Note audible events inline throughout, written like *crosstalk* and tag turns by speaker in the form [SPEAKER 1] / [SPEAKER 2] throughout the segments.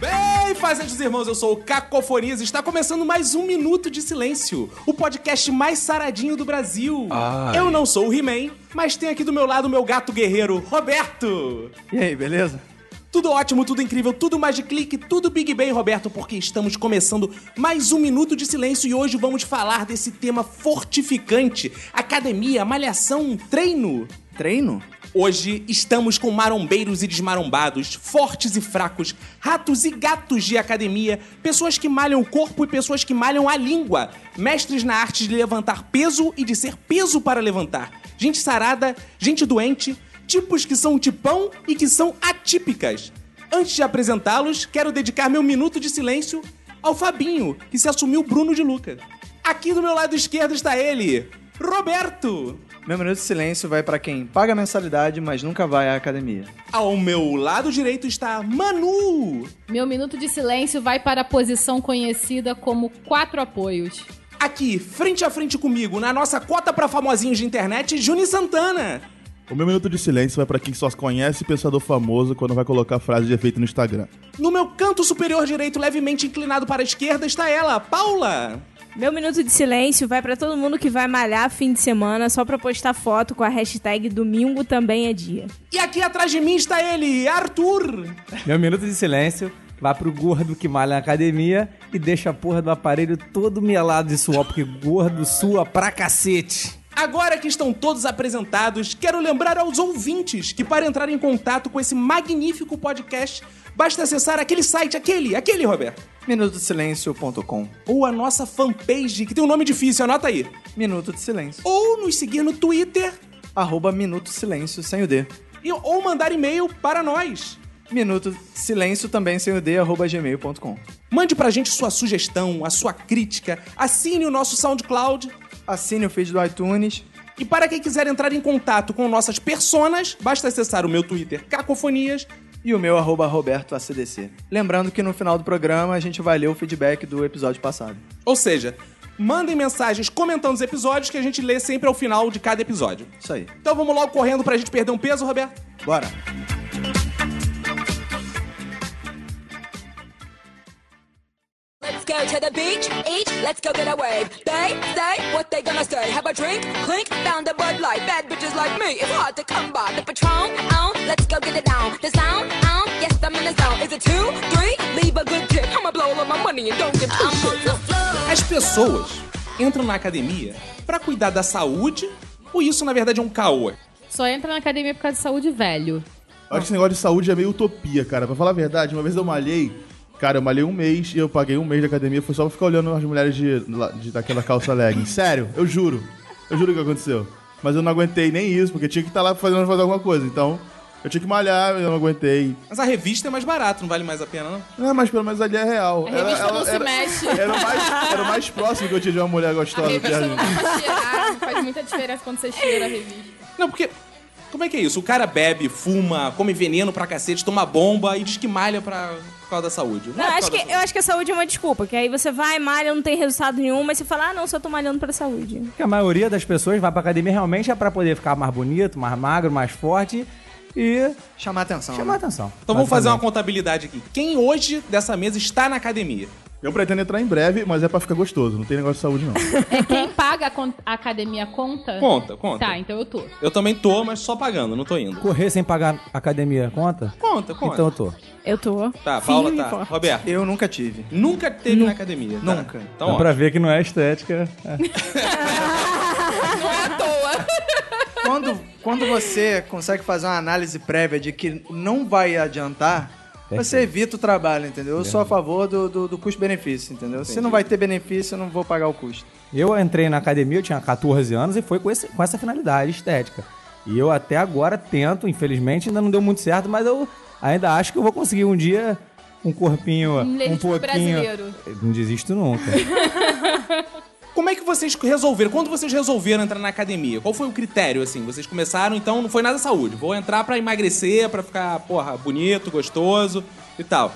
[SPEAKER 1] Bem, fazentes irmãos, eu sou o Cacofonias e está começando mais um Minuto de Silêncio, o podcast mais saradinho do Brasil.
[SPEAKER 2] Ai.
[SPEAKER 1] Eu não sou o He-Man, mas tem aqui do meu lado o meu gato guerreiro, Roberto.
[SPEAKER 2] E aí, beleza?
[SPEAKER 1] Tudo ótimo, tudo incrível, tudo mais de clique, tudo Big Bang, Roberto, porque estamos começando mais um Minuto de Silêncio e hoje vamos falar desse tema fortificante. Academia, malhação, treino.
[SPEAKER 2] Treino?
[SPEAKER 1] Hoje estamos com marombeiros e desmarombados, fortes e fracos, ratos e gatos de academia, pessoas que malham o corpo e pessoas que malham a língua, mestres na arte de levantar peso e de ser peso para levantar, gente sarada, gente doente, tipos que são tipão e que são atípicas. Antes de apresentá-los, quero dedicar meu minuto de silêncio ao Fabinho, que se assumiu Bruno de Luca. Aqui do meu lado esquerdo está ele, Roberto!
[SPEAKER 2] Meu minuto de silêncio vai pra quem paga mensalidade, mas nunca vai à academia.
[SPEAKER 1] Ao meu lado direito está Manu.
[SPEAKER 3] Meu minuto de silêncio vai para a posição conhecida como quatro apoios.
[SPEAKER 1] Aqui, frente a frente comigo, na nossa cota para famosinhos de internet, Juni Santana.
[SPEAKER 4] O meu minuto de silêncio vai pra quem só conhece pensador famoso quando vai colocar frase de efeito no Instagram.
[SPEAKER 1] No meu canto superior direito, levemente inclinado para a esquerda, está ela, Paula.
[SPEAKER 5] Meu minuto de silêncio vai pra todo mundo que vai malhar fim de semana só pra postar foto com a hashtag domingo também é dia.
[SPEAKER 1] E aqui atrás de mim está ele, Arthur.
[SPEAKER 6] Meu minuto de silêncio vai pro gordo que malha na academia e deixa a porra do aparelho todo melado de suor, porque gordo sua pra cacete.
[SPEAKER 1] Agora que estão todos apresentados, quero lembrar aos ouvintes que para entrar em contato com esse magnífico podcast, basta acessar aquele site, aquele, aquele, Roberto.
[SPEAKER 2] Minutodesilêncio.com
[SPEAKER 1] Ou a nossa fanpage, que tem um nome difícil, anota aí.
[SPEAKER 2] Minuto de silêncio.
[SPEAKER 1] Ou nos seguir no Twitter
[SPEAKER 2] Arroba Minuto Silêncio sem o D.
[SPEAKER 1] e, ou mandar e-mail para nós.
[SPEAKER 2] Minuto de Silêncio também sem o D, arroba gmail.com.
[SPEAKER 1] Mande pra gente sua sugestão, a sua crítica, assine o nosso SoundCloud.
[SPEAKER 2] Assine o feed do iTunes.
[SPEAKER 1] E para quem quiser entrar em contato com nossas personas, basta acessar o meu Twitter Cacofonias.
[SPEAKER 2] E o meu arroba Roberto ACDC. Lembrando que no final do programa a gente vai ler o feedback do episódio passado.
[SPEAKER 1] Ou seja, mandem mensagens comentando os episódios que a gente lê sempre ao final de cada episódio.
[SPEAKER 2] Isso aí.
[SPEAKER 1] Então vamos logo correndo pra gente perder um peso, Roberto?
[SPEAKER 2] Bora.
[SPEAKER 7] Let's go to the beach, eat, let's go get a wave. They say what they gonna say. Have a drink, clink, found a Bud Light. Bad bitches like me, it's hard to come by. The Patron, on, let's go get it down. The sound, on, yes, I'm in the zone. Is it two, three? Leave a good tip. I'ma blow all of my money and don't give two shits.
[SPEAKER 1] As pessoas entram na academia pra cuidar da saúde ou isso na verdade é um caô?
[SPEAKER 3] Só entra na academia por causa de saúde velho.
[SPEAKER 4] Eu acho que esse negócio de saúde é meio utopia, cara. Pra falar a verdade, uma vez eu malhei, cara, eu malhei um mês e eu paguei um mês de academia, foi só pra ficar olhando as mulheres de, de- daquela calça legging. Sério, eu juro. Eu juro que aconteceu. Mas eu não aguentei nem isso, porque tinha que estar lá fazendo fazer alguma coisa. Então, eu tinha que malhar, eu não aguentei.
[SPEAKER 1] Mas a revista é mais barata, não vale mais a pena, não?
[SPEAKER 4] É, mas pelo menos ali é real.
[SPEAKER 3] A revista não se
[SPEAKER 4] *laughs*
[SPEAKER 3] mexe.
[SPEAKER 4] Era o mais, era o mais próximo que eu tinha de uma mulher
[SPEAKER 3] A
[SPEAKER 4] gostosa. que a
[SPEAKER 3] revista não
[SPEAKER 4] gente.
[SPEAKER 3] dá pra cheirar, não faz muita diferença quando você cheira a revista.
[SPEAKER 1] Não, porque. Como é que é isso? O cara bebe, fuma, come veneno pra cacete, toma bomba e diz que malha pra... por causa da saúde. Não
[SPEAKER 5] Não,
[SPEAKER 1] é por
[SPEAKER 5] acho que,
[SPEAKER 1] causa da
[SPEAKER 5] eu acho que a saúde é uma desculpa, que aí você vai, malha, não tem resultado nenhum, mas você fala, ah não, só tô malhando pra saúde.
[SPEAKER 6] Porque a maioria das pessoas vai pra academia realmente é pra poder ficar mais bonito, mais magro, mais forte e
[SPEAKER 2] Chamar atenção. né?
[SPEAKER 6] chamar
[SPEAKER 2] Chamar atenção.
[SPEAKER 6] atenção.
[SPEAKER 1] Então vamos fazer uma
[SPEAKER 6] basicamente.
[SPEAKER 1] contabilidade aqui. Quem hoje dessa mesa está na academia?
[SPEAKER 4] Eu pretendo entrar em breve, mas é pra ficar gostoso. Não tem negócio de saúde, não.
[SPEAKER 6] *laughs*
[SPEAKER 3] É quem paga a, con- a academia conta?
[SPEAKER 1] Conta, conta.
[SPEAKER 3] Tá, então eu tô.
[SPEAKER 1] Eu também tô, mas só pagando, não tô indo.
[SPEAKER 6] Correr sem pagar academia conta?
[SPEAKER 1] Conta, conta.
[SPEAKER 6] Então eu tô.
[SPEAKER 5] Eu tô.
[SPEAKER 1] Tá,
[SPEAKER 5] firme
[SPEAKER 1] Paula
[SPEAKER 5] e
[SPEAKER 1] tá.
[SPEAKER 5] forte.
[SPEAKER 1] Roberto,
[SPEAKER 2] Eu nunca tive.
[SPEAKER 1] nunca teve na academia. tá?
[SPEAKER 2] Nunca.
[SPEAKER 1] Então,
[SPEAKER 6] Dá
[SPEAKER 1] ó,
[SPEAKER 6] pra ver que não é estética.
[SPEAKER 2] quando, quando você consegue fazer uma análise prévia de que não vai adiantar, você evita o trabalho, entendeu? Eu sou a favor do, do, do custo-benefício, entendeu? Se não vai ter benefício, eu não vou pagar o custo.
[SPEAKER 6] Eu entrei na academia, eu tinha 14 anos e foi com, esse- com essa finalidade estética. E eu até agora tento, infelizmente, ainda não deu muito certo, mas eu ainda acho que eu vou conseguir um dia um corpinho
[SPEAKER 3] Um
[SPEAKER 6] um
[SPEAKER 3] leite
[SPEAKER 6] pouquinho...
[SPEAKER 3] brasileiro.
[SPEAKER 6] Eu Não desisto nunca.
[SPEAKER 1] Como é que vocês resolveram? Quando vocês resolveram entrar na academia? Qual foi o critério, assim? Vocês começaram, então não foi nada saúde. Vou entrar pra emagrecer, pra ficar, porra, bonito, gostoso e tal.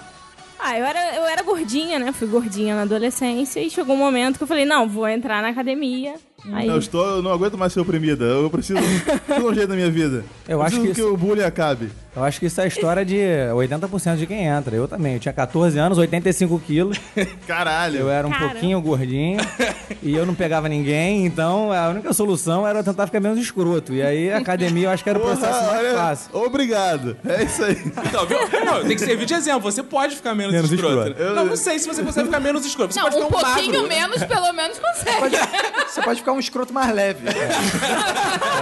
[SPEAKER 5] Ah, eu era, eu era gordinha, né? Fui gordinha na adolescência e chegou um momento que eu falei, não, vou entrar na academia. Aí,
[SPEAKER 4] Eu estou, eu não aguento mais ser oprimida.
[SPEAKER 6] *laughs*
[SPEAKER 4] Eu preciso, preciso de um jeito da minha vida.
[SPEAKER 6] Eu acho que
[SPEAKER 4] preciso que
[SPEAKER 6] isso-
[SPEAKER 4] o bullying acabe.
[SPEAKER 6] Eu acho que isso é a história de 80% de quem entra. Eu também. Eu tinha 14 anos, 85 quilos.
[SPEAKER 4] Caralho.
[SPEAKER 6] Eu era um
[SPEAKER 5] Caramba.
[SPEAKER 6] pouquinho gordinho e eu não pegava ninguém, então a única solução era tentar ficar menos escroto. E aí a academia eu acho que era o um processo
[SPEAKER 4] Porra,
[SPEAKER 6] mais
[SPEAKER 4] olha,
[SPEAKER 6] fácil.
[SPEAKER 4] Obrigado. É isso aí.
[SPEAKER 1] Então, viu? Não, tem que servir de exemplo. Você pode ficar menos,
[SPEAKER 6] Menos
[SPEAKER 1] escroto.
[SPEAKER 6] escroto.
[SPEAKER 1] Não, não sei se você consegue ficar menos escroto. Você
[SPEAKER 3] Não,
[SPEAKER 1] pode
[SPEAKER 3] um,
[SPEAKER 1] ficar um
[SPEAKER 3] pouquinho
[SPEAKER 1] magro.
[SPEAKER 3] menos, pelo menos consegue.
[SPEAKER 2] Pode- você pode ficar um escroto mais leve.
[SPEAKER 6] É,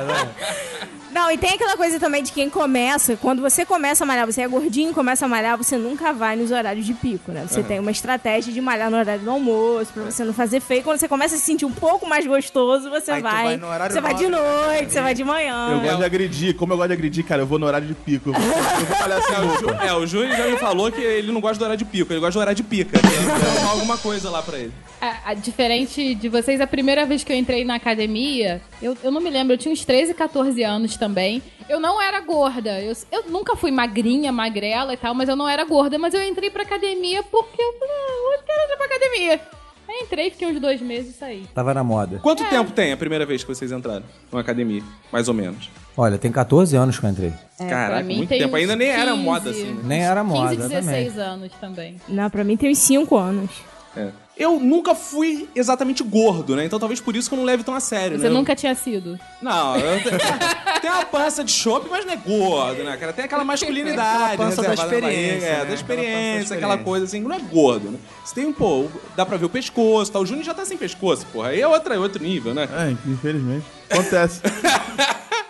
[SPEAKER 5] Não, e tem aquela coisa também de quem começa. Quando você começa a malhar, você é gordinho, começa a malhar, você nunca vai nos horários de pico, né? Você tem uma estratégia de malhar no horário do almoço, pra você não fazer feio. Quando você começa a se sentir um pouco mais gostoso, você
[SPEAKER 2] Aí tu
[SPEAKER 5] vai.
[SPEAKER 2] vai no horário
[SPEAKER 5] você vai de
[SPEAKER 2] nobre,
[SPEAKER 5] noite, você vai de
[SPEAKER 4] Eu
[SPEAKER 5] manhã.
[SPEAKER 4] gosto de agredir. Como eu gosto de agredir, cara, eu vou no horário de pico. Eu vou, eu vou malhar sem
[SPEAKER 1] É, o Ju-
[SPEAKER 4] roupa.
[SPEAKER 1] É, o Júlio já me falou que ele não gosta de horário de pico, ele gosta de horário de pica. Tem que arrumar alguma coisa lá pra ele.
[SPEAKER 3] A, a- diferente de vocês, a primeira vez que eu entrei na academia, eu, eu não me lembro, eu tinha uns 13, 14 anos também. Eu não era gorda. Eu, eu nunca fui magrinha, magrela e tal, mas eu não era gorda. Mas eu entrei pra academia porque eu falei, ah, eu quero entrar pra academia. Aí entrei, fiquei uns dois meses e saí.
[SPEAKER 6] Tava na moda.
[SPEAKER 1] Quanto
[SPEAKER 3] É.
[SPEAKER 1] tempo tem a primeira vez que vocês entraram numa academia? Mais ou menos.
[SPEAKER 6] Olha, tem 14 anos que eu entrei.
[SPEAKER 1] Caraca,
[SPEAKER 3] É, pra mim
[SPEAKER 1] muito
[SPEAKER 3] tem
[SPEAKER 1] tempo.
[SPEAKER 3] uns
[SPEAKER 1] Ainda nem era
[SPEAKER 3] 15.
[SPEAKER 1] moda, assim, né?
[SPEAKER 6] Nem era moda
[SPEAKER 3] 15, 16
[SPEAKER 6] também.
[SPEAKER 3] anos também.
[SPEAKER 5] Não, pra mim tem uns 5 anos.
[SPEAKER 1] É. Eu nunca fui exatamente gordo, né? Então talvez por isso que eu não leve tão a sério,
[SPEAKER 3] Você
[SPEAKER 1] né?
[SPEAKER 3] nunca tinha sido.
[SPEAKER 1] Não, eu te- *laughs* tem uma pança de chope, mas não é gordo, né, cara? Tem aquela masculinidade. né?
[SPEAKER 2] Aquela pança da
[SPEAKER 1] reservada na
[SPEAKER 2] experiência,
[SPEAKER 1] barriga,
[SPEAKER 2] né?
[SPEAKER 1] é, da
[SPEAKER 2] Aquela pança
[SPEAKER 1] experiência,
[SPEAKER 2] da
[SPEAKER 1] aquela,
[SPEAKER 2] experiência.
[SPEAKER 1] coisa assim, não é gordo, né? Você tem, pô, dá pra ver o pescoço e tal. O Júnior já tá sem pescoço, porra. Aí é outra, outro nível, né?
[SPEAKER 4] É, infelizmente.
[SPEAKER 1] *laughs*
[SPEAKER 4] Acontece.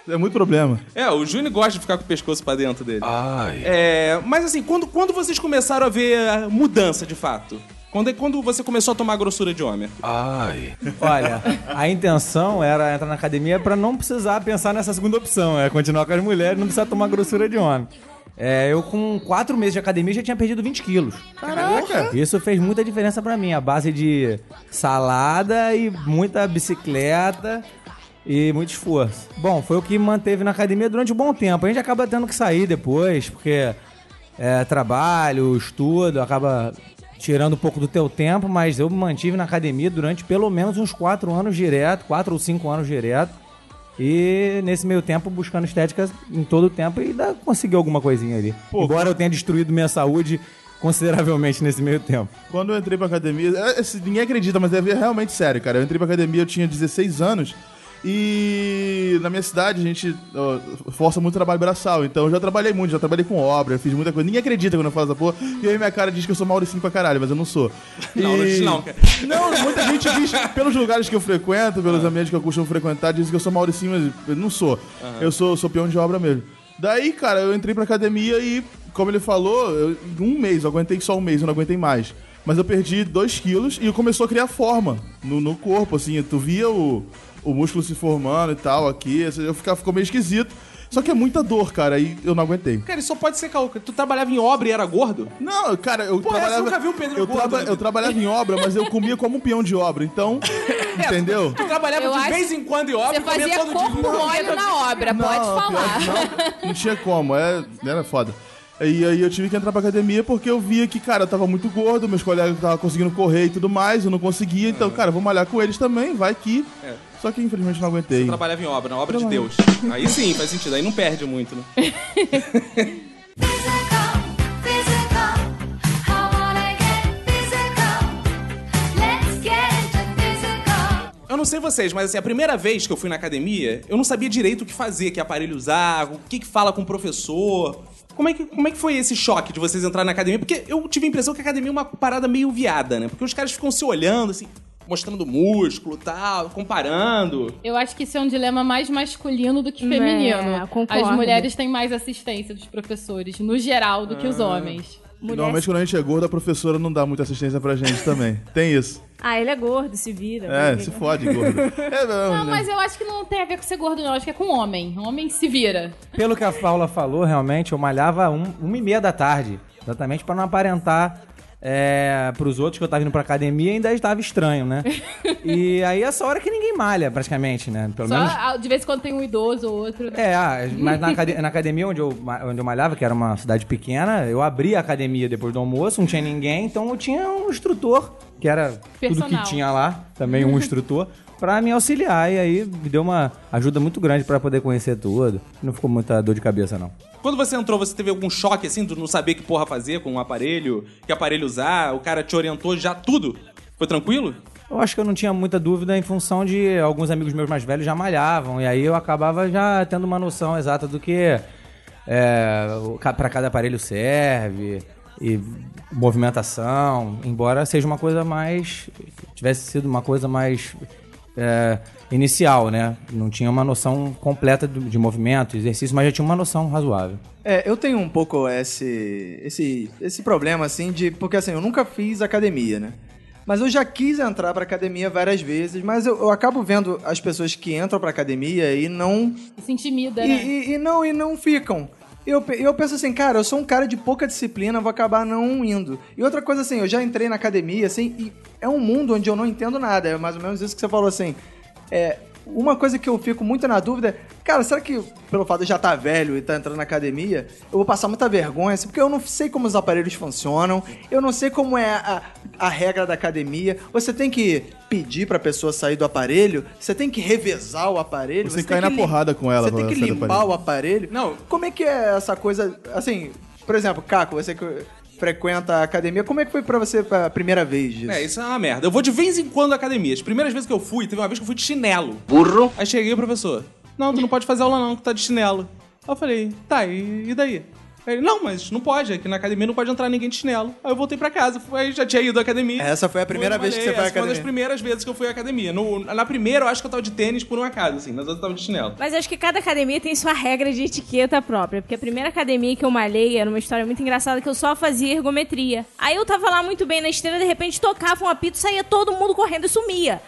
[SPEAKER 4] É muito problema.
[SPEAKER 1] É, o Júnior gosta de ficar com o pescoço pra dentro dele.
[SPEAKER 8] Ai,
[SPEAKER 1] É, mas assim, quando, quando vocês começaram a ver a mudança de fato? Quando, quando você começou a tomar grossura de homem?
[SPEAKER 8] ai.
[SPEAKER 6] Olha, a intenção era entrar na academia pra não precisar pensar nessa segunda opção. É continuar com as mulheres, não precisar tomar grossura de homem. É, eu com 4 meses de academia já tinha perdido 20 quilos.
[SPEAKER 4] Caraca.
[SPEAKER 6] Isso fez muita diferença pra mim, a base de salada e muita bicicleta e muito esforço. Bom, foi o que me manteve na academia durante um bom tempo. A gente acaba tendo que sair depois, porque é, trabalho, estudo, acaba tirando um pouco do teu tempo, mas eu me mantive na academia durante pelo menos uns 4 anos direto, 4 ou 5 anos direto. E nesse meio tempo, buscando estética em todo o tempo e ainda consegui alguma coisinha ali. Embora eu tenha destruído minha saúde consideravelmente nesse meio tempo.
[SPEAKER 4] Quando eu entrei pra academia, é, esse- ninguém acredita, mas é realmente sério, cara. Eu entrei pra academia, eu tinha 16 anos. E na minha cidade a gente ó, força muito trabalho braçal, então eu já trabalhei muito, já trabalhei com obra, fiz muita coisa. Ninguém acredita quando eu falo essa porra, e aí minha cara diz que eu sou Mauricinho pra caralho, mas eu não sou.
[SPEAKER 1] Não, não
[SPEAKER 4] E-
[SPEAKER 1] diz não, cara.
[SPEAKER 4] Não, muita gente diz, pelos lugares que eu frequento, pelos ambientes que eu costumo frequentar, diz que eu sou Mauricinho, mas eu não sou. Eu sou, sou peão de obra mesmo. Daí, cara, eu entrei pra academia e, como ele falou, eu- um mês, eu aguentei só um mês, eu não aguentei mais. Mas eu perdi 2 quilos e começou a criar forma no, no corpo, assim. Tu via o, o músculo se formando e tal aqui, assim, eu ficava, ficou meio esquisito. Só que é muita dor, cara, e eu não aguentei.
[SPEAKER 1] Cara, isso só pode ser calca. Tu trabalhava em obra e era gordo?
[SPEAKER 4] Não, cara, eu
[SPEAKER 1] Porra,
[SPEAKER 4] trabalhava.
[SPEAKER 1] você nunca viu o Pedro
[SPEAKER 4] eu,
[SPEAKER 1] gordo, né,
[SPEAKER 4] eu
[SPEAKER 1] Pedro?
[SPEAKER 4] trabalhava em obra, mas eu comia como um peão de obra, então.
[SPEAKER 1] É,
[SPEAKER 4] entendeu?
[SPEAKER 1] Tu trabalhava
[SPEAKER 3] Eu
[SPEAKER 1] de
[SPEAKER 3] acho-
[SPEAKER 1] vez em quando em obra
[SPEAKER 3] Você
[SPEAKER 1] e comia
[SPEAKER 3] fazia
[SPEAKER 1] todo
[SPEAKER 3] corpo
[SPEAKER 1] dia.
[SPEAKER 3] mole na obra, pode
[SPEAKER 4] Não,
[SPEAKER 3] falar.
[SPEAKER 4] pior que Não, não tinha como, é, era foda. E aí eu tive que entrar pra academia porque eu via que, cara, eu tava muito gordo, meus colegas estavam conseguindo correr e tudo mais, eu não conseguia, então, cara, eu vou malhar com eles também, vai que.
[SPEAKER 1] É.
[SPEAKER 4] Só que infelizmente não aguentei.
[SPEAKER 1] Eu trabalhava em obra, na obra de Deus. Aí sim, faz sentido. Aí não perde muito, né? Eu não sei vocês, mas assim, a primeira vez que eu fui na academia, eu não sabia direito o que fazer, que aparelho usar, o que, que fala com o professor. Como é, que, como é que foi esse choque de vocês entrar na academia? Porque eu tive a impressão que a academia é uma parada meio viada, né? Porque os caras ficam se olhando, assim, mostrando músculo e tal, comparando.
[SPEAKER 3] Eu acho que isso é um dilema mais masculino do que feminino.
[SPEAKER 5] É, concordo.
[SPEAKER 3] As mulheres têm mais assistência dos professores, no geral, do que os homens.
[SPEAKER 5] Mulher.
[SPEAKER 4] Normalmente quando a gente é gordo, a professora não dá muita assistência pra gente também. Tem isso.
[SPEAKER 5] Ah, ele é gordo, se vira.
[SPEAKER 4] É,
[SPEAKER 5] vai
[SPEAKER 4] se
[SPEAKER 5] ver.
[SPEAKER 4] fode, gordo. É,
[SPEAKER 3] Não, Ah, mas eu acho que não tem a ver com ser gordo, não. Eu acho que é com homem. Homem se vira.
[SPEAKER 6] Pelo que a Paula falou, realmente, eu malhava um, uma e meia da tarde. Exatamente pra não aparentar é, pros outros que eu tava indo pra academia e ainda estava estranho,
[SPEAKER 3] *laughs*
[SPEAKER 6] né? e aí é essa hora que ninguém malha, praticamente, né? Pelo
[SPEAKER 3] Só
[SPEAKER 6] menos.
[SPEAKER 3] ah, de vez em quando tem um idoso ou outro.
[SPEAKER 6] É, ah, mas na, acade- na academia onde eu, ma- onde eu malhava, que era uma cidade pequena, eu abria a academia depois do almoço, não tinha ninguém, então eu tinha um instrutor, que era tudo
[SPEAKER 3] Personal.
[SPEAKER 6] que tinha lá, também um instrutor, pra me auxiliar. E aí me deu uma ajuda muito grande pra poder conhecer tudo. Não ficou muita dor de cabeça, não.
[SPEAKER 1] Quando você entrou, você teve algum choque assim, de não saber que porra fazer com o aparelho, que aparelho usar, o cara te orientou já tudo? Foi tranquilo?
[SPEAKER 6] Eu acho que eu não tinha muita dúvida em função de alguns amigos meus mais velhos já malhavam, e aí eu acabava já tendo uma noção exata do que é, para cada aparelho serve e movimentação, embora seja uma coisa mais. tivesse sido uma coisa mais é, inicial, né? Não tinha uma noção completa do- de movimento, exercício, mas já tinha uma noção razoável.
[SPEAKER 2] É, eu tenho um pouco esse, esse, esse problema, assim, de. Porque assim, eu nunca fiz academia, né? Mas eu já quis entrar pra academia várias vezes, mas eu, eu acabo vendo as pessoas que entram pra academia e não.
[SPEAKER 3] E se intimida,
[SPEAKER 2] E,
[SPEAKER 3] né?
[SPEAKER 2] e- e não, e não ficam. Eu, pe- eu penso assim, cara, eu sou um cara de pouca disciplina, eu vou acabar não indo. E outra coisa assim, eu já entrei na academia, assim, e é um mundo onde eu não entendo nada. É mais ou menos isso que você falou assim. É, uma coisa que eu fico muito na dúvida é, cara, será que pelo fato de eu já estar velho e estar entrando na academia, eu vou passar muita vergonha, assim, porque eu não sei como os aparelhos funcionam, eu não sei como é a, a regra da academia. Você tem que pedir pra pessoa sair do aparelho, você tem que revezar o aparelho.
[SPEAKER 4] Você
[SPEAKER 2] tem
[SPEAKER 4] cai na
[SPEAKER 2] que
[SPEAKER 4] porrada com ela
[SPEAKER 2] Você tem
[SPEAKER 4] pra
[SPEAKER 2] que
[SPEAKER 4] sair do
[SPEAKER 2] limpar
[SPEAKER 4] aparelho.
[SPEAKER 2] o aparelho.
[SPEAKER 1] Não.
[SPEAKER 2] Como é que é essa coisa, assim, por exemplo, Caco, você que frequenta a academia, como é que foi pra você a primeira vez disso?
[SPEAKER 1] É, isso é uma merda. Eu vou de vez em quando à academia. As primeiras vezes que eu fui, teve uma vez que eu fui de chinelo. Burro. Aí cheguei o professor. Não, tu não pode fazer aula não, que tu tá de chinelo. Aí eu falei, tá, e, e daí? Aí ele, não, mas não pode, aqui na academia não pode entrar ninguém de chinelo. Aí eu voltei pra casa, fui- aí já tinha ido à academia.
[SPEAKER 2] É, Essa foi a primeira
[SPEAKER 1] Fui,
[SPEAKER 2] vez que
[SPEAKER 1] malhei,
[SPEAKER 2] você foi à
[SPEAKER 1] essa Foi uma das
[SPEAKER 2] academia.
[SPEAKER 1] primeiras vezes que eu fui à academia. No- na primeira eu acho que eu tava de tênis por um acaso, assim, nas outras eu tava de chinelo.
[SPEAKER 5] Mas acho que cada academia tem sua regra de etiqueta própria. Porque a primeira academia que eu malhei era uma história muito engraçada que eu só fazia ergometria. Aí eu tava lá muito bem na esteira, de repente tocava um apito, saía todo mundo correndo e sumia.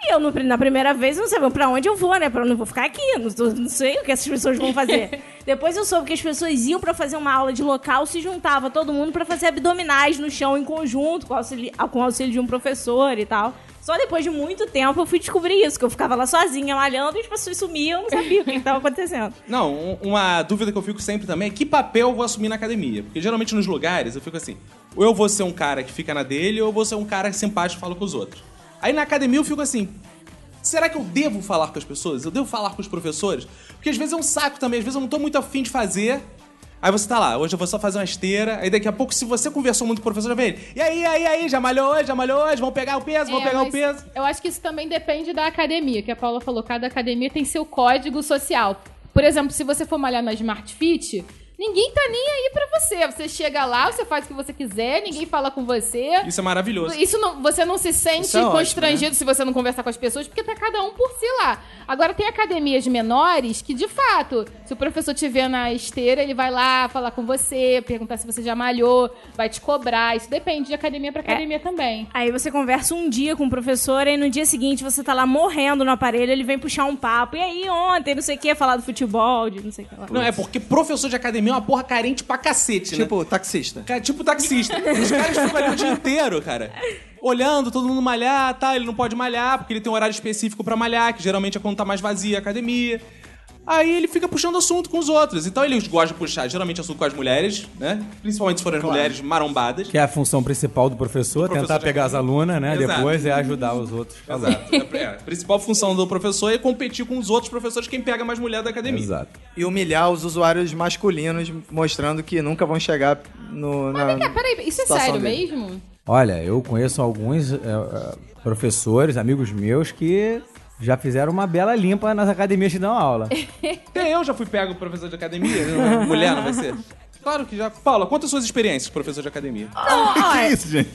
[SPEAKER 5] E eu, no- na primeira vez, eu não sabia pra onde eu vou, né? Pra, eu não vou ficar aqui, eu não, tô- não sei o que essas pessoas vão fazer. Depois eu soube que as pessoas iam pra fazer uma aula de local, se juntava todo mundo pra fazer abdominais no chão em conjunto, com o auxílio, com o auxílio de um professor e tal. Só depois de muito tempo eu fui descobrir isso, que eu ficava lá sozinha malhando e as pessoas sumiam, eu não sabia o que estava acontecendo.
[SPEAKER 1] Não, um- uma dúvida que eu fico sempre também é que papel eu vou assumir na academia. Porque geralmente nos lugares eu fico assim, ou eu vou ser um cara que fica na dele, ou eu vou ser um cara simpático e fala com os outros. Aí na academia eu fico assim, será que eu devo falar com as pessoas? Eu devo falar com os professores? Porque às vezes é um saco também, às vezes eu não tô muito afim de fazer. Aí você tá lá, hoje eu vou só fazer uma esteira, aí daqui a pouco, se você conversou muito com o professor, já vem ele. E aí, aí, aí, já malhou hoje, já malhou hoje, vão pegar o peso, vão
[SPEAKER 3] É,
[SPEAKER 1] pegar o
[SPEAKER 3] mas
[SPEAKER 1] peso.
[SPEAKER 3] Eu acho que isso também depende da academia, que a Paula falou, cada academia tem seu código social. Por exemplo, se você for malhar na Smart Fit, ninguém tá nem aí pra você. Você chega lá, você faz o que você quiser, ninguém fala com você.
[SPEAKER 1] Isso é maravilhoso.
[SPEAKER 3] Isso não, você não se sente
[SPEAKER 2] Isso é
[SPEAKER 6] né?
[SPEAKER 2] ótimo,
[SPEAKER 3] constrangido se você não conversar com as pessoas, porque tá cada um por si lá. Agora, tem academias menores que, de fato, se o professor te vê na esteira, ele vai lá falar com você, perguntar se você já malhou, vai te cobrar. Isso depende de academia
[SPEAKER 5] É.
[SPEAKER 3] pra academia também.
[SPEAKER 5] *laughs* Aí você conversa um dia com o professor, e no dia seguinte você tá lá morrendo no aparelho, ele vem puxar um papo. E aí ontem, não sei o que, falar do futebol, de não sei o que lá.
[SPEAKER 1] Não, é porque professor de academia é uma porra carente pra cacete, né?
[SPEAKER 2] Tipo, taxista.
[SPEAKER 1] Cara, tipo taxista. Os caras ficam ali o dia inteiro, cara. Olhando, todo mundo malhar, tá? Ele não pode malhar, porque ele tem um horário específico pra malhar, que geralmente é quando tá mais vazia a academia. Aí ele fica puxando assunto com os outros. Então eles gostam de puxar, geralmente, assunto com as mulheres, né? Principalmente se forem as mulheres marombadas.
[SPEAKER 6] Que é a função principal do professor,
[SPEAKER 1] professor
[SPEAKER 6] tentar
[SPEAKER 1] de
[SPEAKER 6] pegar as alunas, né?
[SPEAKER 1] Exato.
[SPEAKER 6] Depois é ajudar os outros.
[SPEAKER 1] Exato. É, a principal função do professor é competir com os outros professores, quem pega mais mulher da academia.
[SPEAKER 6] Exato.
[SPEAKER 2] E humilhar os usuários masculinos, mostrando que nunca vão chegar no. na-
[SPEAKER 3] Cara, peraí, isso é
[SPEAKER 2] Situação
[SPEAKER 3] sério
[SPEAKER 2] dele.
[SPEAKER 3] mesmo?
[SPEAKER 6] Olha, eu conheço alguns é, é, professores, amigos meus, que já fizeram uma bela limpa nas academias que dão aula.
[SPEAKER 1] Até eu já fui pego professor de academia, né? *laughs* mulher não vai ser. Claro que já. Paula, quantas suas experiências, professor de academia?
[SPEAKER 5] Não,
[SPEAKER 4] Que
[SPEAKER 5] olha,
[SPEAKER 4] isso, gente?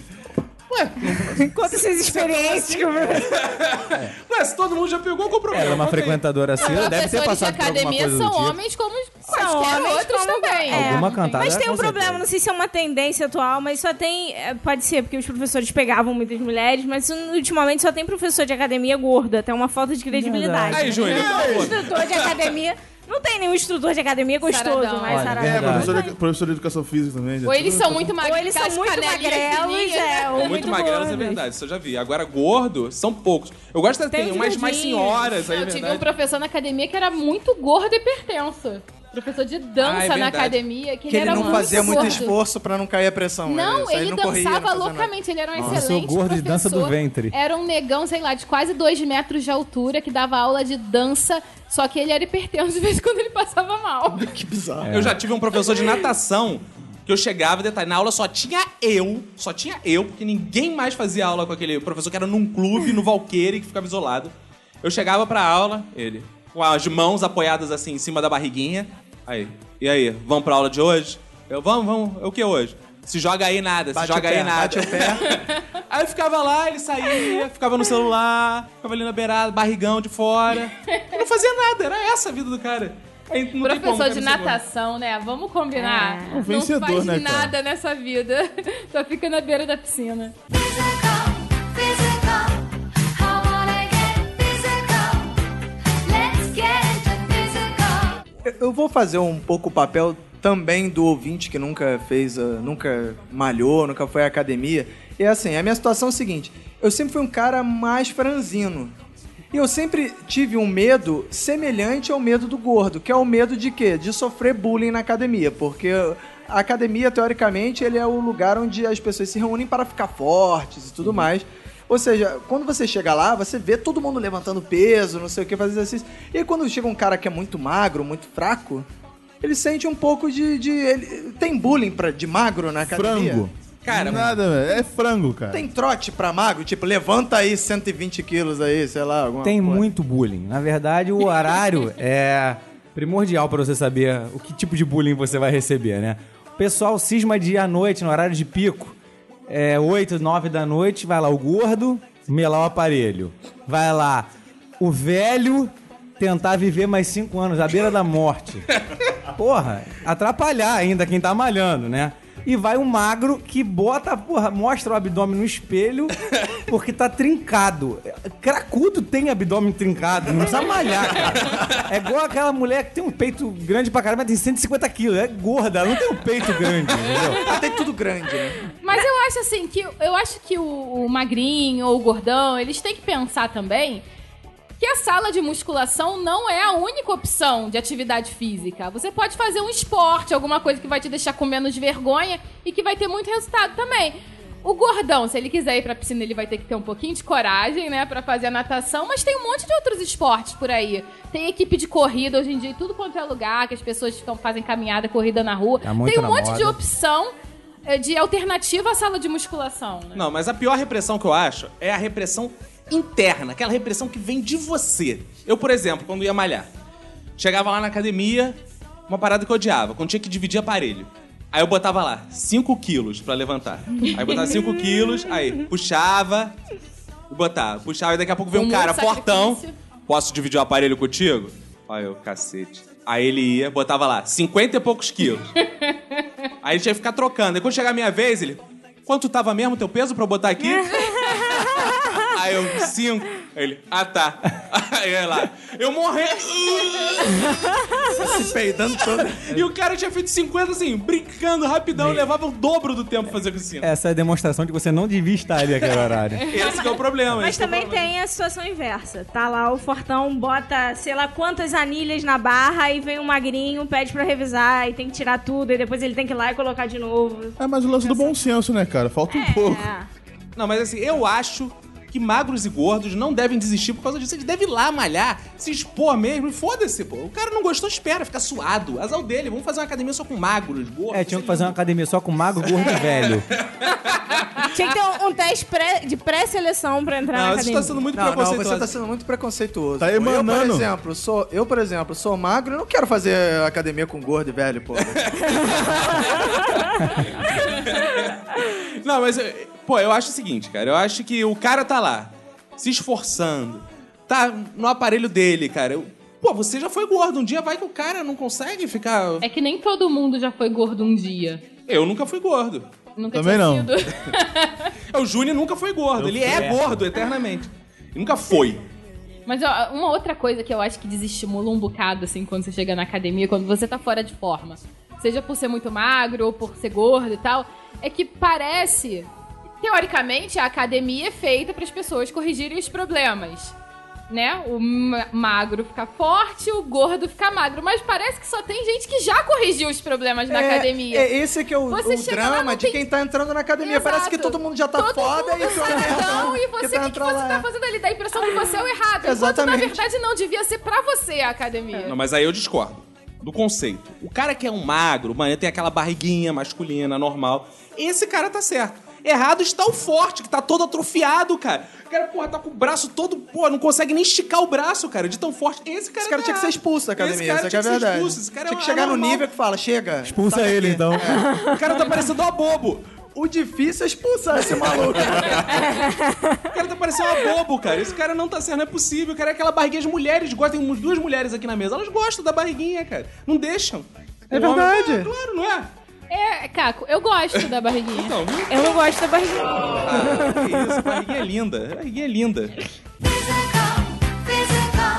[SPEAKER 5] *laughs* conta suas experiências que eu-
[SPEAKER 1] Ué, se todo mundo já pegou, qual o problema?
[SPEAKER 6] Ela é uma
[SPEAKER 1] Conta aí.
[SPEAKER 6] frequentadora cedo, deve ter
[SPEAKER 3] Professores de
[SPEAKER 6] passado por alguma
[SPEAKER 3] academia
[SPEAKER 6] coisa do
[SPEAKER 3] são
[SPEAKER 6] tipo.
[SPEAKER 3] homens como Quaisquer
[SPEAKER 5] homens
[SPEAKER 3] outros
[SPEAKER 5] como-
[SPEAKER 3] também.
[SPEAKER 5] É.
[SPEAKER 6] Alguma cantada,
[SPEAKER 5] Mas tem um
[SPEAKER 6] com certeza.
[SPEAKER 5] problema, não sei se é uma tendência atual, mas só tem. é, Pode ser, porque os professores pegavam muitas mulheres, mas ultimamente só tem professor de academia gordo, até uma falta de credibilidade.
[SPEAKER 1] Aí,
[SPEAKER 5] né?
[SPEAKER 1] Júnior,
[SPEAKER 3] é
[SPEAKER 5] Não, instrutor de academia. Não tem nenhum instrutor de academia gostoso,
[SPEAKER 3] Saradão.
[SPEAKER 5] mas
[SPEAKER 6] Olha,
[SPEAKER 5] saradão.
[SPEAKER 4] É,
[SPEAKER 6] Verdade.
[SPEAKER 4] professor de, professor de educação física também. já
[SPEAKER 3] Ou eles
[SPEAKER 4] tudo-
[SPEAKER 3] são muito magrelos.
[SPEAKER 5] Ou eles são muito magrelos, é, ou
[SPEAKER 1] Muito,
[SPEAKER 5] muito,
[SPEAKER 1] magrelos é
[SPEAKER 5] gordos.
[SPEAKER 1] verdade, isso eu já vi. Agora, gordo, são poucos. Eu gosto de
[SPEAKER 5] Tem
[SPEAKER 1] ter
[SPEAKER 5] os
[SPEAKER 1] umas mais
[SPEAKER 5] gordinhos.
[SPEAKER 1] senhoras aí, é
[SPEAKER 3] Eu tive um
[SPEAKER 1] verdade.
[SPEAKER 3] professor na academia que era muito gordo e hipertenso. Professor
[SPEAKER 1] Ah,
[SPEAKER 3] de
[SPEAKER 1] é
[SPEAKER 3] dança na
[SPEAKER 1] verdade.
[SPEAKER 3] academia, que,
[SPEAKER 2] Que ele
[SPEAKER 3] era
[SPEAKER 2] não
[SPEAKER 3] muito
[SPEAKER 2] fazia muito
[SPEAKER 3] gordo.
[SPEAKER 2] esforço pra não cair a pressão. né?
[SPEAKER 3] Não,
[SPEAKER 2] isso aí
[SPEAKER 3] ele
[SPEAKER 2] não corria, não
[SPEAKER 3] dançava
[SPEAKER 2] fazia nada.
[SPEAKER 3] loucamente, ele era um
[SPEAKER 6] Nossa,
[SPEAKER 3] excelente
[SPEAKER 6] eu gordo de dança do
[SPEAKER 3] professor.
[SPEAKER 6] ventre.
[SPEAKER 3] Era um negão, sei lá, de quase dois metros de altura, que dava aula de dança, só que ele era hipertenso de vez em quando ele passava mal.
[SPEAKER 2] *laughs* Que bizarro.
[SPEAKER 1] Eu já tive um professor de natação que eu chegava, detalhe, na aula só tinha eu, só tinha eu, porque ninguém mais fazia aula com aquele professor que era num clube, no Valqueire, que ficava isolado. Eu chegava pra aula, ele, com as mãos apoiadas assim em cima da barriguinha. Aí, e aí, vamos pra aula de hoje? Eu, vamos, vamos, é o que hoje? Se joga aí nada, se
[SPEAKER 2] Bate o
[SPEAKER 1] joga
[SPEAKER 2] pé,
[SPEAKER 1] aí nada.
[SPEAKER 2] bate o pé.
[SPEAKER 1] *laughs* aí eu ficava lá, ele saía, ficava no celular, ficava ali na beirada, barrigão de fora. Eu não fazia nada, era essa a vida do cara. Aí não tem como o
[SPEAKER 3] Professor
[SPEAKER 1] cara
[SPEAKER 3] de
[SPEAKER 1] ser gordo.
[SPEAKER 3] natação, né? Vamos combinar.
[SPEAKER 5] É.
[SPEAKER 4] Um vencedor,
[SPEAKER 3] não faz
[SPEAKER 4] né, cara?
[SPEAKER 3] nada nessa vida. *laughs* Só fica na beira da piscina.
[SPEAKER 9] Physical, physical. I wanna get physical. Let's get into physical.
[SPEAKER 2] Eu- Eu vou fazer um pouco o papel também do ouvinte que nunca fez, ah, nunca malhou, nunca foi à academia. E assim, a minha situação é o seguinte: eu sempre fui um cara mais franzino. E eu sempre tive um medo semelhante ao medo do gordo, que é o medo de quê? De sofrer bullying na academia, porque a academia, teoricamente, ele é o lugar onde as pessoas se reúnem para ficar fortes e tudo mais. Ou seja, quando você chega lá, você vê todo mundo levantando peso, não sei o que, fazendo exercício. E aí, quando chega um cara que é muito magro, muito fraco, ele sente um pouco de. de- ele, tem bullying pra, de magro na academia?
[SPEAKER 4] Frango.
[SPEAKER 1] Cara,
[SPEAKER 4] Nada, velho. É frango, cara.
[SPEAKER 2] Tem trote pra magro? Tipo, levanta aí 120 quilos aí, sei lá, alguma
[SPEAKER 6] Tem
[SPEAKER 2] coisa.
[SPEAKER 6] muito bullying. Na verdade, o
[SPEAKER 2] *laughs*
[SPEAKER 6] horário é primordial pra você saber o que tipo de bullying você vai receber, né? O pessoal cisma de ir à noite, no horário de pico. É 8, 9 da noite, vai lá o gordo melar o aparelho. Vai lá o velho tentar viver mais 5 anos, à beira da
[SPEAKER 2] *laughs*
[SPEAKER 6] morte. Porra, atrapalhar ainda quem tá malhando, né? E vai um magro que bota, porra, mostra o abdômen no espelho porque tá trincado. Cracudo tem abdômen trincado, não precisa malhar, cara. É igual aquela mulher que tem um peito grande pra caramba, mas tem 150 quilos. É gorda, ela não tem um peito grande, entendeu?
[SPEAKER 2] Ah, tem tudo grande, né?
[SPEAKER 3] Mas eu acho assim que eu acho que o, o magrinho ou o gordão, eles têm que pensar também que a sala de musculação não é a única opção de atividade física. Você pode fazer um esporte, alguma coisa que vai te deixar com menos vergonha e que vai ter muito resultado também. O gordão, se ele quiser ir pra piscina, ele vai ter que ter um pouquinho de coragem, né, Pra fazer a natação, mas tem um monte de outros esportes por aí. Tem equipe de corrida hoje em dia, em tudo quanto é lugar, que as pessoas ficam, fazem caminhada, corrida na rua.
[SPEAKER 6] Tá muito
[SPEAKER 3] tem um
[SPEAKER 6] na
[SPEAKER 3] monte de
[SPEAKER 6] moda.
[SPEAKER 3] opção é, de alternativa à sala de musculação, né?
[SPEAKER 1] Não, mas a pior repressão que eu acho é a repressão interna, aquela repressão que vem de você. Eu, por exemplo, quando ia malhar, chegava lá na academia, uma parada que eu odiava, quando tinha que dividir aparelho. Aí eu botava lá, 5 quilos pra levantar. Aí eu botava 5 quilos, aí puxava, e botava, puxava, e daqui a pouco veio
[SPEAKER 3] Um
[SPEAKER 1] um cara,
[SPEAKER 3] monte de
[SPEAKER 1] portão,
[SPEAKER 3] sacrifício.
[SPEAKER 1] posso dividir o aparelho contigo? Aí eu, cacete. Aí ele ia, botava lá, 50 e poucos
[SPEAKER 3] *laughs*
[SPEAKER 1] quilos. Aí tinha que ficar trocando. Aí quando chegar a minha vez, ele. Quanto tava mesmo teu peso pra eu botar
[SPEAKER 3] *laughs*
[SPEAKER 1] aqui? Aí eu, cinco. Aí ele, ah tá. Aí eu ia lá, eu morri.
[SPEAKER 2] Se peidando todo.
[SPEAKER 1] E o cara tinha feito 50 assim, brincando rapidão, levava o dobro do tempo pra fazer piscina.
[SPEAKER 6] Essa é a demonstração de que você não devia estar ali naquele horário.
[SPEAKER 1] Esse que é o problema.
[SPEAKER 5] Mas
[SPEAKER 1] esse que é o
[SPEAKER 5] também
[SPEAKER 1] problema.
[SPEAKER 5] tem a situação inversa. Tá lá o fortão, bota sei lá quantas anilhas na barra e vem um magrinho, pede pra revisar e tem que tirar tudo e depois ele tem que ir lá e colocar de novo.
[SPEAKER 4] É mais o lance do bom senso, né, cara? Falta um pouco.
[SPEAKER 5] É.
[SPEAKER 1] Não, mas assim, eu acho que magros e gordos não devem desistir por causa disso. Eles devem ir lá malhar, se expor mesmo e foda-se, pô. O cara não gostou, espera, fica suado. Azar o dele, vamos fazer uma academia só com magros, gordos.
[SPEAKER 6] É, tinha que fazer uma academia só com magro, gordo e
[SPEAKER 1] *laughs*
[SPEAKER 6] velho.
[SPEAKER 5] Tinha que ter um, um teste pré- de pré-seleção pra entrar
[SPEAKER 1] Não,
[SPEAKER 5] na
[SPEAKER 1] isso
[SPEAKER 5] academia.
[SPEAKER 1] tá sendo muito
[SPEAKER 2] Não, não,
[SPEAKER 1] preconceituoso.
[SPEAKER 2] você tá sendo muito preconceituoso.
[SPEAKER 4] Tá
[SPEAKER 2] pô. Eu, por
[SPEAKER 4] emanando.
[SPEAKER 2] exemplo, sou, eu, por exemplo, sou magro e não quero fazer academia com gordo e velho, pô.
[SPEAKER 1] Não, mas, eh, pô, eu acho o seguinte, cara. Eu acho que o cara tá lá, se esforçando, tá no aparelho dele, cara. Eu- Pô, você já foi gordo. Um dia vai que o cara não consegue ficar.
[SPEAKER 3] É que nem todo mundo já foi gordo um dia.
[SPEAKER 1] Eu nunca fui gordo.
[SPEAKER 3] Nunca
[SPEAKER 4] Também
[SPEAKER 3] tinha
[SPEAKER 4] não.
[SPEAKER 3] sido. *laughs*
[SPEAKER 1] O Júnior nunca foi gordo. Ele é gordo eternamente. Ele nunca foi.
[SPEAKER 3] Mas ó, uma outra coisa que eu acho que desestimula um bocado, assim, quando você chega na academia, quando você tá fora de forma, seja por ser muito magro ou por ser gordo e tal, é que parece. Teoricamente, a academia é feita para as pessoas corrigirem os problemas. Né? O ma- magro fica forte, o gordo fica magro. Mas parece que só tem gente que já corrigiu os problemas na
[SPEAKER 2] É-
[SPEAKER 3] academia.
[SPEAKER 2] É, esse que é o,
[SPEAKER 3] Você
[SPEAKER 2] o
[SPEAKER 3] chega lá,
[SPEAKER 2] drama
[SPEAKER 3] não
[SPEAKER 2] de
[SPEAKER 3] tem-
[SPEAKER 2] quem tá entrando na academia. Parece que
[SPEAKER 3] Exato.
[SPEAKER 2] todo mundo já tá
[SPEAKER 3] Todo
[SPEAKER 2] foda
[SPEAKER 3] mundo
[SPEAKER 2] e tu é o
[SPEAKER 3] saradão,
[SPEAKER 2] *laughs* nerdão
[SPEAKER 3] e você, o que, que
[SPEAKER 2] entrou
[SPEAKER 3] você
[SPEAKER 2] lá. é.
[SPEAKER 3] tá fazendo ali? Dá a impressão que você é o errado. Enquanto, na
[SPEAKER 2] Exatamente.
[SPEAKER 3] verdade, não. Devia ser pra você a academia.
[SPEAKER 1] Não, mas aí eu discordo do conceito. O cara que é um magro, mano, ele tem aquela barriguinha masculina, normal. Esse cara tá certo. Errado está o forte, que tá todo atrofiado, cara. O cara, porra, tá com o braço todo, porra, não consegue nem esticar o braço, cara, de tão forte. Esse cara,
[SPEAKER 2] Esse cara
[SPEAKER 1] tá
[SPEAKER 2] tinha que ser
[SPEAKER 1] errado.
[SPEAKER 2] expulso da academia,
[SPEAKER 1] Esse cara
[SPEAKER 2] essa que
[SPEAKER 1] tinha
[SPEAKER 2] é a
[SPEAKER 1] que ser
[SPEAKER 2] verdade.
[SPEAKER 1] expulso, esse cara é
[SPEAKER 2] tinha que chegar no
[SPEAKER 1] anormal.
[SPEAKER 2] nível que fala, chega.
[SPEAKER 6] Expulsa
[SPEAKER 2] sai
[SPEAKER 6] ele,
[SPEAKER 2] daqui.
[SPEAKER 6] então.
[SPEAKER 1] O cara tá parecendo uma bobo.
[SPEAKER 2] O difícil é expulsar esse maluco.
[SPEAKER 1] O cara tá parecendo uma bobo, cara. Esse cara não tá certo, não é possível. O cara é aquela barriguinha. As mulheres gostam, tem umas duas mulheres aqui na mesa. Elas gostam da barriguinha, cara. Não deixam.
[SPEAKER 2] É
[SPEAKER 1] O homem-
[SPEAKER 2] verdade.
[SPEAKER 1] Ah, claro, não é?
[SPEAKER 3] É, Caco, eu gosto da barriguinha.
[SPEAKER 1] Então, viu?
[SPEAKER 5] Eu não gosto da barriga.
[SPEAKER 1] Ah, Que isso, a barriguinha é linda. A barriguinha é linda.
[SPEAKER 9] Physical, physical.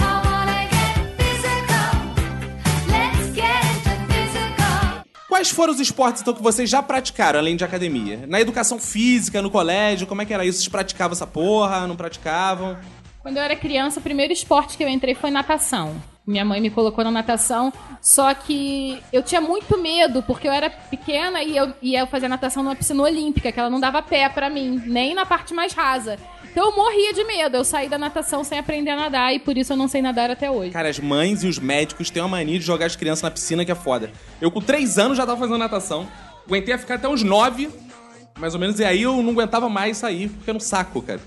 [SPEAKER 9] I wanna get physical. Let's get into physical.
[SPEAKER 1] Quais foram os esportes, então, que vocês já praticaram, além de academia? Na educação física, no colégio, como é que era isso? Vocês praticavam essa porra, não praticavam?
[SPEAKER 3] Quando eu era criança, o primeiro esporte que eu entrei foi natação. Minha mãe me colocou na natação, só que eu tinha muito medo, porque eu era pequena e eu, e eu fazia natação numa piscina olímpica, que ela não dava pé pra mim, nem na parte mais rasa. Então eu morria de medo, eu saí da natação sem aprender a nadar e por isso eu não sei nadar até hoje.
[SPEAKER 1] Cara, as mães e os médicos têm uma mania de jogar as crianças na piscina que é foda. Eu, com três anos, já tava fazendo natação. Aguentei a ficar até uns nove, mais ou menos, e aí eu não aguentava mais sair, porque era um saco, cara.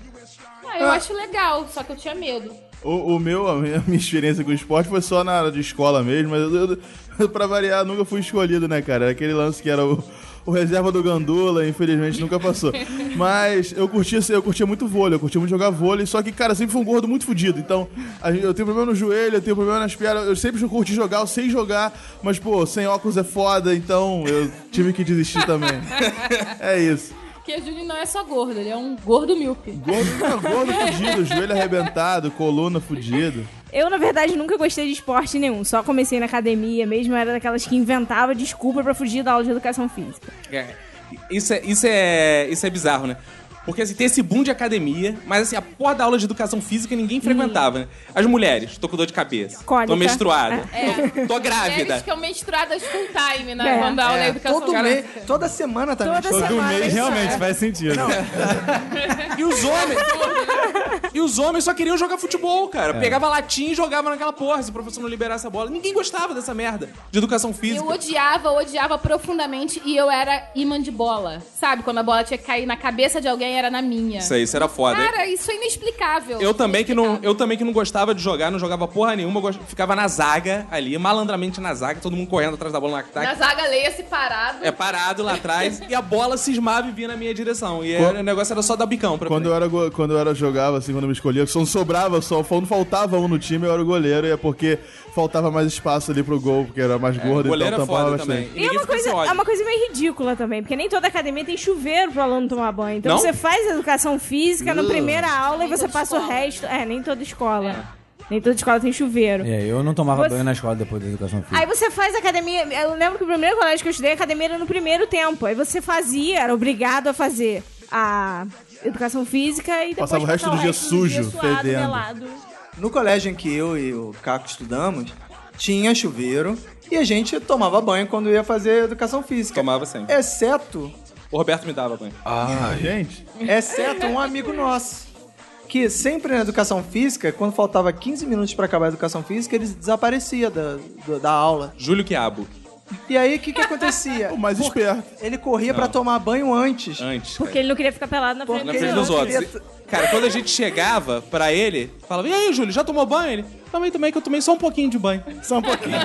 [SPEAKER 3] Ah, eu acho legal, só que eu tinha medo.
[SPEAKER 4] O, o meu, a minha *laughs* a minha experiência com esporte foi só na área de escola mesmo, mas eu, eu- eu, *laughs* pra variar, nunca fui escolhido, né, cara? Era aquele lance que era o, o reserva do Gandula, infelizmente nunca passou. Mas eu curtia, ser- eu curtia muito vôlei, eu curtia muito jogar vôlei, só que, cara, sempre fui um gordo muito fodido. Então, a gente- eu tenho problema no joelho, eu tenho problema nas pernas, eu sempre curti jogar, eu sei jogar, mas, pô, sem óculos é foda, então eu tive que desistir também. É isso.
[SPEAKER 3] Porque o Júnior não é só gordo, ele é um gordo míope.
[SPEAKER 4] Gordo, gordo fudido, joelho arrebentado, coluna fudido.
[SPEAKER 5] Eu, na verdade, nunca gostei de esporte nenhum. Só comecei na academia mesmo. Era daquelas que inventava desculpa pra fugir da aula de educação física.
[SPEAKER 1] É, Isso é, isso é, isso é bizarro, né? Porque assim, tem esse boom de academia, mas assim, a porra da aula de educação física ninguém
[SPEAKER 3] Hum.
[SPEAKER 1] frequentava, né? As mulheres, tô com dor de cabeça. Tô
[SPEAKER 5] Cólica.
[SPEAKER 1] menstruada. Tô, tô
[SPEAKER 3] É. Mulheres
[SPEAKER 1] grávida.
[SPEAKER 3] que são menstruadas full time, né?
[SPEAKER 5] É.
[SPEAKER 3] Quando a aula é
[SPEAKER 2] É,
[SPEAKER 3] educação
[SPEAKER 2] todo
[SPEAKER 3] física.
[SPEAKER 2] mês, toda semana tá também.
[SPEAKER 5] Toda
[SPEAKER 2] Todo-
[SPEAKER 5] semana. isso é.
[SPEAKER 6] faz sentido.
[SPEAKER 1] E os homens. e os homens só queriam jogar futebol, cara. Pegava latim e jogava naquela porra, se o professor não liberasse a bola. Ninguém gostava dessa merda de educação física.
[SPEAKER 3] Eu odiava, odiava profundamente e eu era imã de bola. Sabe? Quando a bola tinha que cair na cabeça de alguém, era na minha.
[SPEAKER 1] Isso aí, isso era foda. hein?
[SPEAKER 3] Cara, isso é inexplicável.
[SPEAKER 1] Eu também, que não, eu também que não gostava de jogar, não jogava porra nenhuma, eu gost- ficava na zaga ali, malandramente na zaga, todo mundo correndo atrás da bola no ataque.
[SPEAKER 3] Na zaga leia-se parado.
[SPEAKER 1] É parado lá atrás e a bola cismava e vinha na minha direção. E era- o negócio era só dar bicão pra
[SPEAKER 4] Quando eu,
[SPEAKER 1] frente.
[SPEAKER 4] era, go- quando eu era jogava, assim, quando eu me escolhia, só não sobrava só, quando faltava um no time, eu era o goleiro, e é porque faltava mais espaço ali pro gol, porque eu era mais gordo,
[SPEAKER 1] O goleiro
[SPEAKER 4] então
[SPEAKER 1] é foda
[SPEAKER 4] tampava
[SPEAKER 1] também.
[SPEAKER 4] bastante.
[SPEAKER 5] E é uma, coisa, é uma coisa meio ridícula também, porque nem toda academia tem chuveiro pro aluno tomar banho. Então
[SPEAKER 1] Não?
[SPEAKER 5] você faz educação física na primeira aula e
[SPEAKER 3] Nem
[SPEAKER 5] você
[SPEAKER 3] toda
[SPEAKER 5] passa o
[SPEAKER 3] escola. É.
[SPEAKER 5] resto. É, nem toda escola. Nem toda escola tem chuveiro.
[SPEAKER 6] É, eu não tomava
[SPEAKER 5] Você-
[SPEAKER 6] banho na escola depois da educação física.
[SPEAKER 5] Aí você faz academia. Eu lembro que o primeiro colégio que eu estudei, a academia era no primeiro tempo. Aí você fazia, era obrigado a fazer a educação física e depois
[SPEAKER 4] Passava o resto
[SPEAKER 5] passar
[SPEAKER 4] do dia sujo,
[SPEAKER 5] suado,
[SPEAKER 4] fedendo.
[SPEAKER 5] pelado.
[SPEAKER 2] No colégio em que eu e o Caco estudamos, tinha chuveiro e a gente tomava banho quando ia fazer educação física.
[SPEAKER 1] Tomava sempre.
[SPEAKER 2] Exceto,
[SPEAKER 1] O Roberto me dava banho.
[SPEAKER 4] Gente,
[SPEAKER 2] exceto um amigo nosso. Que sempre na educação física, quando faltava 15 minutos pra acabar a educação física, ele desaparecia da, do- da aula.
[SPEAKER 1] Júlio Quiabo.
[SPEAKER 2] E aí, o que,
[SPEAKER 1] *laughs*
[SPEAKER 2] que acontecia?
[SPEAKER 4] o mais esperto.
[SPEAKER 2] Ele corria pra tomar banho antes.
[SPEAKER 1] Antes.
[SPEAKER 5] Porque ele não queria ficar pelado na frente
[SPEAKER 1] Na
[SPEAKER 2] Porque
[SPEAKER 1] frente
[SPEAKER 2] ele
[SPEAKER 1] dos
[SPEAKER 2] não
[SPEAKER 1] outros.
[SPEAKER 2] queria-
[SPEAKER 1] Cara, quando a gente chegava pra ele, falava: E aí, Júlio, já tomou banho? Ele: Também, também, que eu tomei só um pouquinho de banho. Só um pouquinho.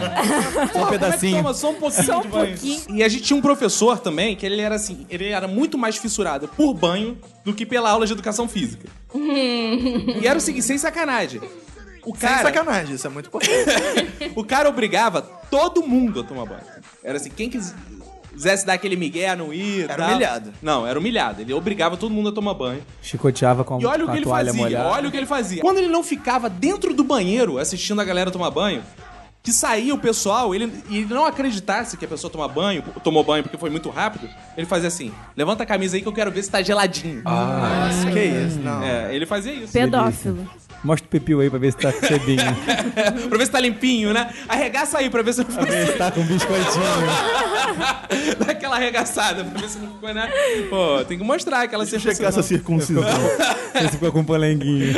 [SPEAKER 1] só um
[SPEAKER 6] pedacinho.
[SPEAKER 1] toma só um pouquinho
[SPEAKER 5] Só um
[SPEAKER 1] de banho.
[SPEAKER 5] pouquinho.
[SPEAKER 1] E a gente tinha um professor também que ele era assim: ele era muito mais fissurado por
[SPEAKER 5] Hum.
[SPEAKER 1] banho do que pela aula de educação física. e era o seguinte, sem sacanagem. O
[SPEAKER 2] Sem
[SPEAKER 1] cara,
[SPEAKER 2] sacanagem, isso é muito
[SPEAKER 1] *laughs*
[SPEAKER 2] importante.
[SPEAKER 1] o cara obrigava todo mundo a tomar banho. Era assim, quem quis- quisesse dar aquele migué, não ia.
[SPEAKER 2] Era
[SPEAKER 1] tal.
[SPEAKER 2] humilhado.
[SPEAKER 1] Não, era humilhado. Ele obrigava todo mundo a tomar banho.
[SPEAKER 6] Chicoteava com,
[SPEAKER 1] E olha
[SPEAKER 6] com
[SPEAKER 1] o
[SPEAKER 6] a
[SPEAKER 1] que ele
[SPEAKER 6] toalha
[SPEAKER 1] fazia,
[SPEAKER 6] molhada.
[SPEAKER 1] olha o que ele fazia. Quando ele não ficava dentro do banheiro assistindo a galera tomar banho, que saía o pessoal, ele, e ele não acreditasse que a pessoa tomar banho, tomou banho porque foi muito rápido, ele fazia assim: levanta a camisa aí que eu quero ver se tá geladinho.
[SPEAKER 2] que isso, não.
[SPEAKER 1] É, ele fazia isso.
[SPEAKER 5] Pedófilo.
[SPEAKER 6] Mostra o pipiu aí pra ver se tá com cebinho.
[SPEAKER 1] *laughs* pra ver se tá limpinho, né? Arregaça aí pra ver se não ficou.
[SPEAKER 6] se tá com biscoitinho.
[SPEAKER 1] *laughs* Dá aquela arregaçada pra ver se não ficou, né? Pô, tem que mostrar aquela
[SPEAKER 4] Deixa eu checar essa
[SPEAKER 1] circuncisão.
[SPEAKER 4] circuncisão.
[SPEAKER 6] Você ficou
[SPEAKER 1] um
[SPEAKER 6] com palanguinho.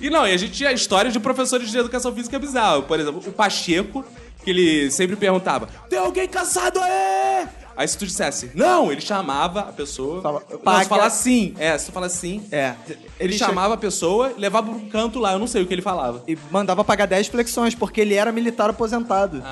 [SPEAKER 1] E não, e a gente tinha histórias de professores de educação física bizarro. Por exemplo, o Pacheco, que ele sempre perguntava: Tem alguém cansado aí? Aí se tu dissesse não, ele chamava a pessoa.
[SPEAKER 2] Fala,
[SPEAKER 1] não,
[SPEAKER 2] "Paga."
[SPEAKER 1] se tu falar sim, é, se tu falar sim.
[SPEAKER 2] É.
[SPEAKER 1] Ele
[SPEAKER 2] chama-
[SPEAKER 1] chamava a pessoa e levava pra um canto lá, eu não sei o que ele falava.
[SPEAKER 2] e mandava pagar 10 flexões, porque ele era militar aposentado.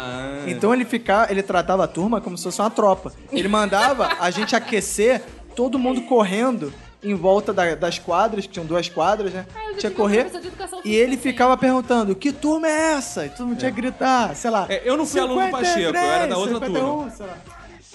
[SPEAKER 2] Então ele ficava, ele tratava a turma como se fosse uma tropa. Ele mandava a gente aquecer, todo mundo correndo em volta da- das quadras, que tinham duas quadras, né?
[SPEAKER 3] Ah, eu já
[SPEAKER 2] tinha
[SPEAKER 3] tive
[SPEAKER 2] que correr.
[SPEAKER 3] professor de educação
[SPEAKER 2] E
[SPEAKER 3] física
[SPEAKER 2] ele
[SPEAKER 3] assim.
[SPEAKER 2] ficava perguntando: "Que turma é essa?" E todo mundo tinha que gritar, sei lá.
[SPEAKER 1] É, eu não fui aluno do Pacheco, eu era da outra turma.
[SPEAKER 2] um, sei lá.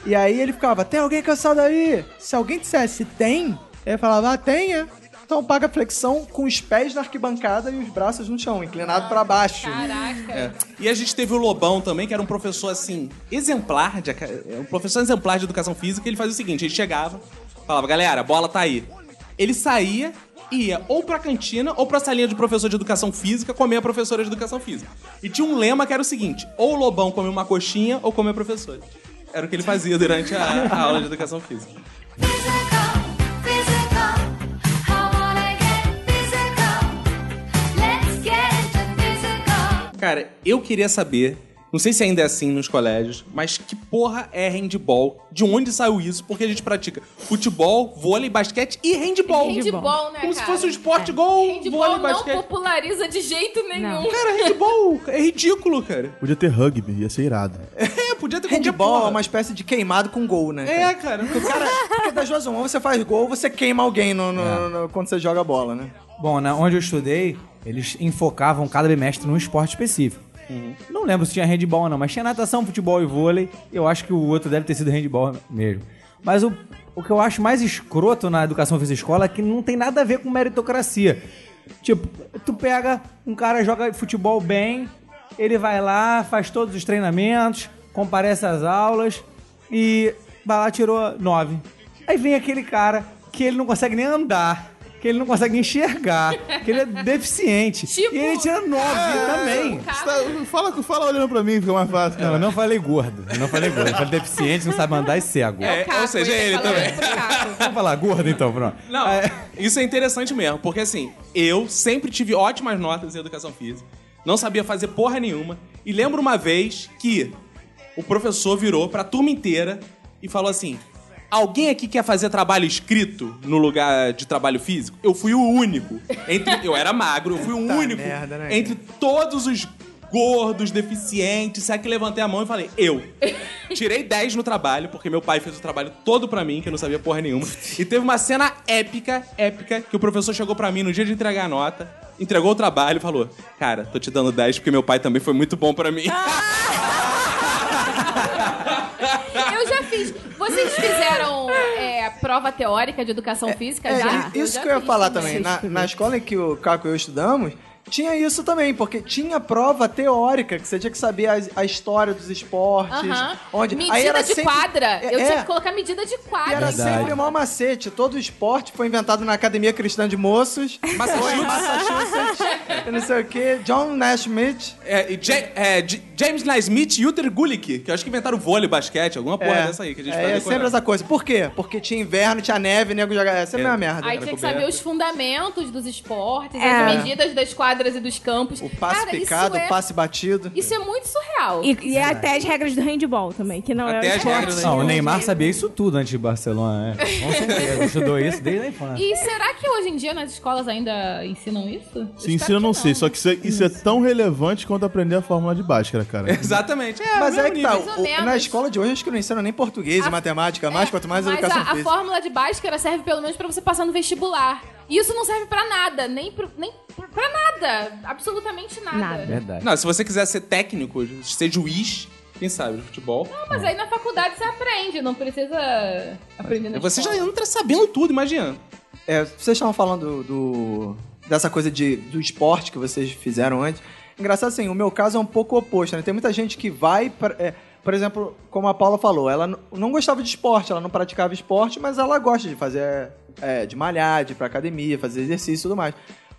[SPEAKER 2] E aí ele ficava: "Tem alguém cansado aí?" Se alguém dissesse: "Tem", ele falava: "Ah, tem, é." Então paga flexão com os pés na arquibancada e os braços no chão, inclinado pra baixo.
[SPEAKER 3] Caraca.
[SPEAKER 1] É. E a gente teve o Lobão também, que era um professor assim, exemplar, de, aca- é, um professor exemplar de educação física. Ele fazia o seguinte: ele chegava, falava, galera, a bola tá aí. Ele saía e ia ou pra cantina ou pra salinha de professor de educação física comer a professora de educação física. E tinha um lema que era o seguinte: ou o Lobão come uma coxinha ou come a professora. Era o que ele fazia durante a, a aula de educação física.
[SPEAKER 9] Physical, physical. I wanna get physical. Let's get into physical.
[SPEAKER 1] Cara, eu queria saber, não sei se ainda é assim nos colégios, mas que porra é handball? De onde saiu isso? Porque a gente pratica futebol, vôlei, basquete e handball.
[SPEAKER 3] Handball, né,
[SPEAKER 1] Como se
[SPEAKER 3] cara?
[SPEAKER 1] fosse um esporte igual
[SPEAKER 3] Handball
[SPEAKER 1] vôlei,
[SPEAKER 3] não
[SPEAKER 1] basquete.
[SPEAKER 3] populariza de jeito nenhum.
[SPEAKER 1] Cara, handball é ridículo, cara.
[SPEAKER 4] Podia ter rugby, ia ser irado.
[SPEAKER 1] É, podia ter qualquer
[SPEAKER 2] Handball
[SPEAKER 1] porra.
[SPEAKER 2] é uma espécie de queimado com gol, né?
[SPEAKER 1] É, cara.
[SPEAKER 2] O cara, porque das duas uma, ou você faz gol, ou você queima alguém no, no- no- quando você joga a bola, né?
[SPEAKER 6] Bom, na, onde eu estudei, eles enfocavam cada bimestre num esporte específico.
[SPEAKER 3] Uhum.
[SPEAKER 6] Não lembro se tinha handball ou não, mas tinha natação, futebol e vôlei. Eu acho que o outro deve ter sido handball mesmo. Mas o, o que eu acho mais escroto na educação física escola é que não tem nada a ver com meritocracia. Tipo, tu pega um cara joga futebol bem, ele vai lá, faz todos os treinamentos, comparece às aulas e vai lá tirou nove. Aí vem aquele cara que ele não consegue nem andar, que ele não consegue enxergar, que ele é deficiente.
[SPEAKER 3] Tipo-
[SPEAKER 6] e ele
[SPEAKER 1] É.
[SPEAKER 6] tira nove também.
[SPEAKER 3] Cara,
[SPEAKER 4] Tá- fala, fala olhando pra mim, fica mais fácil.
[SPEAKER 6] Não, eu
[SPEAKER 4] cara.
[SPEAKER 6] não falei gordo. Eu não falei gordo. Eu falei deficiente, não sabe andar e cego.
[SPEAKER 1] É,
[SPEAKER 3] Caco,
[SPEAKER 1] ou seja,
[SPEAKER 3] ele
[SPEAKER 1] ele
[SPEAKER 3] fala
[SPEAKER 1] também.
[SPEAKER 3] isso pro Caco.
[SPEAKER 6] Vamos falar gordo então, pronto.
[SPEAKER 1] Não,
[SPEAKER 6] É,
[SPEAKER 1] *laughs* isso é interessante mesmo, porque assim, eu sempre tive ótimas notas em educação física, não sabia fazer porra nenhuma, e lembro uma vez que o professor virou pra turma inteira e falou assim: Alguém aqui quer fazer trabalho escrito no lugar de trabalho físico? Eu fui o único. Entre, eu era magro, eu fui o
[SPEAKER 2] Puta
[SPEAKER 1] único.
[SPEAKER 2] merda, né, cara?
[SPEAKER 1] entre todos os gordos, deficientes, sabe que levantei a mão e falei, eu. Tirei 10 no trabalho, porque meu pai fez o trabalho todo pra mim, que eu não sabia porra nenhuma. E teve uma cena épica, épica, que o professor chegou pra mim no dia de entregar a nota, entregou o trabalho e falou, cara, tô te dando 10 porque meu pai também foi muito bom pra mim.
[SPEAKER 3] Eu já fiz. Vocês fizeram é, prova teórica de educação física
[SPEAKER 2] É,
[SPEAKER 3] já?
[SPEAKER 2] e- isso
[SPEAKER 3] já
[SPEAKER 2] que eu ia
[SPEAKER 3] fiz
[SPEAKER 2] falar também. Na,
[SPEAKER 5] Vocês
[SPEAKER 2] na escola em que o Caco e eu estudamos, tinha isso também, porque tinha prova teórica, que você tinha que saber a, a história dos esportes.
[SPEAKER 3] Aham.
[SPEAKER 2] Onde,
[SPEAKER 3] Medida
[SPEAKER 2] aí era
[SPEAKER 3] de
[SPEAKER 2] sempre-
[SPEAKER 3] quadra. Eu
[SPEAKER 2] É,
[SPEAKER 3] tinha
[SPEAKER 2] é.
[SPEAKER 3] que colocar medida de
[SPEAKER 2] E era
[SPEAKER 3] quadra.
[SPEAKER 2] sempre o maior macete. Todo esporte foi inventado na Academia Cristã
[SPEAKER 1] *laughs*
[SPEAKER 2] de Moços. Massachusetts. Massachusetts. eu não sei o quê. John Naismith.
[SPEAKER 1] *laughs* É, e Ja- é, J- James Naismith e Uther Gulick, que eu acho que inventaram vôlei, basquete, alguma porra dessa aí que a gente
[SPEAKER 2] é,
[SPEAKER 1] faz
[SPEAKER 2] é
[SPEAKER 1] decorar.
[SPEAKER 2] sempre essa coisa. Por quê? Porque tinha inverno, tinha neve, nego jogava. É sempre
[SPEAKER 1] É.
[SPEAKER 2] uma merda.
[SPEAKER 3] Aí tinha que
[SPEAKER 1] coberta.
[SPEAKER 3] saber os fundamentos dos esportes,
[SPEAKER 5] É.
[SPEAKER 3] as medidas das quadras e dos campos.
[SPEAKER 2] O passe
[SPEAKER 3] Cara, isso
[SPEAKER 2] picado,
[SPEAKER 3] é-
[SPEAKER 2] o passe batido.
[SPEAKER 3] Isso é muito surreal.
[SPEAKER 5] E, e até as regras do handball também, que não
[SPEAKER 1] Até
[SPEAKER 5] é o
[SPEAKER 1] as
[SPEAKER 5] esporte.
[SPEAKER 1] regras do
[SPEAKER 5] que
[SPEAKER 6] Não, o
[SPEAKER 5] eu
[SPEAKER 6] Neymar
[SPEAKER 5] digo.
[SPEAKER 6] sabia isso tudo antes de Barcelona,
[SPEAKER 3] *laughs*
[SPEAKER 6] né? Com certeza, estudou isso desde a infância.
[SPEAKER 3] E será que hoje em dia nas escolas ainda ensinam isso?
[SPEAKER 4] Sim, isso eu não sei. Só que isso é, isso é tão relevante quanto aprender a fórmula de Bhaskara,
[SPEAKER 1] *laughs*
[SPEAKER 4] cara.
[SPEAKER 1] Exatamente. É,
[SPEAKER 2] Mas
[SPEAKER 1] mesmo
[SPEAKER 2] é que tá,
[SPEAKER 1] nível.
[SPEAKER 3] Mais
[SPEAKER 2] o-
[SPEAKER 3] ou menos.
[SPEAKER 2] na escola de hoje acho que não ensinam nem português e
[SPEAKER 3] A- é,
[SPEAKER 2] matemática, É, mais quanto mais
[SPEAKER 3] mas
[SPEAKER 2] educação
[SPEAKER 3] a, a
[SPEAKER 2] física.
[SPEAKER 3] fórmula de Bhaskara serve pelo menos pra você passar no vestibular. E isso não serve pra nada, nem pro, nem pro- pra nada, absolutamente nada.
[SPEAKER 5] Nada.
[SPEAKER 6] Verdade.
[SPEAKER 1] Não, se você quiser ser técnico, ser juiz, quem sabe, de futebol.
[SPEAKER 3] Não, mas aí na faculdade você aprende, não precisa aprender na
[SPEAKER 1] Você já
[SPEAKER 3] escola.
[SPEAKER 1] entra sabendo tudo, imagina.
[SPEAKER 2] É, vocês estavam falando do, dessa coisa de, do esporte que vocês fizeram antes. Engraçado assim, o meu caso é um pouco oposto, né? Tem muita gente que vai. pra- é, por exemplo, como a Paula falou, ela n- não gostava de esporte, ela não praticava esporte, mas ela gosta de fazer. é, de malhar, de ir pra academia, fazer exercício e tudo mais.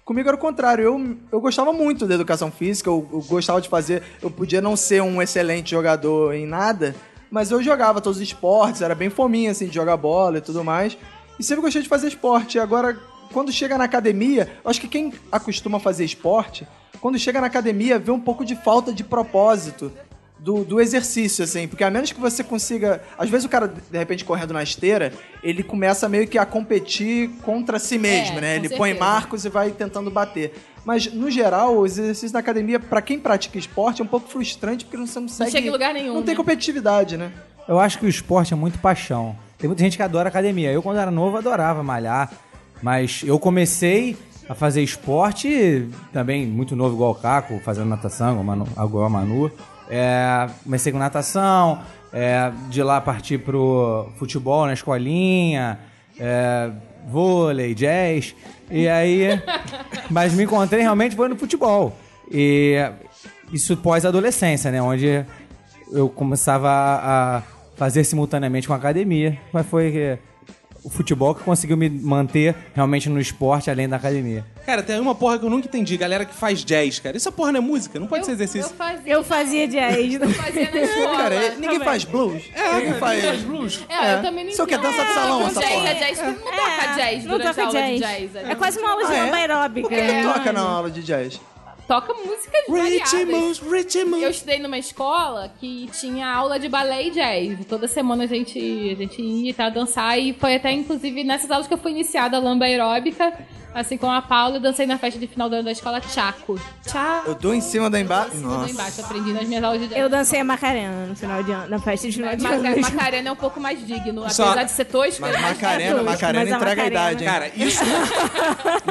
[SPEAKER 2] Comigo era o contrário, eu, eu gostava muito da educação física, eu, eu gostava de fazer. Eu podia não ser um excelente jogador em nada, mas eu jogava todos os esportes, era bem fominha, assim, de jogar bola e tudo mais. E sempre gostei de fazer esporte. Agora, quando chega na academia, eu acho que quem acostuma fazer esporte, quando chega na academia, vê um pouco de falta de propósito do, do exercício, assim. Porque a menos que você consiga. Às vezes o cara, de repente, correndo na esteira, ele começa meio que a competir contra si mesmo,
[SPEAKER 3] É,
[SPEAKER 2] né?
[SPEAKER 3] com
[SPEAKER 2] Ele põe
[SPEAKER 3] certeza.
[SPEAKER 2] marcos e vai tentando bater. Mas, no geral, os exercícios na academia, pra quem pratica esporte, é um pouco frustrante porque você não consegue.
[SPEAKER 3] chega em lugar nenhum,
[SPEAKER 2] Não tem
[SPEAKER 3] né?
[SPEAKER 2] competitividade, né?
[SPEAKER 6] Eu acho que o esporte é muito paixão. Tem muita gente que adora academia. Eu, quando era novo, adorava malhar. Mas eu comecei a fazer esporte também muito novo, igual o Caco, fazendo natação, igual a Manu. igual a Manu. É, comecei com natação, é, de lá parti pro futebol na escolinha, é, vôlei, jazz. E aí. mas me encontrei realmente foi no futebol. E isso pós-adolescência, né? Onde eu começava a a fazer simultaneamente com a academia, mas foi eh, o futebol que conseguiu me manter realmente no esporte além da academia.
[SPEAKER 1] Cara, tem uma porra que eu nunca entendi, galera que faz jazz, cara. Isso porra não é música, não pode ser
[SPEAKER 3] eu,
[SPEAKER 1] exercício.
[SPEAKER 3] Eu fazia,
[SPEAKER 5] *laughs* Eu fazia jazz.
[SPEAKER 3] eu
[SPEAKER 2] *laughs*
[SPEAKER 5] *laughs*
[SPEAKER 3] fazia na escola.
[SPEAKER 2] Cara, ninguém faz blues. tá ninguém faz.
[SPEAKER 3] É, eu também não
[SPEAKER 2] Isso aqui é
[SPEAKER 3] entendo.
[SPEAKER 2] dança de salão,
[SPEAKER 3] É,
[SPEAKER 2] essa
[SPEAKER 3] jazz,
[SPEAKER 2] porra.
[SPEAKER 3] é jazz, não toca jazz
[SPEAKER 5] não
[SPEAKER 3] durante
[SPEAKER 5] toca
[SPEAKER 3] a aula
[SPEAKER 5] jazz.
[SPEAKER 3] de jazz.
[SPEAKER 5] É quase uma aula de
[SPEAKER 2] Ah, é?
[SPEAKER 5] lamba aeróbica.
[SPEAKER 2] Por que não
[SPEAKER 5] né?
[SPEAKER 2] toca na aula de jazz?
[SPEAKER 3] Toca músicas variadas.
[SPEAKER 1] Ritmos, ritmos.
[SPEAKER 3] Eu estudei numa escola que tinha aula de balé e jazz. Toda semana a gente, a gente ia e tal, dançar. E foi até, inclusive, nessas aulas que eu fui iniciada a lamba aeróbica. Assim como a Paula, eu dancei na festa de final do ano da escola Chaco.
[SPEAKER 2] Eu dou em cima da embaixo.
[SPEAKER 3] Assim, lá
[SPEAKER 2] Nossa.
[SPEAKER 3] embaixo, aprendi nas minhas aulas de jazz.
[SPEAKER 5] Eu dancei a Macarena no final de ano, na festa de final de ano.
[SPEAKER 3] Maca- Macarena é um pouco mais digno,
[SPEAKER 1] Só-
[SPEAKER 3] apesar de ser tosco.
[SPEAKER 2] Mas
[SPEAKER 3] é mais
[SPEAKER 2] Macarena,
[SPEAKER 5] Mas a
[SPEAKER 2] Macarena entrega a
[SPEAKER 5] Macarena-
[SPEAKER 2] idade, hein?
[SPEAKER 1] Cara, isso.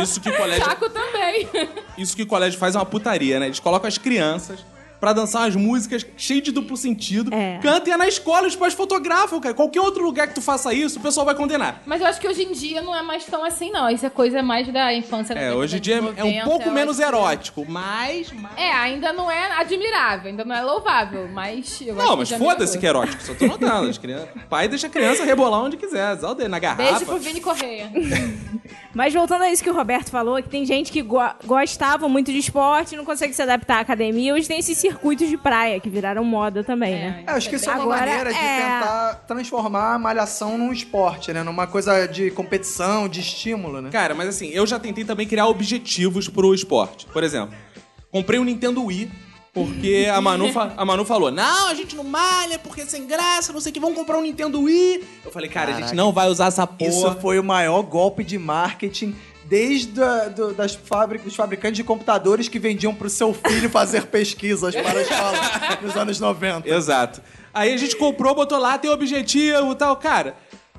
[SPEAKER 1] isso que
[SPEAKER 3] digno.
[SPEAKER 1] colégio.
[SPEAKER 3] Chaco também. *laughs*
[SPEAKER 1] Isso que colégio faz é uma putaria, né? Eles colocam as crianças pra dançar umas músicas cheias de duplo sentido.
[SPEAKER 5] É.
[SPEAKER 1] Canta e é na escola, os pais fotografam, cara. Qualquer outro lugar que tu faça isso, o pessoal vai condenar.
[SPEAKER 3] Mas eu acho que hoje em dia não é mais tão assim, não. Isso é coisa mais da infância. da
[SPEAKER 1] É,
[SPEAKER 3] década
[SPEAKER 1] hoje em
[SPEAKER 3] de
[SPEAKER 1] dia é um
[SPEAKER 3] 90,
[SPEAKER 1] pouco
[SPEAKER 3] eu
[SPEAKER 1] menos
[SPEAKER 3] acho que-
[SPEAKER 1] erótico, mas.
[SPEAKER 3] É, ainda não é admirável, ainda não é louvável, mas eu acho
[SPEAKER 1] Não, mas
[SPEAKER 3] que já
[SPEAKER 1] foda-se que é
[SPEAKER 3] melhorou.
[SPEAKER 1] erótico, só tô notando. As crianças... Pai deixa a criança rebolar onde quiser, zá o dedo na garrafa.
[SPEAKER 3] Beijo pro Vini Correia.
[SPEAKER 5] Mas voltando a isso que o Roberto falou, que tem gente que go- gostava muito de esporte, não consegue se adaptar à academia. Hoje tem esses circuitos de praia que viraram moda também, né?
[SPEAKER 2] É, acho que isso é uma
[SPEAKER 5] Agora,
[SPEAKER 2] maneira de
[SPEAKER 5] é.
[SPEAKER 2] tentar transformar a malhação num esporte, né? Numa coisa de competição, de estímulo, né?
[SPEAKER 1] Cara, mas assim, eu já tentei também criar objetivos pro esporte. Por exemplo, comprei um Nintendo Wii. Porque a Manu, fa- a Manu falou: Não, a gente não malha porque é sem graça, não sei o que, vamos comprar um Nintendo Wii. Eu falei: Cara, a gente não vai usar essa porra.
[SPEAKER 2] Isso é foi o maior golpe de marketing desde a, do- das fábricas, dos fabricantes de computadores que vendiam pro seu filho fazer pesquisas para a *laughs* escola nos anos 90.
[SPEAKER 1] Exato. Aí a gente comprou, botou lá, tem objetivo e tal, cara.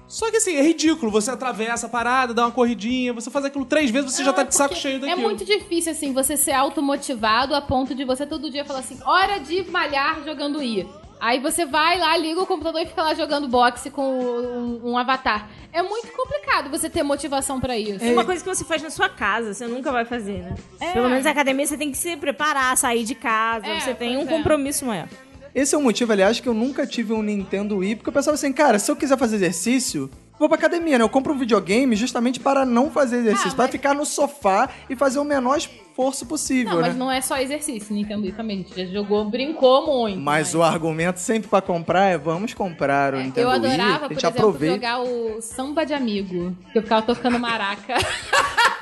[SPEAKER 1] Só que assim, é ridículo. Você atravessa a parada, dá uma corridinha, você faz aquilo três vezes, você já tá de saco
[SPEAKER 3] Porque
[SPEAKER 1] cheio
[SPEAKER 3] É
[SPEAKER 1] daquilo.
[SPEAKER 3] muito difícil, assim, você ser automotivado a ponto de você todo dia falar assim, hora de malhar jogando I. Aí você vai lá, liga o computador e fica lá jogando boxe com um, um avatar. É muito complicado você ter motivação pra isso.
[SPEAKER 5] É Uma coisa que você faz na sua casa, você nunca vai fazer, né?
[SPEAKER 3] É.
[SPEAKER 5] Pelo menos na academia você tem que se preparar, sair de casa,
[SPEAKER 3] É,
[SPEAKER 5] você tem um
[SPEAKER 3] pois é.
[SPEAKER 5] compromisso maior.
[SPEAKER 2] Esse é um motivo, aliás, que eu nunca tive um Nintendo Wii, porque eu pensava assim, cara, se eu quiser fazer exercício, vou pra academia, né? Eu compro um videogame justamente para não fazer exercício,
[SPEAKER 3] Ah,
[SPEAKER 2] para
[SPEAKER 3] mas-
[SPEAKER 2] ficar no sofá e fazer o menor esforço possível,
[SPEAKER 3] Não,
[SPEAKER 2] né?
[SPEAKER 3] mas não é só exercício, Nintendo Wii também. A gente já jogou, brincou muito.
[SPEAKER 2] Mas o argumento sempre pra comprar é vamos comprar o Nintendo
[SPEAKER 3] Eu
[SPEAKER 2] Wii,
[SPEAKER 3] adorava,
[SPEAKER 2] a
[SPEAKER 3] por
[SPEAKER 2] gente
[SPEAKER 3] exemplo,
[SPEAKER 2] aproveita. *laughs*
[SPEAKER 3] jogar o samba de amigo. Que eu ficava tocando maraca.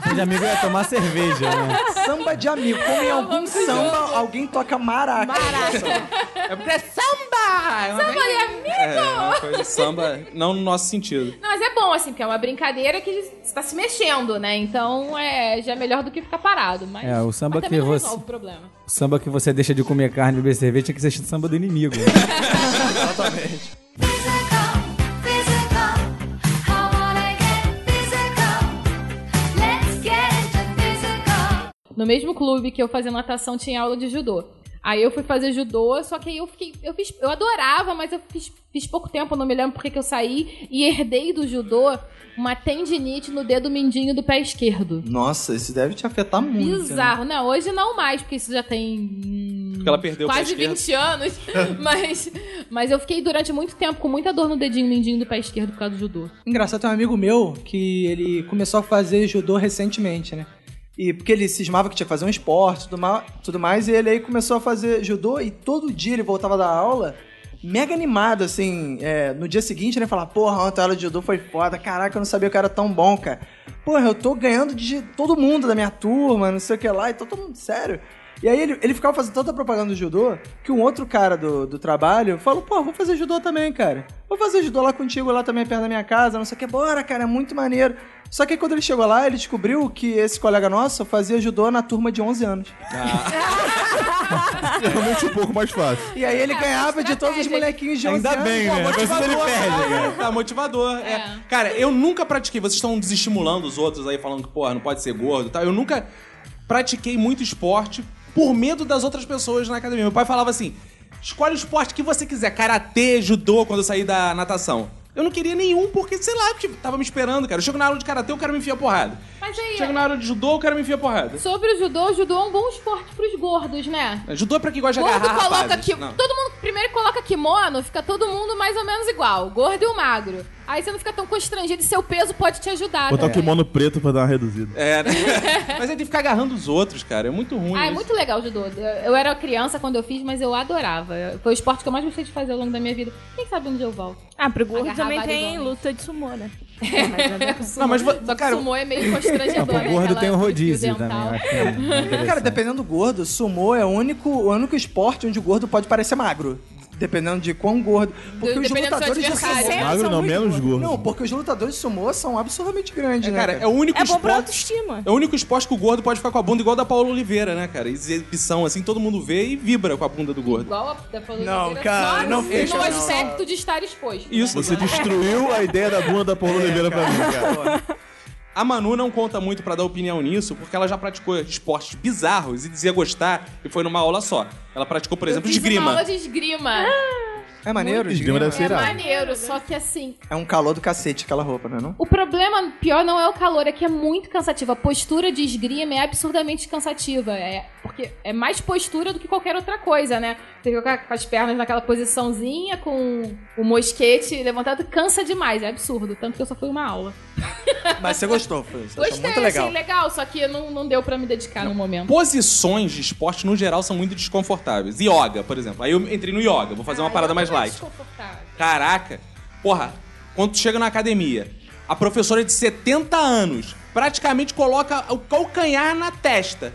[SPEAKER 6] Samba de amigo ia tomar cerveja, né?
[SPEAKER 2] Samba de amigo. Como
[SPEAKER 3] *laughs*
[SPEAKER 2] em algum samba, alguém toca maraca.
[SPEAKER 1] É porque é samba!
[SPEAKER 3] Samba de amigo!
[SPEAKER 1] É, uma coisa de samba, não no nosso sentido.
[SPEAKER 3] Não, mas é bom, assim, porque é uma brincadeira que você tá se mexendo, né? Então é, já é melhor do que ficar parado. Mas,
[SPEAKER 6] É, o samba
[SPEAKER 3] mas também
[SPEAKER 6] que
[SPEAKER 3] não
[SPEAKER 6] você-
[SPEAKER 3] resolve o problema.
[SPEAKER 6] O samba que você deixa de comer carne e beber cerveja tinha que ser samba do inimigo. né?
[SPEAKER 9] Physical, physical. I wanna get physical. Let's get into physical.
[SPEAKER 3] No mesmo clube que eu fazia natação, tinha aula de judô. Aí eu fui fazer judô, só que aí eu fiquei. Eu, fiz, eu adorava, mas eu fiz, fiz pouco tempo, eu não me lembro porque que eu saí. E herdei do judô uma tendinite no dedo mindinho do pé esquerdo.
[SPEAKER 2] Nossa, isso deve te afetar muito. né?
[SPEAKER 3] Bizarro, não, hoje não mais, porque isso já tem. hum,
[SPEAKER 1] Né? Porque ela perdeu o pé
[SPEAKER 3] quase
[SPEAKER 1] esquerdo.
[SPEAKER 3] 20 anos. *laughs* mas, mas eu fiquei durante muito tempo com muita dor no dedinho mindinho do pé esquerdo por causa do judô.
[SPEAKER 2] Engraçado, tem um amigo meu que ele começou a fazer judô recentemente, né? E porque ele cismava que tinha que fazer um esporte tudo ma- tudo mais, e ele aí começou a fazer judô e todo dia ele voltava da aula mega animado, assim. é, no dia seguinte ele falava, porra, ontem a aula de judô foi foda, caraca, eu não sabia que eu era tão bom, cara. Porra, eu tô ganhando de todo mundo da minha turma, não sei o que lá, e todo mundo, sério. E aí ele, ele ficava fazendo tanta propaganda do judô que um outro cara do, do trabalho falou, pô, vou fazer judô também, cara. Vou fazer judô lá contigo, lá também perto da minha casa, não sei o que. Bora, cara, é muito maneiro. Só que aí quando ele chegou lá, ele descobriu que esse colega nosso fazia judô na turma de 11 anos.
[SPEAKER 4] Realmente um pouco mais fácil.
[SPEAKER 2] E aí ele ganhava de todos os
[SPEAKER 3] estratégia.
[SPEAKER 2] molequinhos de 11
[SPEAKER 6] Ainda
[SPEAKER 2] anos.
[SPEAKER 6] bem, né? Mas se ele perde, cara.
[SPEAKER 1] Tá motivador. É.
[SPEAKER 3] É.
[SPEAKER 1] Cara, eu nunca pratiquei. Vocês estão desestimulando os outros aí, falando que, porra, não pode ser gordo e tal. Eu nunca pratiquei muito esporte por medo das outras pessoas na academia. Meu pai falava assim: escolhe o esporte que você quiser, karatê, judô, quando eu saí da natação. Eu não queria nenhum, porque, sei lá, tipo, tava me esperando, cara. Eu chego na aula de karatê, o cara me enfia porrada.
[SPEAKER 3] Mas aí,
[SPEAKER 1] Chego na aula de judô, o cara me enfia porrada.
[SPEAKER 3] sobre o judô, o judô é um bom esporte pros gordos, né?
[SPEAKER 1] Judô é pra quem gosta de
[SPEAKER 3] Gordo
[SPEAKER 1] agarrar
[SPEAKER 3] coloca
[SPEAKER 1] rapazes.
[SPEAKER 3] aqui.
[SPEAKER 1] Não.
[SPEAKER 3] Todo mundo primeiro coloca kimono, fica todo mundo mais ou menos igual. o Gordo e o magro. Aí você não fica tão constrangido e seu peso pode te ajudar. né?
[SPEAKER 4] Botar o
[SPEAKER 3] também.
[SPEAKER 4] kimono preto pra dar uma reduzida.
[SPEAKER 1] É, né? Mas aí tem que ficar agarrando os outros, cara. É muito ruim.
[SPEAKER 3] Ah, é
[SPEAKER 1] isso.
[SPEAKER 3] muito legal o judô. Eu eu era criança quando eu fiz, mas eu adorava. Foi o esporte que eu mais gostei de fazer ao longo da minha vida. Quem sabe onde eu volto?
[SPEAKER 5] Ah, pro gordo
[SPEAKER 3] Agarrar
[SPEAKER 5] também
[SPEAKER 3] vários
[SPEAKER 5] tem
[SPEAKER 3] homens.
[SPEAKER 5] luta de sumô,
[SPEAKER 1] *laughs*
[SPEAKER 5] né? *laughs* É
[SPEAKER 1] Não, É, mas, vo-
[SPEAKER 3] Só que
[SPEAKER 1] cara,
[SPEAKER 3] sumô
[SPEAKER 1] *laughs*
[SPEAKER 3] é meio constrangedor,
[SPEAKER 6] Pro
[SPEAKER 3] né?
[SPEAKER 6] gordo
[SPEAKER 3] Aquela
[SPEAKER 6] tem o
[SPEAKER 3] fio
[SPEAKER 6] rodízio
[SPEAKER 3] dental.
[SPEAKER 6] também. eu acho que é
[SPEAKER 3] *laughs*
[SPEAKER 6] interessante.
[SPEAKER 2] Cara, dependendo do gordo, sumô é o único, o único esporte onde o gordo pode parecer magro. Dependendo de quão gordo. Porque
[SPEAKER 3] Do-
[SPEAKER 2] os
[SPEAKER 3] dependendo do seu
[SPEAKER 2] lutadores de
[SPEAKER 3] adversário.
[SPEAKER 2] sumô.
[SPEAKER 4] Magro
[SPEAKER 5] são
[SPEAKER 4] não,
[SPEAKER 5] muito
[SPEAKER 4] menos gordo.
[SPEAKER 2] Não, porque os lutadores de sumô são absurdamente grandes,
[SPEAKER 1] É,
[SPEAKER 2] né?
[SPEAKER 1] cara, é o único
[SPEAKER 5] É bom pra
[SPEAKER 1] esporte.
[SPEAKER 5] autoestima.
[SPEAKER 1] É o único esporte que o gordo pode ficar com a bunda igual a da Paula Oliveira, né, cara? Exibição, assim, todo mundo vê e vibra com a bunda do gordo.
[SPEAKER 3] Igual a da Paula
[SPEAKER 2] Não,
[SPEAKER 3] Oliveira,
[SPEAKER 2] cara,
[SPEAKER 3] só
[SPEAKER 2] não
[SPEAKER 3] no
[SPEAKER 2] fecha, não.
[SPEAKER 3] um aspecto de estar exposto.
[SPEAKER 1] Isso.
[SPEAKER 3] né?
[SPEAKER 4] Você destruiu a ideia da bunda da Paula Oliveira pra mim, cara.
[SPEAKER 1] A Manu não conta muito pra dar opinião nisso, porque ela já praticou esportes bizarros e dizia gostar, e foi numa aula só. Ela praticou, por
[SPEAKER 3] Eu
[SPEAKER 1] exemplo,
[SPEAKER 3] fiz uma aula
[SPEAKER 1] esgrima.
[SPEAKER 3] de esgrima.
[SPEAKER 2] É maneiro?
[SPEAKER 4] Esgrima deve ser
[SPEAKER 3] é
[SPEAKER 4] irado.
[SPEAKER 3] maneiro, só que assim,
[SPEAKER 2] É um calor do cacete aquela roupa, não é não?
[SPEAKER 3] O problema pior não é o calor, é que é muito cansativo. A postura de esgrima é absurdamente cansativa. É, porque é mais postura do que qualquer outra coisa, né? Você fica com as pernas naquela posiçãozinha, com o mosquete levantado, cansa demais. É absurdo. Tanto que eu só fui uma aula.
[SPEAKER 2] Mas você gostou, foi. Você achou
[SPEAKER 3] Gostei,
[SPEAKER 2] muito legal.
[SPEAKER 3] achei legal, só que não, não deu pra me dedicar no momento.
[SPEAKER 1] Posições de esporte, no geral, são muito desconfortáveis. Yoga, por exemplo. Aí eu entrei no yoga, vou
[SPEAKER 3] Ah,
[SPEAKER 1] fazer uma parada mais light. Caraca, porra, quando tu chega na academia, a professora de 70 anos praticamente coloca o calcanhar na testa.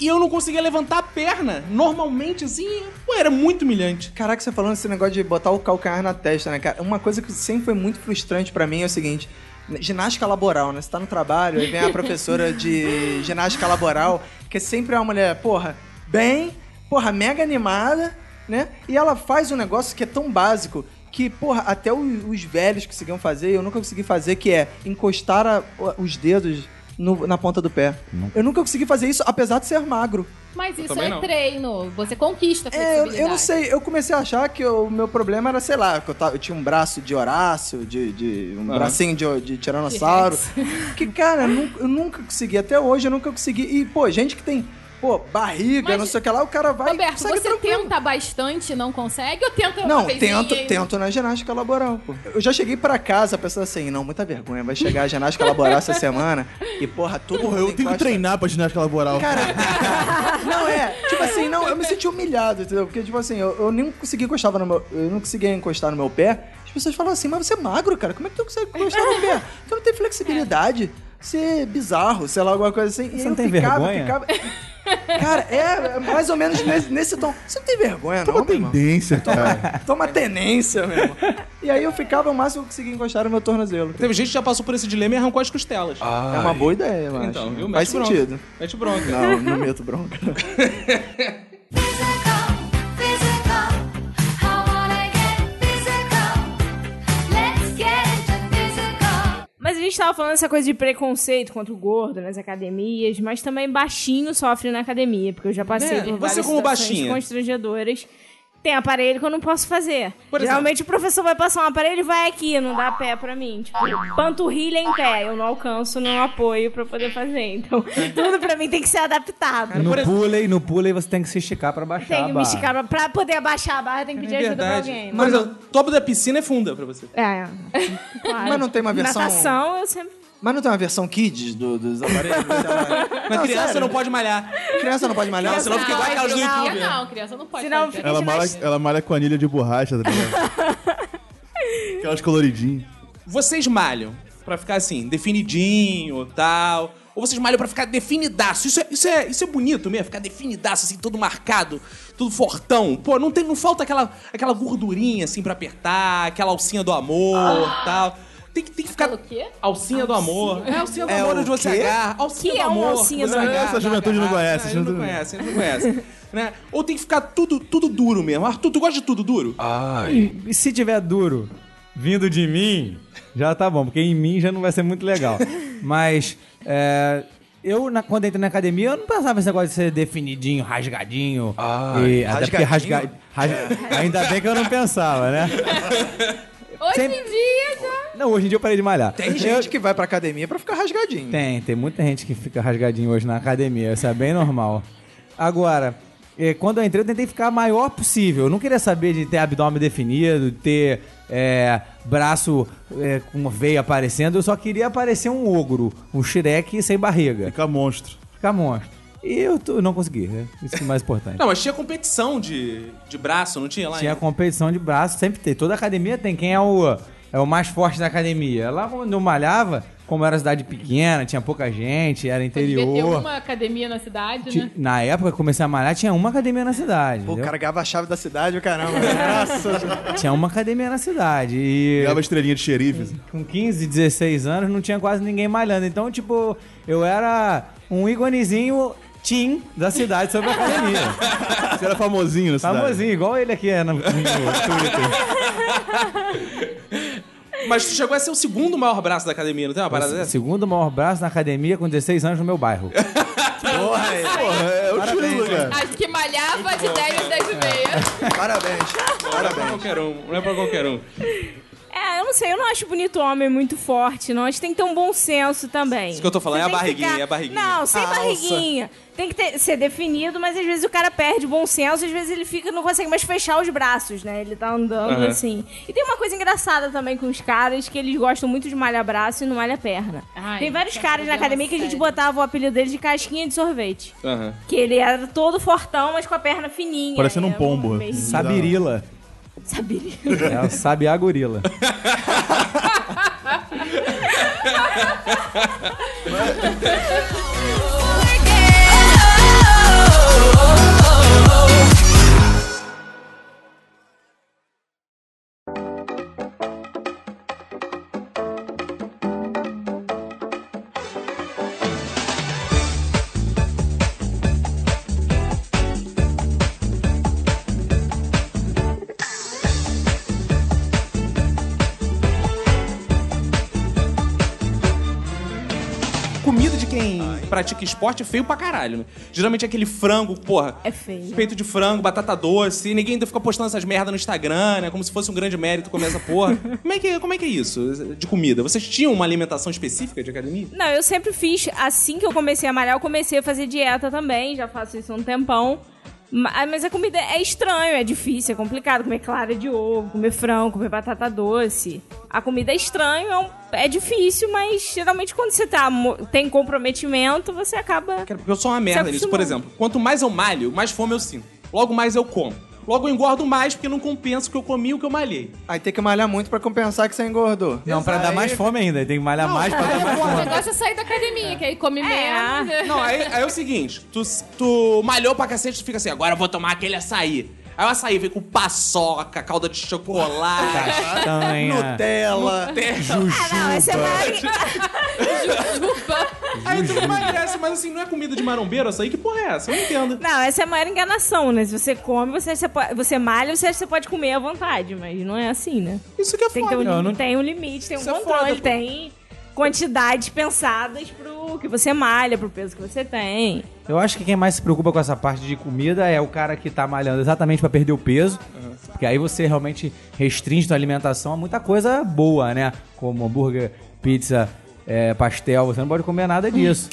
[SPEAKER 1] E eu não conseguia levantar a perna. Normalmente, assim, pô, era muito humilhante.
[SPEAKER 2] Caraca, você falando esse negócio de botar o calcanhar na testa, né, cara? Uma coisa que sempre foi muito frustrante pra mim é o seguinte: ginástica laboral, né? Você tá no trabalho, aí vem a professora de ginástica laboral, que sempre é uma mulher, porra, bem, porra, mega animada, né? E ela faz um negócio que é tão básico que, porra, até o- os velhos conseguiam fazer, e eu nunca consegui fazer, que é encostar a- os dedos. no- na ponta do pé. Eu nunca consegui fazer isso, apesar de ser magro.
[SPEAKER 3] Mas isso
[SPEAKER 1] também
[SPEAKER 3] é
[SPEAKER 1] não.
[SPEAKER 3] treino. Você conquista
[SPEAKER 2] É,
[SPEAKER 3] a
[SPEAKER 2] eu,
[SPEAKER 3] flexibilidade.
[SPEAKER 2] eu não sei, eu comecei a achar que o meu problema era, sei lá, que eu, tava- eu tinha um braço de Horácio, de, de- um
[SPEAKER 1] Aham.
[SPEAKER 2] bracinho de, de Tiranossauro. *laughs* Que, cara, eu nunca, eu nunca consegui, até hoje eu nunca consegui. E, pô, gente que tem, pô, barriga,
[SPEAKER 3] Mas,
[SPEAKER 2] não sei o que lá, o cara vai.
[SPEAKER 3] Roberto,
[SPEAKER 2] segue
[SPEAKER 3] você
[SPEAKER 2] tranquilo.
[SPEAKER 3] tenta bastante e não consegue ou tenta
[SPEAKER 2] Não,
[SPEAKER 3] uma vezinha
[SPEAKER 2] tento,
[SPEAKER 3] e-
[SPEAKER 2] tento na ginástica laboral, pô. Eu já cheguei pra casa pensando assim, não, muita vergonha, vai chegar a ginástica laboral essa semana e, porra, todo
[SPEAKER 4] Porra,
[SPEAKER 2] mundo
[SPEAKER 4] eu tenho que
[SPEAKER 2] encosta-
[SPEAKER 4] treinar pra ginástica
[SPEAKER 2] *laughs*
[SPEAKER 4] laboral.
[SPEAKER 2] Cara, não é. Tipo assim, não, eu me senti humilhado, entendeu? Porque, tipo assim, eu, eu nem consegui encostar no meu. Eu não conseguia encostar no meu pé. As pessoas falam assim, mas você é magro, cara. Como é que tu consegue encostar no pé? Tu não tem flexibilidade. ser bizarro, sei lá, alguma coisa assim. E
[SPEAKER 6] Você
[SPEAKER 2] aí
[SPEAKER 6] não
[SPEAKER 2] eu
[SPEAKER 6] tem
[SPEAKER 2] ficava,
[SPEAKER 6] vergonha?
[SPEAKER 2] ficava. Cara, é mais ou menos nesse, nesse tom. Você não tem vergonha,
[SPEAKER 4] Toma
[SPEAKER 2] não, meu irmão?
[SPEAKER 4] É tendência, cara.
[SPEAKER 2] Toma tenência, meu irmão. E aí eu ficava o máximo que eu conseguia encostar no meu tornozelo.
[SPEAKER 1] Teve gente que já passou por esse dilema e arrancou as costelas. tipo,
[SPEAKER 2] É uma boa ideia, eu acho.
[SPEAKER 1] então, viu?
[SPEAKER 2] Faz
[SPEAKER 1] Mete bronca.
[SPEAKER 2] sentido.
[SPEAKER 1] Mete bronca.
[SPEAKER 2] Não, não meto bronca.
[SPEAKER 9] Physical, physical. I wanna get physical. Let's get into physical.
[SPEAKER 5] Mas a gente tava falando essa coisa de preconceito contra o gordo nas academias, mas também baixinho sofre na academia, porque eu já passei
[SPEAKER 1] É,
[SPEAKER 5] por
[SPEAKER 1] você
[SPEAKER 5] várias
[SPEAKER 1] como
[SPEAKER 5] situações
[SPEAKER 1] baixinha.
[SPEAKER 5] constrangedoras. Tem aparelho que eu não posso fazer.
[SPEAKER 1] Por exemplo?
[SPEAKER 5] Geralmente o professor vai passar um aparelho e vai aqui, não dá pé pra mim. Tipo, panturrilha em pé, eu não alcanço, não apoio pra poder fazer.
[SPEAKER 1] *laughs*
[SPEAKER 5] Então, tudo pra mim tem que ser adaptado.
[SPEAKER 6] No
[SPEAKER 1] Por exemplo-
[SPEAKER 6] pulei, no pulei você tem que se esticar pra baixar.
[SPEAKER 5] Tem
[SPEAKER 6] a
[SPEAKER 5] que me
[SPEAKER 6] barra.
[SPEAKER 5] esticar pra- pra poder abaixar a barra, tem que pedir ajuda pra alguém.
[SPEAKER 1] É
[SPEAKER 5] né?
[SPEAKER 1] Mas o topo da piscina é funda pra você.
[SPEAKER 5] É, claro.
[SPEAKER 2] Mas não tem uma versão-
[SPEAKER 5] Natação, eu sempre.
[SPEAKER 2] Mas não tem uma versão kids do- dos *laughs* aparelhos?
[SPEAKER 1] Na criança não pode malhar.
[SPEAKER 2] Criança não pode malhar?
[SPEAKER 1] Não, senão fica igual aquelas do YouTube.
[SPEAKER 5] não.
[SPEAKER 1] né?
[SPEAKER 3] Criança Ah, não, criança não pode.
[SPEAKER 5] Se não,
[SPEAKER 3] fazer.
[SPEAKER 5] fica-
[SPEAKER 4] ela,
[SPEAKER 5] Gente,
[SPEAKER 4] malha,
[SPEAKER 5] nós-
[SPEAKER 4] ela malha com anilha de borracha, tá ligado? Aquelas coloridinhas.
[SPEAKER 1] Vocês malham pra ficar assim, definidinho tal. Ou vocês malham pra ficar definidaço. Isso é, isso é, isso é bonito mesmo, ficar definidaço, assim, todo marcado, tudo fortão. Pô, não, tem, não falta aquela, aquela gordurinha, assim, pra apertar, aquela alcinha do amor tal. Tem que, tem que ficar.
[SPEAKER 3] Fala o quê?
[SPEAKER 1] Alcinha do amor. É, alcinha do
[SPEAKER 2] É
[SPEAKER 1] amor
[SPEAKER 2] o
[SPEAKER 1] onde você
[SPEAKER 2] quê?
[SPEAKER 1] agarra. Alcinha
[SPEAKER 5] Que
[SPEAKER 1] do
[SPEAKER 5] é uma
[SPEAKER 1] amor.
[SPEAKER 5] alcinha
[SPEAKER 1] você
[SPEAKER 5] do
[SPEAKER 1] agarra,
[SPEAKER 4] amor? Essa juventude não
[SPEAKER 1] agarra.
[SPEAKER 4] conhece,
[SPEAKER 1] Ah, eles não
[SPEAKER 4] juventude não
[SPEAKER 1] conhece, eles não conhece. *laughs* né? Ou tem que ficar tudo, tudo duro mesmo. Arthur, tu gosta de tudo duro?
[SPEAKER 6] E se tiver duro vindo de mim, já tá bom, porque em mim já não vai ser muito
[SPEAKER 1] *laughs*
[SPEAKER 6] legal. Mas é, eu, na- quando entrei na academia, eu não pensava nesse negócio de ser definidinho, rasgadinho. e, até porque rasga, rasga- ainda bem que eu não pensava, né?
[SPEAKER 3] Hoje
[SPEAKER 6] Sempre-
[SPEAKER 3] em dia já.
[SPEAKER 6] Não, hoje em dia *laughs* eu parei de malhar.
[SPEAKER 1] É
[SPEAKER 2] Tem gente que vai pra academia pra ficar rasgadinho.
[SPEAKER 6] Tem, tem muita gente que fica rasgadinho hoje na academia, isso é bem normal. Agora, eh, quando eu entrei, eu tentei ficar maior possível. Eu não queria saber de ter abdômen definido, de ter eh, braço eh, com veia aparecendo, eu só queria aparecer um ogro, um Shrek sem barriga.
[SPEAKER 4] Fica monstro.
[SPEAKER 6] Ficar monstro. E eu tô- não consegui, né? Isso que é o mais importante.
[SPEAKER 1] Não, mas tinha competição de, de braço, não tinha lá?
[SPEAKER 6] Tinha
[SPEAKER 1] ainda?
[SPEAKER 6] competição de braço, sempre tem. Toda academia tem. Quem é o, é o mais forte da academia? Lá onde eu malhava, como era cidade pequena, tinha pouca gente, era interior.
[SPEAKER 3] Devia ter uma academia na cidade,
[SPEAKER 6] Ti-
[SPEAKER 3] né?
[SPEAKER 6] Na época que eu comecei a malhar, tinha uma academia na cidade.
[SPEAKER 2] Pô, o
[SPEAKER 6] entendeu?
[SPEAKER 2] cara gava a chave da cidade, o *laughs* caramba. Graças a Deus.
[SPEAKER 6] Tinha uma academia na cidade. E
[SPEAKER 4] Pegava estrelinha de xerife. assim.
[SPEAKER 6] com 15, 16 anos não tinha quase ninguém malhando. Então, tipo, eu era um íconezinho teen da cidade sobre a academia.
[SPEAKER 4] Você era famosinho na cidade.
[SPEAKER 6] Famosinho, igual ele aqui é no, no Twitter.
[SPEAKER 1] Mas tu chegou a ser o segundo maior braço da academia, não tem uma parada dessa?
[SPEAKER 6] Segundo maior braço na academia com 16 anos no meu bairro.
[SPEAKER 2] Porra, aí.
[SPEAKER 4] Porra, é o título, cara.
[SPEAKER 3] Acho que malhava
[SPEAKER 1] É.
[SPEAKER 3] de 10 às 10 e meia.
[SPEAKER 2] Parabéns.
[SPEAKER 1] Não é pra qualquer um, não é pra qualquer um.
[SPEAKER 5] É, eu não sei, eu não acho bonito homem muito forte, não. A gente tem que ter um bom senso também.
[SPEAKER 1] Isso que eu tô falando,
[SPEAKER 5] Você
[SPEAKER 1] é a
[SPEAKER 5] tem que
[SPEAKER 1] barriguinha, é a barriguinha.
[SPEAKER 5] Não, sem
[SPEAKER 2] A alça.
[SPEAKER 5] barriguinha. Tem que ter- ser definido, mas às vezes o cara perde o bom senso, às vezes ele fica, não consegue mais fechar os braços, né? Ele tá andando
[SPEAKER 1] Aham.
[SPEAKER 5] assim. E tem uma coisa engraçada também com os caras, que eles gostam muito de malhar braço e não malha perna.
[SPEAKER 3] Ai,
[SPEAKER 5] tem vários
[SPEAKER 3] isso é um
[SPEAKER 5] caras na
[SPEAKER 3] problema
[SPEAKER 5] academia que a gente
[SPEAKER 3] sério.
[SPEAKER 5] botava o apelido dele de casquinha de sorvete.
[SPEAKER 1] Aham.
[SPEAKER 5] Que ele era todo fortão, mas com a perna fininha.
[SPEAKER 4] Parecendo um
[SPEAKER 5] Era
[SPEAKER 4] pombo.
[SPEAKER 5] meio-
[SPEAKER 6] Sabirila.
[SPEAKER 5] Sabe?
[SPEAKER 6] É o Sabiá Gorila.
[SPEAKER 1] Comida de quem pratica esporte é feio pra caralho, né? Geralmente é aquele frango, porra.
[SPEAKER 5] *laughs* É feio.
[SPEAKER 1] Peito de frango, batata doce, e ninguém ainda fica postando essas merda no Instagram, né? Como se fosse um grande mérito comer essa
[SPEAKER 5] *laughs*
[SPEAKER 1] porra. como, é que, como é que é isso de comida? Vocês tinham uma alimentação específica de academia?
[SPEAKER 5] Não, eu sempre fiz. Assim que eu comecei a malhar, eu comecei a fazer dieta também. Já faço isso há um tempão. Ma- Mas a comida é estranho, é difícil, é complicado. Comer clara de ovo, comer frango, comer batata doce. A comida é estranho, é, um- é difícil, mas geralmente quando você tá, mo- tem comprometimento, você é acaba.
[SPEAKER 1] Cara, porque eu sou uma merda
[SPEAKER 5] Se
[SPEAKER 1] nisso. Por
[SPEAKER 5] acostumou.
[SPEAKER 1] exemplo, quanto mais eu malho, mais fome eu sinto. Logo mais eu como. Logo eu engordo mais porque não compensa o que eu comi e o que eu malhei.
[SPEAKER 2] Aí tem que malhar muito pra compensar que você engordou.
[SPEAKER 6] Não, pra dar mais fome ainda. Tem que malhar mais pra dar mais
[SPEAKER 3] O
[SPEAKER 6] fome.
[SPEAKER 3] negócio é sair da academia, que aí come menos. né?
[SPEAKER 1] Não, aí, aí é o seguinte, tu, tu malhou pra cacete, tu fica assim, agora eu vou tomar aquele açaí. Aí o açaí vem com paçoca, calda de chocolate,
[SPEAKER 6] Castanha.
[SPEAKER 2] Nutella.
[SPEAKER 1] terra.
[SPEAKER 5] Não, essa é maravilhosa.
[SPEAKER 1] *laughs* Aí tu emagrece, mas assim, não é comida de marombeiro açaí? Que porra é essa? Eu não entendo.
[SPEAKER 5] *laughs* Não, essa é a maior enganação, né? Se você come, você, acha que você, pode, você malha, você acha que você pode comer à vontade, mas não é assim, né?
[SPEAKER 1] Isso que é
[SPEAKER 5] Tem, que ter
[SPEAKER 1] foda.
[SPEAKER 5] um,
[SPEAKER 6] Eu
[SPEAKER 5] lim-
[SPEAKER 6] não-
[SPEAKER 5] tem um limite, tem um
[SPEAKER 1] Isso é
[SPEAKER 5] controle,
[SPEAKER 1] foda, pô.
[SPEAKER 5] tem quantidades pensadas pro que você malha, pro peso que você tem.
[SPEAKER 6] Eu acho que quem mais se preocupa com essa parte de comida é o cara que tá malhando exatamente pra perder o peso. Porque aí você realmente restringe sua alimentação a muita coisa boa, né? Como hambúrguer, pizza, é, pastel. Você não pode comer nada disso.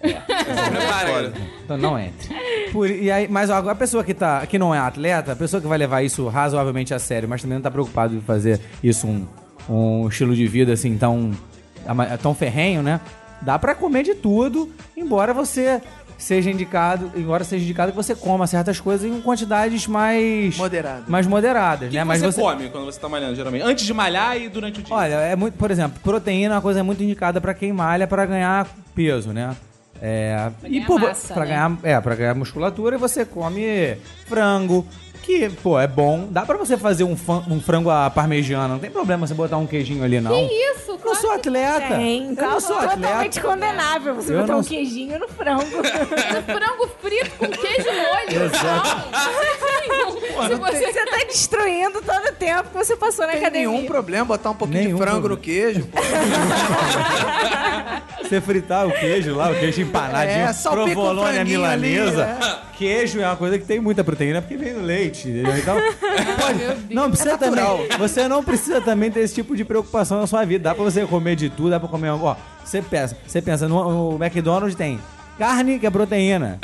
[SPEAKER 1] Prepara.
[SPEAKER 6] Então não entre. Por- e aí, mas ó, a pessoa que, tá, que não é atleta, a pessoa que vai levar isso razoavelmente a sério, mas também não tá preocupado em fazer isso um, um estilo de vida assim tão, ama- tão ferrenho, né? Dá pra comer de tudo, embora você seja indicado, embora seja indicado que você coma certas coisas em quantidades mais
[SPEAKER 2] Moderadas.
[SPEAKER 6] mais moderadas,
[SPEAKER 1] O que,
[SPEAKER 6] né?
[SPEAKER 1] que
[SPEAKER 6] mas
[SPEAKER 1] você, come quando você tá malhando, geralmente? Antes de malhar e durante o dia?
[SPEAKER 6] Olha, é muito, por exemplo, proteína é uma coisa muito indicada pra quem malha pra ganhar peso, né? É, e
[SPEAKER 3] ganhar
[SPEAKER 6] por,
[SPEAKER 3] massa,
[SPEAKER 6] pra
[SPEAKER 3] né?
[SPEAKER 6] ganhar, é, para ganhar musculatura e você come frango, que, pô, é bom. Dá pra você fazer um, fran- um frango à parmegiana, não tem problema você botar um queijinho ali não.
[SPEAKER 3] Que É isso?
[SPEAKER 6] Eu não
[SPEAKER 3] claro
[SPEAKER 6] sou
[SPEAKER 3] que-
[SPEAKER 6] atleta.
[SPEAKER 5] Tem,
[SPEAKER 6] eu não
[SPEAKER 5] calma,
[SPEAKER 6] sou
[SPEAKER 5] totalmente
[SPEAKER 6] atleta.
[SPEAKER 5] condenável você
[SPEAKER 6] Eu
[SPEAKER 5] botar
[SPEAKER 6] não
[SPEAKER 5] um
[SPEAKER 6] sou-
[SPEAKER 5] queijinho no frango. *laughs*
[SPEAKER 3] É Frango frito com queijo e molho.
[SPEAKER 6] Exato.
[SPEAKER 3] Não. Se você
[SPEAKER 5] você tá destruindo todo o tempo que você passou na
[SPEAKER 2] Não tem
[SPEAKER 5] academia.
[SPEAKER 2] nenhum problema botar um pouquinho
[SPEAKER 6] Nenhum
[SPEAKER 2] de frango
[SPEAKER 6] problema.
[SPEAKER 2] no queijo. pô.
[SPEAKER 6] Você fritar o queijo lá, o queijo empanadinho,
[SPEAKER 2] É, salpica um
[SPEAKER 6] provolone à
[SPEAKER 2] franguinho ali,
[SPEAKER 6] milanesa. Queijo é uma coisa que tem muita proteína porque vem do leite, entendeu?
[SPEAKER 2] *laughs*
[SPEAKER 6] Então, pode-
[SPEAKER 2] é
[SPEAKER 6] não precisa também. Você não precisa também ter esse tipo de preocupação na sua vida. Dá pra você comer de tudo, dá pra comer, ó, você pensa, você pensa no, no McDonald's tem carne que é proteína.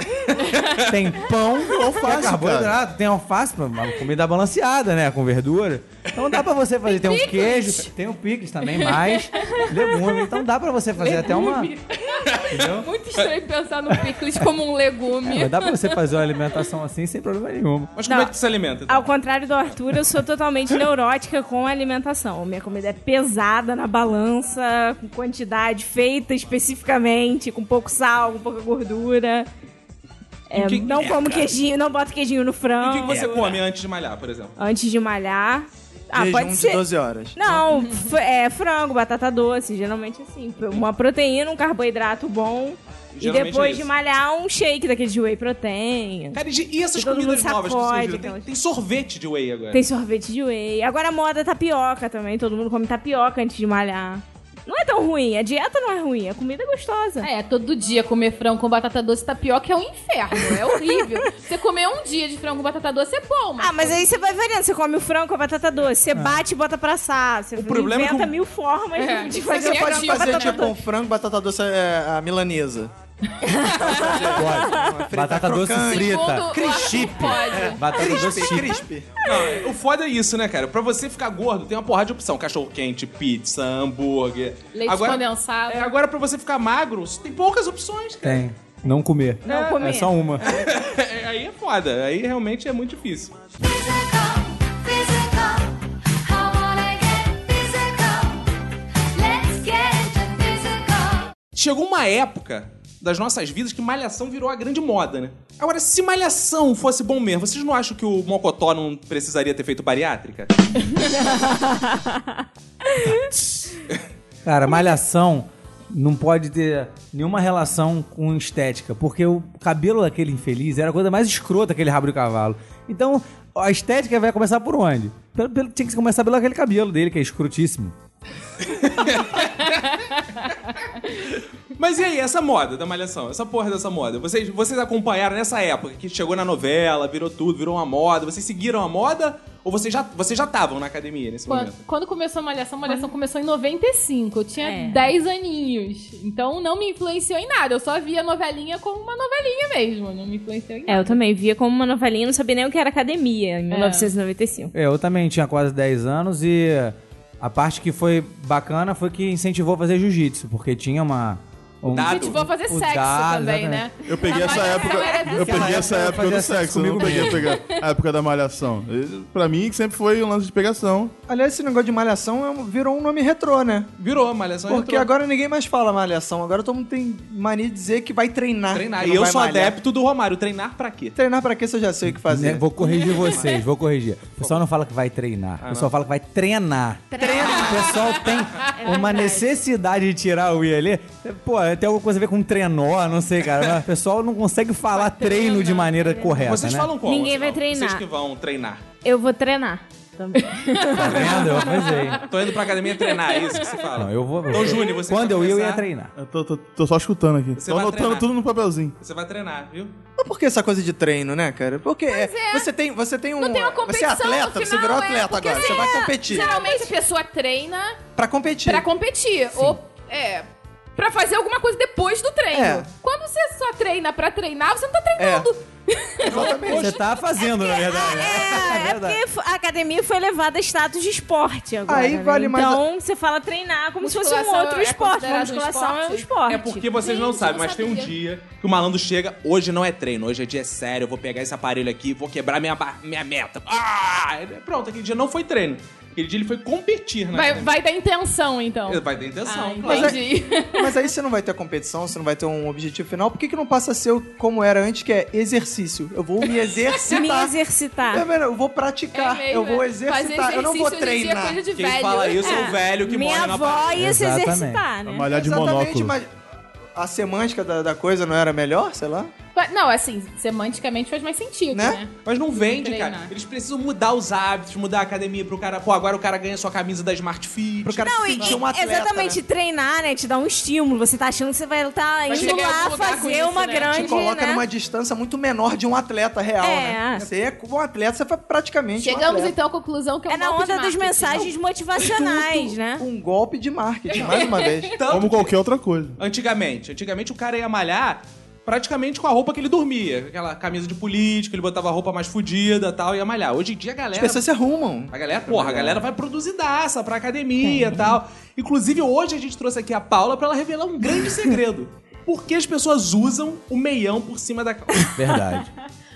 [SPEAKER 6] Tem pão, alface,
[SPEAKER 4] cara.
[SPEAKER 6] carboidrato, tem alface, uma comida balanceada, né? Com verdura. Então dá pra você fazer. Tem, um queijo, tem um picles também, mais legume. Então dá pra você fazer até uma. Entendeu?
[SPEAKER 3] é Muito estranho pensar no picles como um legume.
[SPEAKER 6] Mas dá pra você fazer uma alimentação assim sem problema nenhum.
[SPEAKER 1] Mas como
[SPEAKER 5] Não.
[SPEAKER 1] é que tu se alimenta? então?
[SPEAKER 5] Ao contrário do Arthur, eu sou totalmente neurótica com a alimentação. Minha comida é pesada na balança, com quantidade feita especificamente, com pouco sal, com pouca gordura. É,
[SPEAKER 1] que-
[SPEAKER 5] não
[SPEAKER 1] é,
[SPEAKER 5] como
[SPEAKER 1] cara.
[SPEAKER 5] queijinho, não boto queijinho
[SPEAKER 1] E
[SPEAKER 5] no
[SPEAKER 1] o
[SPEAKER 5] frango.
[SPEAKER 1] que, que você come antes de malhar, por exemplo?
[SPEAKER 5] Antes de malhar. Ah,
[SPEAKER 2] Jejum
[SPEAKER 5] pode
[SPEAKER 2] de
[SPEAKER 5] ser.
[SPEAKER 2] 12 horas.
[SPEAKER 5] Não, f- é frango, batata doce, geralmente assim. Uma proteína, um carboidrato bom.
[SPEAKER 1] Geralmente
[SPEAKER 5] e depois
[SPEAKER 1] é
[SPEAKER 5] de
[SPEAKER 1] isso.
[SPEAKER 5] malhar, um shake daquele de whey protein.
[SPEAKER 1] Cara, e de- e essas
[SPEAKER 5] Que todo mundo
[SPEAKER 1] comidas novas que
[SPEAKER 5] sacode, então.
[SPEAKER 1] surgiram? Tem,
[SPEAKER 5] aquelas-
[SPEAKER 1] tem sorvete de whey agora.
[SPEAKER 5] Tem sorvete de whey. Agora a moda é tapioca também. Todo mundo come tapioca antes de malhar. Não é tão ruim. A dieta não é ruim. A comida é gostosa.
[SPEAKER 3] É, todo dia comer frango com batata doce e tapioca é um inferno, é horrível. Você comer um dia de frango com batata doce é bom, mas
[SPEAKER 5] Ah, mas aí você vai variando. Você come o frango com a batata doce. Você bate e bota pra assar. Você
[SPEAKER 1] problema é que
[SPEAKER 5] inventa
[SPEAKER 1] o-
[SPEAKER 5] mil formas
[SPEAKER 3] É.
[SPEAKER 5] de
[SPEAKER 3] Mas
[SPEAKER 5] fazer
[SPEAKER 2] Você
[SPEAKER 3] é
[SPEAKER 5] frango
[SPEAKER 2] pode
[SPEAKER 3] que-
[SPEAKER 5] com
[SPEAKER 2] fazer
[SPEAKER 5] batata
[SPEAKER 2] tipo um frango, batata doce é, a milanesa.
[SPEAKER 6] Pode. Batata doce
[SPEAKER 2] crocante.
[SPEAKER 3] segundo
[SPEAKER 6] frita.
[SPEAKER 3] o Arthur,
[SPEAKER 1] É.
[SPEAKER 3] pode.
[SPEAKER 6] Batata doce
[SPEAKER 2] Crisp,
[SPEAKER 6] chip.
[SPEAKER 2] crisp.
[SPEAKER 1] Não, o foda é isso, né, cara? Pra você ficar gordo, tem uma porrada de opção. Cachorro-quente, pizza, hambúrguer.
[SPEAKER 3] Leite condensado.
[SPEAKER 1] É, agora pra você ficar magro, tem poucas opções, cara. *laughs*
[SPEAKER 6] Tem. Não comer.
[SPEAKER 5] Não comer.
[SPEAKER 6] É só uma.
[SPEAKER 1] É, aí é foda. Aí realmente é muito difícil.
[SPEAKER 9] Physical, physical. I wanna get physical. Let's get into physical.
[SPEAKER 1] Chegou uma época das nossas vidas que malhação virou a grande moda, né? Agora, se malhação fosse bom mesmo, vocês não acham que o Mocotó não precisaria ter feito bariátrica?
[SPEAKER 6] Cara, malhação não pode ter nenhuma relação com estética, porque o cabelo daquele infeliz era a coisa mais escrota aquele rabo de cavalo. Então, a estética vai começar por onde? Pelo, pelo- tinha que começar pelo aquele cabelo dele, que é escrotíssimo.
[SPEAKER 1] Mas e aí, essa moda da malhação? Essa porra dessa moda? Vocês, vocês acompanharam nessa época que chegou na novela, virou tudo, virou uma moda. Vocês seguiram a moda ou vocês já vocês já estavam na academia nesse
[SPEAKER 3] Quando,
[SPEAKER 1] momento?
[SPEAKER 3] quando começou a Malhação, Malhação começou em 95. Eu tinha
[SPEAKER 5] É.
[SPEAKER 3] 10 aninhos. Então não me influenciou em nada. Eu só via novelinha como uma novelinha mesmo. Não me influenciou em nada.
[SPEAKER 5] É, eu também via como uma novelinha, não sabia nem o que era academia, em 1995.
[SPEAKER 6] É, Eu também tinha quase 10 anos e a parte que foi bacana foi que incentivou a fazer jiu-jitsu, porque tinha uma, Um-
[SPEAKER 1] Dado.
[SPEAKER 3] Futebol fazer
[SPEAKER 6] O
[SPEAKER 3] sexo
[SPEAKER 6] dado,
[SPEAKER 3] também, né?
[SPEAKER 6] exatamente.
[SPEAKER 4] Eu peguei
[SPEAKER 3] Na
[SPEAKER 4] essa
[SPEAKER 3] Malhação
[SPEAKER 4] época.
[SPEAKER 3] era
[SPEAKER 4] Eu
[SPEAKER 3] viciado.
[SPEAKER 4] peguei essa
[SPEAKER 6] Ela
[SPEAKER 4] época do
[SPEAKER 6] fazia sexo
[SPEAKER 4] sexo. eu não
[SPEAKER 6] comigo
[SPEAKER 4] peguei a, pegar- a época da malhação. E, Pra mim, sempre foi um lance de pegação.
[SPEAKER 2] Aliás, esse negócio de malhação é um- virou um nome retrô, né?
[SPEAKER 1] Virou, malhação
[SPEAKER 2] Porque
[SPEAKER 1] retrô.
[SPEAKER 2] agora ninguém mais fala malhação. Agora todo mundo tem mania de dizer que vai treinar.
[SPEAKER 1] Treinar.
[SPEAKER 2] que
[SPEAKER 1] E
[SPEAKER 2] não
[SPEAKER 1] eu
[SPEAKER 2] vai
[SPEAKER 1] sou
[SPEAKER 2] malhar.
[SPEAKER 1] adepto do Romário. Treinar pra quê?
[SPEAKER 2] Treinar pra quê se eu já sei o que fazer?
[SPEAKER 6] Né, Vou corrigir vocês, vou corrigir. O pessoal não fala que vai treinar,
[SPEAKER 1] Ah,
[SPEAKER 6] o pessoal fala que vai treinar. O pessoal tem
[SPEAKER 9] É
[SPEAKER 6] uma necessidade de tirar o I ali. Pô, é, tem alguma coisa a ver com trenó, não sei, cara. *laughs* Mas o pessoal não consegue falar treino de maneira correta,
[SPEAKER 1] Vocês
[SPEAKER 6] né?
[SPEAKER 1] falam qual?
[SPEAKER 5] Ninguém vai
[SPEAKER 1] Afinal? Vocês
[SPEAKER 5] treinar.
[SPEAKER 1] que vão treinar.
[SPEAKER 5] Eu vou treinar É, também.
[SPEAKER 6] Tá vendo? Eu avisei.
[SPEAKER 1] Tô indo pra academia treinar, é isso que você fala.
[SPEAKER 6] Não, eu vou...
[SPEAKER 1] Então, Júnior, você
[SPEAKER 6] Quando
[SPEAKER 1] vai
[SPEAKER 6] eu ia, eu ia
[SPEAKER 1] começar-
[SPEAKER 6] treinar.
[SPEAKER 4] Eu tô, tô- tô só escutando aqui.
[SPEAKER 1] Você
[SPEAKER 4] tô
[SPEAKER 1] vai
[SPEAKER 4] anotando
[SPEAKER 1] treinar.
[SPEAKER 4] tudo no papelzinho.
[SPEAKER 1] Você vai treinar, viu?
[SPEAKER 2] Mas por que essa coisa de treino, né, cara? Porque é, você tem, você tem um.
[SPEAKER 3] Não tem uma
[SPEAKER 2] você é
[SPEAKER 3] competição
[SPEAKER 2] atleta,
[SPEAKER 3] no final,
[SPEAKER 2] você virou
[SPEAKER 3] é,
[SPEAKER 2] atleta
[SPEAKER 3] porque
[SPEAKER 2] agora. Você vai competir.
[SPEAKER 3] Geralmente a pessoa treina
[SPEAKER 2] Pra competir.
[SPEAKER 3] pra competir. Ou, é, pra fazer alguma coisa depois do treino.
[SPEAKER 2] É.
[SPEAKER 3] Quando você só treina pra treinar, você não tá treinando.
[SPEAKER 2] É. Exatamente.
[SPEAKER 6] Você tá fazendo, na verdade. *laughs*
[SPEAKER 3] *laughs*
[SPEAKER 6] né?
[SPEAKER 5] É, é porque f- a academia foi levada a status de esporte agora.
[SPEAKER 2] Aí
[SPEAKER 5] né?
[SPEAKER 2] vale mais
[SPEAKER 5] Então você fala treinar como se fosse um
[SPEAKER 3] Musculação
[SPEAKER 5] outro
[SPEAKER 3] é
[SPEAKER 5] esporte.
[SPEAKER 3] considerado
[SPEAKER 5] Mas
[SPEAKER 3] um
[SPEAKER 5] musculação é um
[SPEAKER 3] esporte?
[SPEAKER 5] esporte.
[SPEAKER 1] É porque vocês
[SPEAKER 3] Gente,
[SPEAKER 1] não
[SPEAKER 3] eu
[SPEAKER 1] sabem,
[SPEAKER 3] não
[SPEAKER 1] mas tem um
[SPEAKER 3] sabia.
[SPEAKER 1] dia que o malandro chega, hoje não é treino, hoje é dia sério, eu vou pegar esse aparelho aqui, vou quebrar minha, ba- minha meta. Ah! Pronto, aquele dia não foi treino. Aquele dia ele foi competir, né?
[SPEAKER 3] *laughs* Vai,
[SPEAKER 1] cara?
[SPEAKER 3] vai dar intenção, então.
[SPEAKER 1] Ele Vai ter intenção,
[SPEAKER 3] Ah,
[SPEAKER 1] claro.
[SPEAKER 3] entendi.
[SPEAKER 2] Mas é, aí você não vai ter a competição, você não vai ter um objetivo final. Por que, que não passa a ser o- como era antes, que é exercício? Eu vou
[SPEAKER 3] *laughs*
[SPEAKER 2] me
[SPEAKER 5] Se me
[SPEAKER 2] exercitar.
[SPEAKER 5] exercitar.
[SPEAKER 2] Tá vendo? Eu vou
[SPEAKER 3] *laughs* É
[SPEAKER 2] praticar,
[SPEAKER 3] mesmo,
[SPEAKER 2] eu vou
[SPEAKER 3] é.
[SPEAKER 2] exercitar,
[SPEAKER 3] Fazer
[SPEAKER 2] eu não vou
[SPEAKER 3] exercício hoje em dia é
[SPEAKER 2] treinar.
[SPEAKER 3] coisa de
[SPEAKER 1] Quem
[SPEAKER 3] velho.
[SPEAKER 1] fala isso é o velho que
[SPEAKER 5] Minha
[SPEAKER 1] morre na
[SPEAKER 5] avó
[SPEAKER 1] parede.
[SPEAKER 5] ia se
[SPEAKER 6] Exatamente.
[SPEAKER 5] exercitar, né?
[SPEAKER 4] Malhar de monóculo.
[SPEAKER 2] mas a semântica da, da coisa não era melhor, sei lá?
[SPEAKER 3] Mas, Não, assim, semanticamente faz mais sentido,
[SPEAKER 2] Né?
[SPEAKER 3] né?
[SPEAKER 1] Mas não vende,
[SPEAKER 3] Treinar.
[SPEAKER 1] cara. Eles precisam mudar os hábitos, mudar a academia pro cara. Pô, agora o cara ganha sua camisa da Smart Fit.
[SPEAKER 2] Pro cara
[SPEAKER 5] Não,
[SPEAKER 2] se
[SPEAKER 5] e,
[SPEAKER 2] sentir um
[SPEAKER 5] e-
[SPEAKER 2] atleta,
[SPEAKER 5] exatamente,
[SPEAKER 2] né?
[SPEAKER 5] treinar, né? Te dá um estímulo. Você tá achando que você vai estar indo
[SPEAKER 3] chegar em
[SPEAKER 5] lá
[SPEAKER 3] algum lugar com
[SPEAKER 5] fazer
[SPEAKER 3] isso, né?
[SPEAKER 5] uma
[SPEAKER 3] Te
[SPEAKER 5] grande.
[SPEAKER 2] Te coloca
[SPEAKER 5] né?
[SPEAKER 2] numa distância muito menor de um atleta real,
[SPEAKER 5] É.
[SPEAKER 2] né? Você é um atleta, você foi praticamente um
[SPEAKER 3] Chegamos
[SPEAKER 2] atleta.
[SPEAKER 3] então à conclusão que é um
[SPEAKER 5] É na
[SPEAKER 3] golpe de
[SPEAKER 5] onda das
[SPEAKER 3] marketing.
[SPEAKER 5] mensagens
[SPEAKER 3] *laughs*
[SPEAKER 5] motivacionais, né?
[SPEAKER 2] Um golpe de marketing, mais uma
[SPEAKER 5] *laughs*
[SPEAKER 2] vez. Então,
[SPEAKER 1] Tanto
[SPEAKER 4] Como
[SPEAKER 1] que-
[SPEAKER 4] qualquer outra coisa.
[SPEAKER 1] Antigamente. Antigamente o cara ia malhar praticamente com a roupa que ele dormia. Aquela camisa de político, ele botava a roupa mais fodida e tal, ia malhar. Hoje em dia a
[SPEAKER 2] As
[SPEAKER 1] galera.
[SPEAKER 2] pessoas se arrumam.
[SPEAKER 1] A galera, porra, a galera vai produzidaça pra academia e tal. Inclusive, hoje a gente trouxe aqui a Paula pra ela revelar um grande segredo. Por que as pessoas usam o meião por cima da calça?
[SPEAKER 2] *laughs*
[SPEAKER 6] Verdade.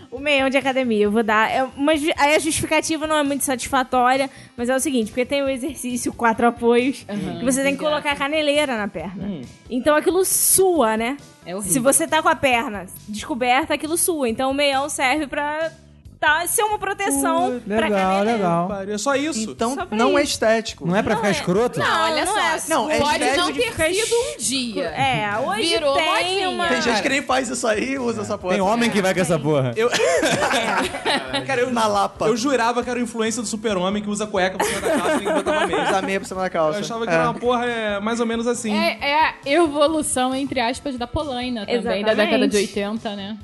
[SPEAKER 5] O meião de academia, eu vou dar. É uma ju- aí a justificativa não é muito satisfatória, mas é o seguinte: porque tem o exercício quatro apoios, que você tem que colocar a caneleira na perna. Então aquilo sua, né?
[SPEAKER 3] É horrível.
[SPEAKER 5] Se você tá com a perna descoberta, aquilo sua. Então o meião serve pra tá, ser uma proteção pra
[SPEAKER 6] Legal,
[SPEAKER 5] caneleira.
[SPEAKER 6] legal.
[SPEAKER 1] Pariu, É só isso.
[SPEAKER 2] Então,
[SPEAKER 5] Só pra
[SPEAKER 2] não é
[SPEAKER 5] isso.
[SPEAKER 2] estético.
[SPEAKER 6] Não é pra ficar escroto?
[SPEAKER 3] Não, olha
[SPEAKER 5] não
[SPEAKER 3] só.
[SPEAKER 5] é.
[SPEAKER 2] Não, é
[SPEAKER 3] pode não
[SPEAKER 2] estético de
[SPEAKER 3] ter
[SPEAKER 5] ficar
[SPEAKER 3] sido um dia.
[SPEAKER 5] É, hoje
[SPEAKER 3] Virou
[SPEAKER 5] tem
[SPEAKER 3] modinha.
[SPEAKER 5] uma.
[SPEAKER 2] Tem gente que nem faz isso aí e usa
[SPEAKER 5] É.
[SPEAKER 2] essa porra.
[SPEAKER 6] Tem homem é que vai com essa porra.
[SPEAKER 1] Cara, eu,
[SPEAKER 2] na lapa.
[SPEAKER 1] eu jurava que era o influência do super-homem que usa cueca por cima da calça e ninguém botava meia.
[SPEAKER 2] Usa meia por cima da
[SPEAKER 1] Eu
[SPEAKER 2] calça.
[SPEAKER 1] achava que
[SPEAKER 2] É.
[SPEAKER 1] era uma porra é, mais ou menos assim.
[SPEAKER 3] É, é a evolução, entre aspas, da Polaina também, da
[SPEAKER 5] Exatamente.
[SPEAKER 3] década de 80, né?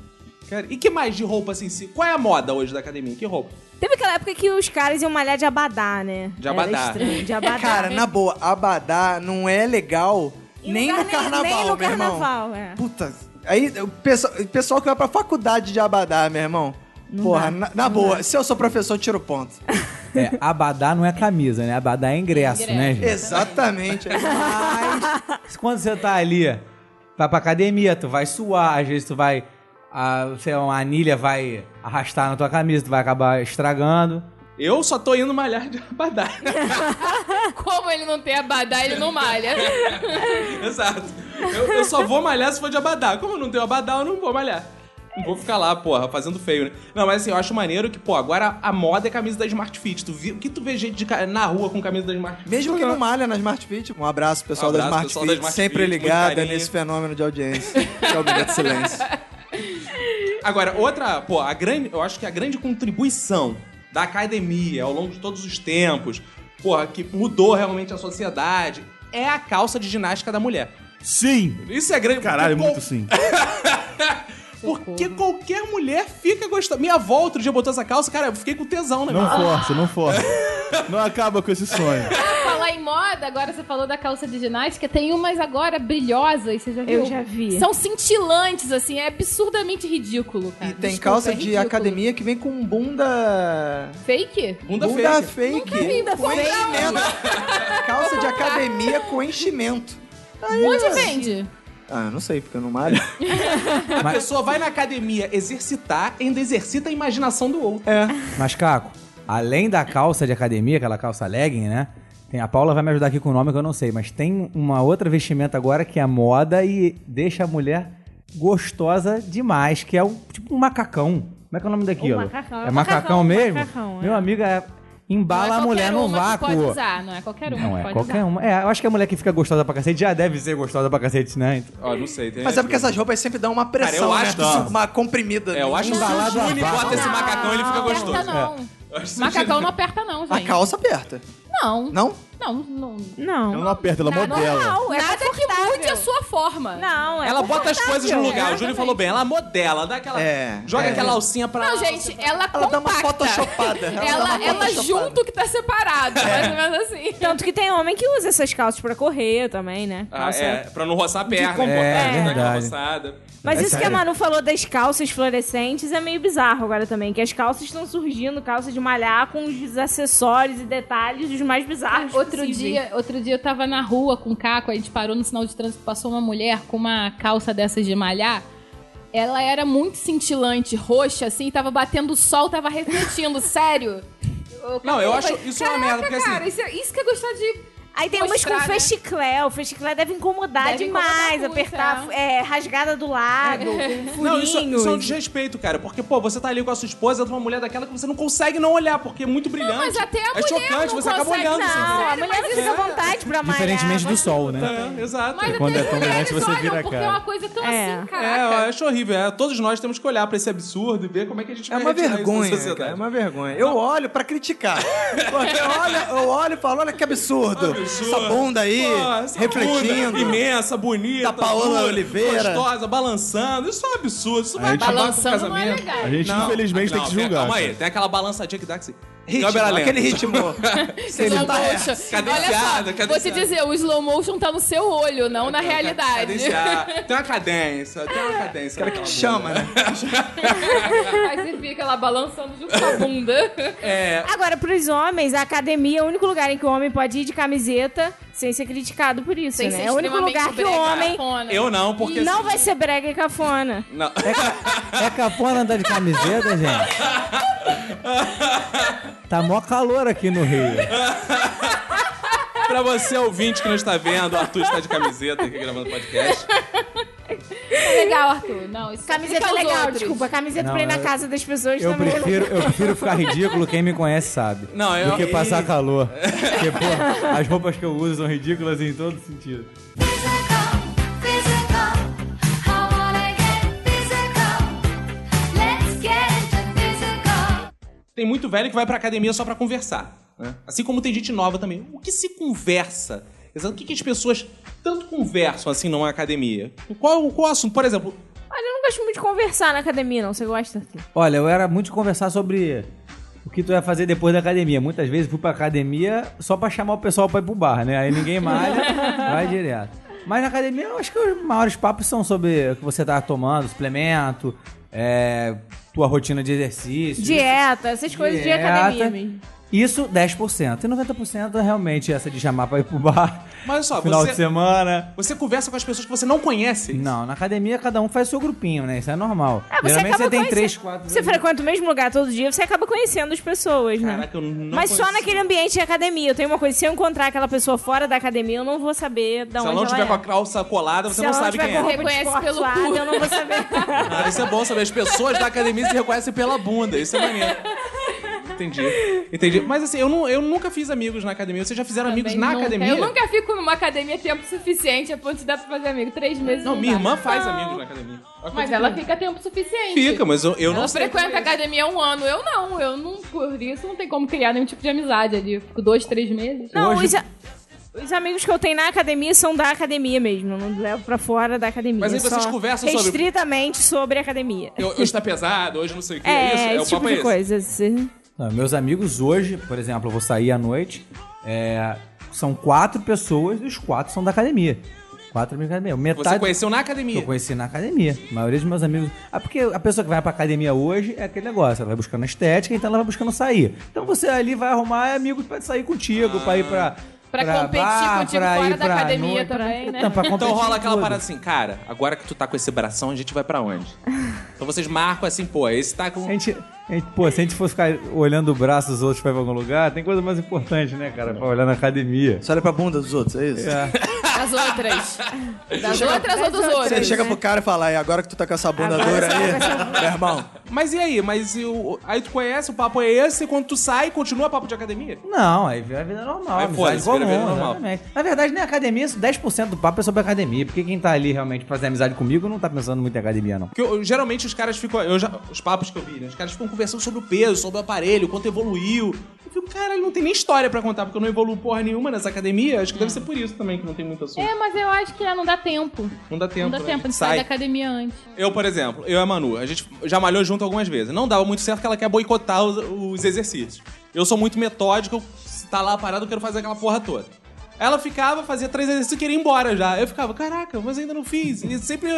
[SPEAKER 1] Cara, e que mais de roupa assim? se- Qual é a moda hoje da academia? Que roupa?
[SPEAKER 5] Teve aquela época que os caras iam malhar de abadá, né?
[SPEAKER 1] De abadá.
[SPEAKER 5] Era estranho, de abadá. né?
[SPEAKER 2] Cara, na boa, abadá não é legal
[SPEAKER 5] E
[SPEAKER 2] nem
[SPEAKER 5] lugar
[SPEAKER 2] no carnaval,
[SPEAKER 5] Nem no
[SPEAKER 2] meu irmão.
[SPEAKER 5] carnaval, é.
[SPEAKER 2] Puta, aí o pessoal, o pessoal que vai pra faculdade de abadá, meu irmão. Porra, na, na boa, se eu sou professor, eu tiro
[SPEAKER 3] *laughs*
[SPEAKER 2] ponto.
[SPEAKER 6] *laughs* É, abadá não é camisa, né? Abadá é ingresso,
[SPEAKER 3] Ingresso.
[SPEAKER 6] né, gente?
[SPEAKER 2] Exatamente.
[SPEAKER 6] Mas quando você tá ali, vai pra academia, tu vai suar, às vezes tu vai. A, sei lá, uma anilha vai arrastar na tua camisa, tu vai acabar estragando.
[SPEAKER 1] Eu só tô indo malhar de *laughs* abadá.
[SPEAKER 3] Como ele não tem abadá, ele não malha.
[SPEAKER 1] *laughs* Exato. Eu, eu só vou malhar se for de abadá. Como eu não tenho abadá, eu não vou malhar. Não vou ficar lá, porra, fazendo feio, né? Não, mas assim, eu acho maneiro que, pô, agora a moda é camisa da Smart Fit. Tu viu? O que tu vê gente de ca- na rua com camisa da Smart Fit?
[SPEAKER 2] Mesmo que não malha na Smart Fit, um abraço pessoal,
[SPEAKER 1] Um abraço,
[SPEAKER 2] da, Smart
[SPEAKER 1] pessoal da
[SPEAKER 2] Fit,
[SPEAKER 1] Smart
[SPEAKER 2] sempre
[SPEAKER 1] Fit, muito
[SPEAKER 2] ligada
[SPEAKER 1] carinho.
[SPEAKER 2] nesse fenômeno de audiência, que é o Minuto de
[SPEAKER 3] *laughs*
[SPEAKER 2] Silêncio.
[SPEAKER 1] Agora, outra, pô, a grande, eu acho que a grande contribuição da academia ao longo de todos os tempos, porra, que mudou realmente a sociedade, é a calça de ginástica da mulher.
[SPEAKER 4] Sim!
[SPEAKER 1] Isso é grande.
[SPEAKER 4] Caralho,
[SPEAKER 1] porque
[SPEAKER 4] muito sim.
[SPEAKER 1] qual- Porque qualquer mulher fica gostando. Minha avó outro dia botou essa calça, cara, eu fiquei com tesão, né?
[SPEAKER 4] Não
[SPEAKER 1] mano?
[SPEAKER 4] força, não força. Não acaba com esse sonho.
[SPEAKER 3] *laughs* Falar em moda, agora você falou da calça de ginástica, tem umas agora brilhosas, você já viu?
[SPEAKER 5] Eu já vi.
[SPEAKER 3] São cintilantes, assim, é absurdamente ridículo, cara.
[SPEAKER 2] E tem
[SPEAKER 3] Desculpa,
[SPEAKER 2] calça
[SPEAKER 3] é
[SPEAKER 2] de
[SPEAKER 3] ridículo.
[SPEAKER 2] academia que vem com bunda...
[SPEAKER 3] Fake?
[SPEAKER 1] Bunda,
[SPEAKER 2] Bunda
[SPEAKER 1] feia.
[SPEAKER 2] fake.
[SPEAKER 5] Ainda
[SPEAKER 2] Com
[SPEAKER 3] *laughs*
[SPEAKER 5] feio.
[SPEAKER 2] enchimento. Calça de academia com enchimento.
[SPEAKER 3] Onde vende?
[SPEAKER 2] Ah, eu não sei, porque eu não malho.
[SPEAKER 1] A pessoa vai na academia exercitar, ainda exercita a imaginação do outro.
[SPEAKER 2] É.
[SPEAKER 6] Mas, Caco, além da calça de academia, aquela calça legging, né? Tem, a Paula vai me ajudar aqui com o nome que eu não sei, mas tem uma outra vestimenta agora que é moda e deixa a mulher gostosa demais, que é um, tipo um macacão. Como é que é o nome daquilo?
[SPEAKER 5] macacão, é
[SPEAKER 6] É
[SPEAKER 5] um
[SPEAKER 6] macacão
[SPEAKER 5] macacão,
[SPEAKER 6] mesmo?
[SPEAKER 5] macacão, é.
[SPEAKER 6] Meu amigo, é-
[SPEAKER 3] Não é
[SPEAKER 6] embala a
[SPEAKER 3] qualquer
[SPEAKER 6] mulher no
[SPEAKER 3] uma que
[SPEAKER 6] vácuo.
[SPEAKER 3] pode usar, não é qualquer uma
[SPEAKER 6] Não
[SPEAKER 3] que
[SPEAKER 6] é
[SPEAKER 3] pode
[SPEAKER 6] qualquer
[SPEAKER 3] usar.
[SPEAKER 6] uma. É, eu acho que a mulher que fica gostosa pra cacete já deve ser gostosa pra cacete, né? Então,
[SPEAKER 1] Ó, não sei. Tem
[SPEAKER 2] Mas é porque essas roupas sempre dão uma pressão,
[SPEAKER 1] Cara, eu acho
[SPEAKER 2] né?
[SPEAKER 1] que isso-
[SPEAKER 2] Uma comprimida.
[SPEAKER 1] É, eu acho que se o
[SPEAKER 6] Embalado a
[SPEAKER 1] Júnior
[SPEAKER 6] vácuo.
[SPEAKER 1] bota esse macacão, ele fica
[SPEAKER 3] Não
[SPEAKER 1] um. gostoso. É.
[SPEAKER 3] aperta, não.
[SPEAKER 1] Eu acho que se o
[SPEAKER 3] Macacão não aperta, não,
[SPEAKER 2] A
[SPEAKER 3] gente.
[SPEAKER 2] calça aperta.
[SPEAKER 3] Não.
[SPEAKER 2] Não?
[SPEAKER 3] Não, não.
[SPEAKER 5] Não.
[SPEAKER 4] Ela não aperta, ela
[SPEAKER 5] Nada
[SPEAKER 4] modela.
[SPEAKER 5] normal, é
[SPEAKER 3] Nada que
[SPEAKER 5] confortável.
[SPEAKER 3] mude a sua forma.
[SPEAKER 5] Não, é
[SPEAKER 1] *laughs* Ela bota as coisas no
[SPEAKER 5] confortável.
[SPEAKER 1] lugar. O Júlio falou bem. Ela modela, dá aquela.
[SPEAKER 2] É,
[SPEAKER 1] joga
[SPEAKER 2] é.
[SPEAKER 1] aquela alcinha pra.
[SPEAKER 3] Não, gente, ela
[SPEAKER 2] Ela dá
[SPEAKER 3] compacta.
[SPEAKER 2] uma photoshopada. Ela dá uma
[SPEAKER 3] Ela, ela
[SPEAKER 2] photoshopada.
[SPEAKER 3] junta o que tá separado,
[SPEAKER 1] É.
[SPEAKER 3] mais ou menos assim.
[SPEAKER 5] Tanto que tem homem que usa essas calças pra correr também, né?
[SPEAKER 1] Ah,
[SPEAKER 5] Calça-
[SPEAKER 1] é, pra não roçar a perna.
[SPEAKER 6] É,
[SPEAKER 1] né? Dá aquela
[SPEAKER 6] verdade.
[SPEAKER 1] roçada.
[SPEAKER 5] Mas
[SPEAKER 6] É
[SPEAKER 5] isso que a
[SPEAKER 6] sério.
[SPEAKER 5] Manu falou das calças fluorescentes é meio bizarro agora também, que as calças estão surgindo, calça de malhar com os acessórios e detalhes os mais bizarros
[SPEAKER 3] Ah, Outro
[SPEAKER 5] possíveis.
[SPEAKER 3] dia, outro dia eu tava na rua com o Caco, a gente parou no sinal de trânsito, passou uma mulher com uma calça dessas de malhar. Ela era muito cintilante, roxa, assim, tava batendo sol, tava refletindo, *laughs* sério. O Caco
[SPEAKER 1] Não, eu
[SPEAKER 3] falou,
[SPEAKER 1] acho isso uma
[SPEAKER 3] "Caraca,
[SPEAKER 1] merda, porque assim-
[SPEAKER 3] cara, isso, é- isso que é gostar de...
[SPEAKER 5] Aí tem
[SPEAKER 3] Mostrar,
[SPEAKER 5] umas com
[SPEAKER 3] né?
[SPEAKER 5] festiclé, o festiclé deve incomodar
[SPEAKER 3] Deve
[SPEAKER 5] demais,
[SPEAKER 3] incomodar muito,
[SPEAKER 5] apertar é, rasgada do lado, com
[SPEAKER 1] *laughs*
[SPEAKER 5] furinhos.
[SPEAKER 1] Não, isso, isso é um desrespeito, cara. Porque, pô, você tá ali com a sua esposa, de uma mulher daquela que você não consegue não olhar, porque é muito brilhante.
[SPEAKER 3] mas até a
[SPEAKER 1] É
[SPEAKER 3] mulher
[SPEAKER 1] chocante,
[SPEAKER 3] não
[SPEAKER 1] você acaba
[SPEAKER 3] consegue,
[SPEAKER 1] olhando.
[SPEAKER 5] Não,
[SPEAKER 1] assim.
[SPEAKER 5] Ah, a mulher não
[SPEAKER 3] é.
[SPEAKER 5] fica à vontade pra malhar.
[SPEAKER 6] Diferentemente do sol, né?
[SPEAKER 1] É, exato.
[SPEAKER 3] Mas
[SPEAKER 6] Quando
[SPEAKER 3] até
[SPEAKER 6] é
[SPEAKER 3] as
[SPEAKER 6] tão
[SPEAKER 3] mulheres
[SPEAKER 6] grande, você
[SPEAKER 3] olham,
[SPEAKER 6] vira a
[SPEAKER 3] porque
[SPEAKER 6] cara.
[SPEAKER 3] é uma coisa tão
[SPEAKER 5] É.
[SPEAKER 3] assim,
[SPEAKER 1] É,
[SPEAKER 3] caraca.
[SPEAKER 1] eu acho horrível. É, todos nós temos que olhar pra esse absurdo e ver como é que a gente
[SPEAKER 2] É
[SPEAKER 1] vai
[SPEAKER 2] uma
[SPEAKER 1] retirar isso da
[SPEAKER 2] vergonha,
[SPEAKER 1] sociedade.
[SPEAKER 2] cara, é uma vergonha. Eu olho pra criticar. Porque eu olho, eu olho e falo, olha que
[SPEAKER 1] Absurdo.
[SPEAKER 2] absurdo. Essa bunda aí,
[SPEAKER 1] Pô, essa
[SPEAKER 2] refletindo.
[SPEAKER 1] bunda imensa, bonita.
[SPEAKER 2] Da Paola
[SPEAKER 1] pura,
[SPEAKER 2] Oliveira.
[SPEAKER 1] Gostosa, balançando. Isso é um absurdo. Isso vai acabar com o
[SPEAKER 3] Balançando não é
[SPEAKER 1] casamento.
[SPEAKER 3] legal.
[SPEAKER 4] A gente, infelizmente,
[SPEAKER 1] Não,
[SPEAKER 4] tem que
[SPEAKER 1] pera,
[SPEAKER 4] julgar.
[SPEAKER 1] Calma aí,
[SPEAKER 4] cara.
[SPEAKER 1] tem aquela balançadinha que dá que se...
[SPEAKER 2] Ritmo,
[SPEAKER 1] Câmera lenta.
[SPEAKER 2] aquele ritmo. Você
[SPEAKER 3] Slow
[SPEAKER 2] não tá- é.
[SPEAKER 3] motion.
[SPEAKER 1] Cadenciado,
[SPEAKER 3] Olha só, você
[SPEAKER 1] cadenciado.
[SPEAKER 3] dizer, o slow motion tá no seu olho, não na realidade.
[SPEAKER 1] Cadenciar. Tem uma cadência, tem uma cadência. naquela
[SPEAKER 2] Cara que
[SPEAKER 1] bunda.
[SPEAKER 2] chama, né?
[SPEAKER 3] *laughs* Aí você fica lá balançando junto com a
[SPEAKER 5] *laughs*
[SPEAKER 3] bunda.
[SPEAKER 1] É,
[SPEAKER 5] Agora, pros homens, a academia é o único lugar em que o homem pode ir de camiseta sem ser criticado por isso,
[SPEAKER 3] Sem
[SPEAKER 5] né?
[SPEAKER 3] ser
[SPEAKER 5] É o único
[SPEAKER 3] extremamente
[SPEAKER 5] lugar que o
[SPEAKER 3] brega,
[SPEAKER 5] homem
[SPEAKER 3] cafona.
[SPEAKER 1] eu não, porque...
[SPEAKER 5] não
[SPEAKER 1] assim,
[SPEAKER 5] vai ser brega e cafona.
[SPEAKER 1] Não.
[SPEAKER 6] É capona andar de camiseta, gente. Tá mó calor aqui no Rio.
[SPEAKER 1] pra você, ouvinte, que não está vendo, o Arthur está de camiseta aqui gravando podcast.
[SPEAKER 3] Legal, Arthur. Não, isso
[SPEAKER 5] Camiseta
[SPEAKER 3] aplica aos
[SPEAKER 5] legal,
[SPEAKER 3] outros.
[SPEAKER 5] desculpa. Camiseta
[SPEAKER 6] Não,
[SPEAKER 5] pra ir na
[SPEAKER 6] eu-
[SPEAKER 5] casa das pessoas
[SPEAKER 6] Eu
[SPEAKER 5] também. é
[SPEAKER 6] prefiro, eu prefiro ficar ridículo, quem me conhece sabe.
[SPEAKER 1] Não, é um- eu-
[SPEAKER 6] Do que passar calor. Porque, pô, as roupas que eu uso são ridículas em todo sentido.
[SPEAKER 9] Physical, physical. I wanna get physical. Let's get into physical.
[SPEAKER 1] Tem muito velho que vai pra academia só pra conversar. né? Assim como tem gente nova também. O que se conversa? Exato. O que, que as pessoas tanto conversam assim numa academia? Qual, qual assunto? Por exemplo,
[SPEAKER 5] Olha, eu não gosto muito de conversar na academia, não. Você gosta?
[SPEAKER 6] Olha, eu era muito de conversar sobre o que tu ia fazer depois da academia. Muitas vezes fui pra academia só pra chamar o pessoal pra ir pro bar, né? Aí ninguém malha, vai direto. Mas na academia eu acho que os maiores papos são sobre o que você tá tomando, suplemento, é, tua rotina de exercício.
[SPEAKER 5] Dieta, essas coisas de academia
[SPEAKER 6] Dieta.
[SPEAKER 5] mesmo.
[SPEAKER 6] Isso 10%. E 90% é realmente essa de chamar pra ir pro bar.
[SPEAKER 1] Mas olha só,
[SPEAKER 6] Final
[SPEAKER 1] Ah, você-
[SPEAKER 6] de semana.
[SPEAKER 1] você conversa com as pessoas que você não conhece.
[SPEAKER 6] Não, na academia cada um faz seu grupinho, né? Isso é normal.
[SPEAKER 5] É, você
[SPEAKER 6] Geralmente
[SPEAKER 5] acaba
[SPEAKER 6] você tem
[SPEAKER 5] conhecendo-
[SPEAKER 6] 3, 4.
[SPEAKER 5] Você frequenta o mesmo lugar todo dia, você acaba conhecendo as pessoas, né?
[SPEAKER 1] Caraca, eu não
[SPEAKER 5] Mas só
[SPEAKER 1] conheço.
[SPEAKER 5] naquele ambiente de academia. Eu tenho uma coisa, se eu encontrar aquela pessoa fora da academia, eu não vou saber de
[SPEAKER 1] Se
[SPEAKER 5] onde
[SPEAKER 1] ela não tiver
[SPEAKER 5] ela
[SPEAKER 1] com
[SPEAKER 5] é.
[SPEAKER 1] a calça colada, você
[SPEAKER 5] Se
[SPEAKER 1] não
[SPEAKER 5] ela não
[SPEAKER 1] sabe
[SPEAKER 5] tiver
[SPEAKER 1] quem
[SPEAKER 5] com
[SPEAKER 1] é.
[SPEAKER 5] roupa de
[SPEAKER 3] Reconhece
[SPEAKER 5] esporte
[SPEAKER 3] pelo
[SPEAKER 5] suada,
[SPEAKER 3] cu.
[SPEAKER 5] eu não vou saber.
[SPEAKER 1] *laughs* Ah, isso é bom saber. As pessoas da academia se reconhecem pela bunda. Isso é maneiro. Entendi. Entendi. Mas assim, eu, não, eu nunca fiz amigos na academia. Vocês já fizeram amigos
[SPEAKER 3] Também
[SPEAKER 1] na
[SPEAKER 3] nunca.
[SPEAKER 1] academia?
[SPEAKER 3] Eu nunca fico numa academia tempo suficiente a ponto de dar pra fazer amigo. Três meses.
[SPEAKER 1] Não,
[SPEAKER 3] não
[SPEAKER 1] minha
[SPEAKER 3] dá.
[SPEAKER 1] irmã faz
[SPEAKER 3] Não.
[SPEAKER 1] amigos na academia. Olha
[SPEAKER 3] Mas
[SPEAKER 1] quanto
[SPEAKER 3] ela
[SPEAKER 1] tempo.
[SPEAKER 3] fica tempo suficiente.
[SPEAKER 1] Fica, mas eu, eu
[SPEAKER 3] Ela
[SPEAKER 1] não sei. é
[SPEAKER 3] frequenta a academia há um ano. Eu não, eu não. Por isso não tem como criar nenhum tipo de amizade ali. Fico dois,
[SPEAKER 1] *laughs*
[SPEAKER 3] três meses.
[SPEAKER 5] Não,
[SPEAKER 6] Hoje-
[SPEAKER 5] os, a- os amigos que eu tenho na academia são da academia mesmo. Eu não levo pra fora da academia.
[SPEAKER 1] Mas aí vocês
[SPEAKER 5] só
[SPEAKER 1] conversam sobre-
[SPEAKER 5] Restritamente sobre academia.
[SPEAKER 1] Eu- Hoje tá pesado, hoje não sei o que.
[SPEAKER 5] É,
[SPEAKER 1] isso, é o
[SPEAKER 5] esse tipo
[SPEAKER 1] papo é
[SPEAKER 5] de
[SPEAKER 1] esse.
[SPEAKER 5] coisa. assim.
[SPEAKER 6] Não, meus amigos hoje, por exemplo, eu vou sair à noite, é, são quatro pessoas e os quatro são da academia. Quatro amigos da academia.
[SPEAKER 1] Você
[SPEAKER 6] Metade
[SPEAKER 1] conheceu na
[SPEAKER 6] que eu
[SPEAKER 1] academia.
[SPEAKER 6] conheci na academia. A maioria dos meus amigos. Ah, porque a pessoa que vai pra academia hoje é aquele negócio, ela vai buscando estética, então ela vai buscando sair. Então você ali vai arrumar amigos pra sair contigo, pra ir pra.
[SPEAKER 3] Ah. Pra, competir contigo
[SPEAKER 6] pra
[SPEAKER 3] fora
[SPEAKER 6] ir
[SPEAKER 3] da
[SPEAKER 6] pra
[SPEAKER 3] academia
[SPEAKER 6] noite, pra-
[SPEAKER 3] também, né?
[SPEAKER 6] Então, pra competir
[SPEAKER 1] Então rola
[SPEAKER 6] em
[SPEAKER 1] aquela
[SPEAKER 6] tudo.
[SPEAKER 1] parada assim, cara, agora que tu tá com esse bração, a gente vai pra onde? Então vocês marcam assim, pô, esse tá com.
[SPEAKER 6] A gente, a gente- pô, se a gente fosse ficar olhando o braço dos outros pra ir pra algum lugar, tem coisa mais importante, né, cara? Pra olhar na academia.
[SPEAKER 2] Você olha pra bunda dos outros, é isso?
[SPEAKER 3] Das outras. Das outras ou dos outros?
[SPEAKER 2] Você chega pro cara e fala, "E agora que tu tá com essa bunda dura aí, meu irmão,
[SPEAKER 1] Mas e aí? Mas e o- aí tu conhece, o papo é esse, e quando tu sai, continua papo de academia?
[SPEAKER 6] Não, aí vira a vida normal.
[SPEAKER 1] Aí
[SPEAKER 6] amizade
[SPEAKER 1] foda-se, vira a vida normal.
[SPEAKER 6] exatamente. Na verdade, na academia, isso 10% do papo é sobre academia. Porque quem tá ali realmente pra fazer amizade comigo não tá pensando muito em academia, não.
[SPEAKER 1] Porque eu- geralmente os caras ficam. eu já- os papos que eu vi, né? Os caras ficam conversando sobre o peso, sobre o aparelho, quanto evoluiu. Eu fico, caralho, não tem nem história pra contar, porque eu não evoluo porra nenhuma nessa academia. Acho que deve ser por isso também que não tem muito assunto.
[SPEAKER 3] É, mas eu acho que é, não dá tempo.
[SPEAKER 1] Não dá tempo.
[SPEAKER 3] Não dá
[SPEAKER 1] né?
[SPEAKER 3] tempo, a gente sai
[SPEAKER 1] Sai.
[SPEAKER 3] da academia antes.
[SPEAKER 1] Eu, por exemplo, eu e a Manu, a gente já malhou junto algumas vezes. Não dava muito certo que ela quer boicotar os, os exercícios. Eu sou muito metódico, eu- se tá lá parado, eu quero fazer aquela porra toda. Ela ficava, fazia três exercícios e queria ir embora já. Eu ficava, caraca, mas ainda não fiz. E sempre,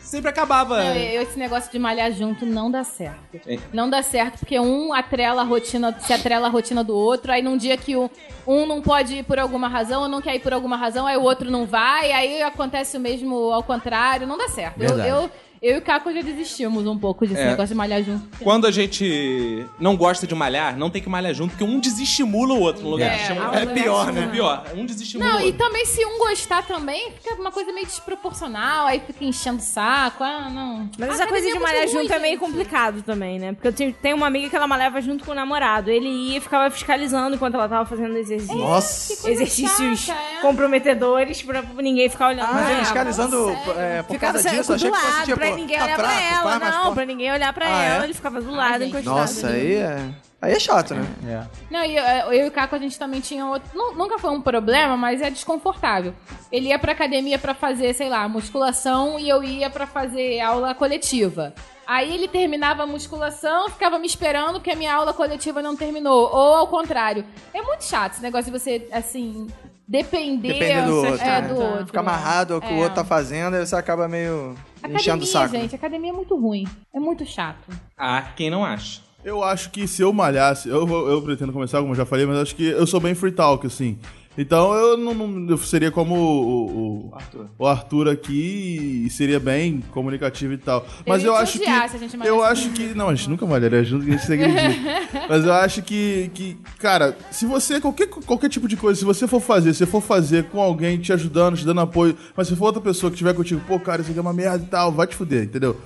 [SPEAKER 1] sempre acabava.
[SPEAKER 3] Não, É, eu- esse negócio de malhar junto não dá certo.
[SPEAKER 1] É.
[SPEAKER 3] Não dá certo porque um atrela a rotina, se atrela a rotina do outro, aí num dia que um, um não pode ir por alguma razão, ou não quer ir por alguma razão, aí o outro não vai, aí acontece o mesmo ao contrário, não dá certo. Eu,
[SPEAKER 6] Verdade.
[SPEAKER 3] eu, eu e o Caco já desistimos um pouco desse
[SPEAKER 1] É.
[SPEAKER 3] negócio de malhar junto.
[SPEAKER 1] Quando a gente não gosta de malhar, não tem que malhar junto, porque um desestimula o outro no lugar.
[SPEAKER 3] É,
[SPEAKER 1] de estimular.
[SPEAKER 3] é pior, né?
[SPEAKER 1] É pior. Um desestimula
[SPEAKER 3] Não,
[SPEAKER 1] o
[SPEAKER 3] e
[SPEAKER 1] outro.
[SPEAKER 3] também se um gostar também, fica uma coisa meio desproporcional, aí fica enchendo o saco, ah, não.
[SPEAKER 5] Mas
[SPEAKER 3] A
[SPEAKER 5] essa coisa
[SPEAKER 3] academia
[SPEAKER 5] de
[SPEAKER 3] é muito
[SPEAKER 5] malhar
[SPEAKER 3] ruim,
[SPEAKER 5] junto é meio
[SPEAKER 3] gente.
[SPEAKER 5] complicado também, né? Porque eu tenho- tenho uma amiga que ela malhava junto com o namorado. Ele ia e ficava fiscalizando enquanto ela tava fazendo exercício.
[SPEAKER 2] nossa.
[SPEAKER 3] Que coisa
[SPEAKER 5] Exercícios
[SPEAKER 3] chata, é.
[SPEAKER 5] comprometedores pra ninguém ficar olhando. pra
[SPEAKER 2] Ah,
[SPEAKER 5] ela.
[SPEAKER 2] fiscalizando é, por
[SPEAKER 5] Ficava
[SPEAKER 2] causa disso,
[SPEAKER 5] saindo
[SPEAKER 2] achei
[SPEAKER 5] do
[SPEAKER 2] que fosse
[SPEAKER 5] lado,
[SPEAKER 2] tipo,
[SPEAKER 5] pra ninguém
[SPEAKER 2] tá
[SPEAKER 5] olhar pra
[SPEAKER 2] fraco, pá,
[SPEAKER 5] ela.
[SPEAKER 2] mas
[SPEAKER 5] Não,
[SPEAKER 2] pô.
[SPEAKER 5] pra ninguém olhar pra
[SPEAKER 2] Ah, é?
[SPEAKER 5] ela. Ele ficava do lado,
[SPEAKER 3] gente.
[SPEAKER 5] encostado.
[SPEAKER 2] Nossa,
[SPEAKER 5] ali.
[SPEAKER 2] aí é... Aí é chato, né?
[SPEAKER 6] É.
[SPEAKER 3] Não, e eu, eu e o Caco, a gente também tinha outro. nu- Nunca foi um problema, mas é desconfortável. Ele ia pra academia pra fazer, sei lá, musculação e eu ia pra fazer aula coletiva. Aí ele terminava a musculação, ficava me esperando porque a minha aula coletiva não terminou. Ou ao contrário. É muito chato esse negócio de você, assim, depender
[SPEAKER 2] Depender do outro.
[SPEAKER 3] É,
[SPEAKER 2] né?
[SPEAKER 3] do outro.
[SPEAKER 2] Fica amarrado ao que o
[SPEAKER 3] É.
[SPEAKER 2] outro tá fazendo, aí você acaba meio enchendo
[SPEAKER 3] Academia,
[SPEAKER 2] o saco.
[SPEAKER 3] gente, academia é muito ruim. É muito chato.
[SPEAKER 1] Ah, quem não acha?
[SPEAKER 4] Eu acho que se eu malhasse, eu, vou- eu pretendo começar, como eu já falei, mas acho que eu sou bem free talk, assim. Então eu não, não- eu seria como o, o- o Arthur aqui e seria bem comunicativo e tal. Mas
[SPEAKER 3] Ele
[SPEAKER 4] eu
[SPEAKER 3] te
[SPEAKER 4] acho que.
[SPEAKER 3] odiar se a gente malhasse
[SPEAKER 4] Eu acho que. Não, a gente nunca malharia junto, que a gente se acredita.
[SPEAKER 3] *laughs*
[SPEAKER 4] mas eu acho que, que. Cara, se você. Qualquer, qualquer tipo de coisa, se você for fazer, se for fazer com alguém te ajudando, te dando apoio, mas se for outra pessoa que estiver contigo, pô, cara, isso aqui é uma merda e tal, vai te fuder, entendeu?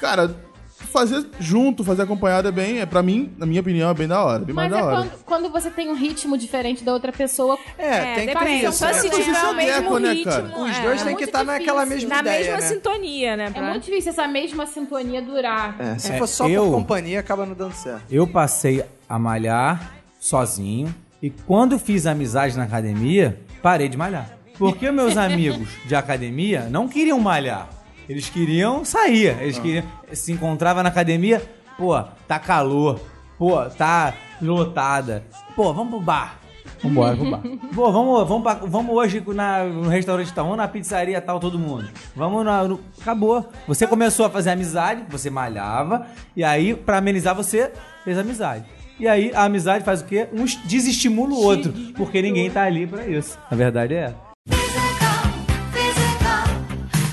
[SPEAKER 4] Cara, fazer junto, fazer acompanhado é bem, é pra mim, na minha opinião, é bem da hora. Bem
[SPEAKER 3] Mas
[SPEAKER 4] mais
[SPEAKER 3] é
[SPEAKER 4] da hora.
[SPEAKER 3] quando, quando você tem um ritmo diferente da outra pessoa.
[SPEAKER 2] É, tem que
[SPEAKER 5] depende.
[SPEAKER 2] ter isso.
[SPEAKER 5] Só
[SPEAKER 2] né?
[SPEAKER 5] se
[SPEAKER 4] Mas
[SPEAKER 5] tiver
[SPEAKER 4] isso é
[SPEAKER 5] o mesmo
[SPEAKER 4] teco, né,
[SPEAKER 5] ritmo.
[SPEAKER 4] cara?
[SPEAKER 2] Os
[SPEAKER 5] é.
[SPEAKER 2] dois têm
[SPEAKER 3] é
[SPEAKER 2] que
[SPEAKER 3] muito
[SPEAKER 2] estar naquela
[SPEAKER 3] difícil.
[SPEAKER 2] mesma
[SPEAKER 5] Na
[SPEAKER 2] ideia,
[SPEAKER 5] mesma
[SPEAKER 2] né?
[SPEAKER 5] sintonia, né?
[SPEAKER 3] É
[SPEAKER 5] pra-
[SPEAKER 3] muito difícil essa mesma sintonia durar.
[SPEAKER 2] É, se
[SPEAKER 6] É,
[SPEAKER 2] for só
[SPEAKER 6] eu-
[SPEAKER 2] por companhia, acaba não dando certo.
[SPEAKER 6] Eu passei a malhar sozinho e quando fiz amizade na academia, parei de malhar. Porque meus amigos de academia não queriam malhar. Eles queriam sair. Eles queriam. Se encontrava na academia, pô, tá calor. Pô, tá lotada. Pô, vamos pro bar. Vambora, pro bar. Pô, vamos, vamos, pra- vamos hoje na, no restaurante tal, vamos na pizzaria tal, todo mundo. Vamos na. no- acabou. Você começou a fazer amizade, você malhava, e aí, pra amenizar, você fez amizade. E aí, a amizade faz o quê? Um es- desestimula o outro, porque ninguém tá ali pra isso. Na verdade é.
[SPEAKER 9] Physical, physical.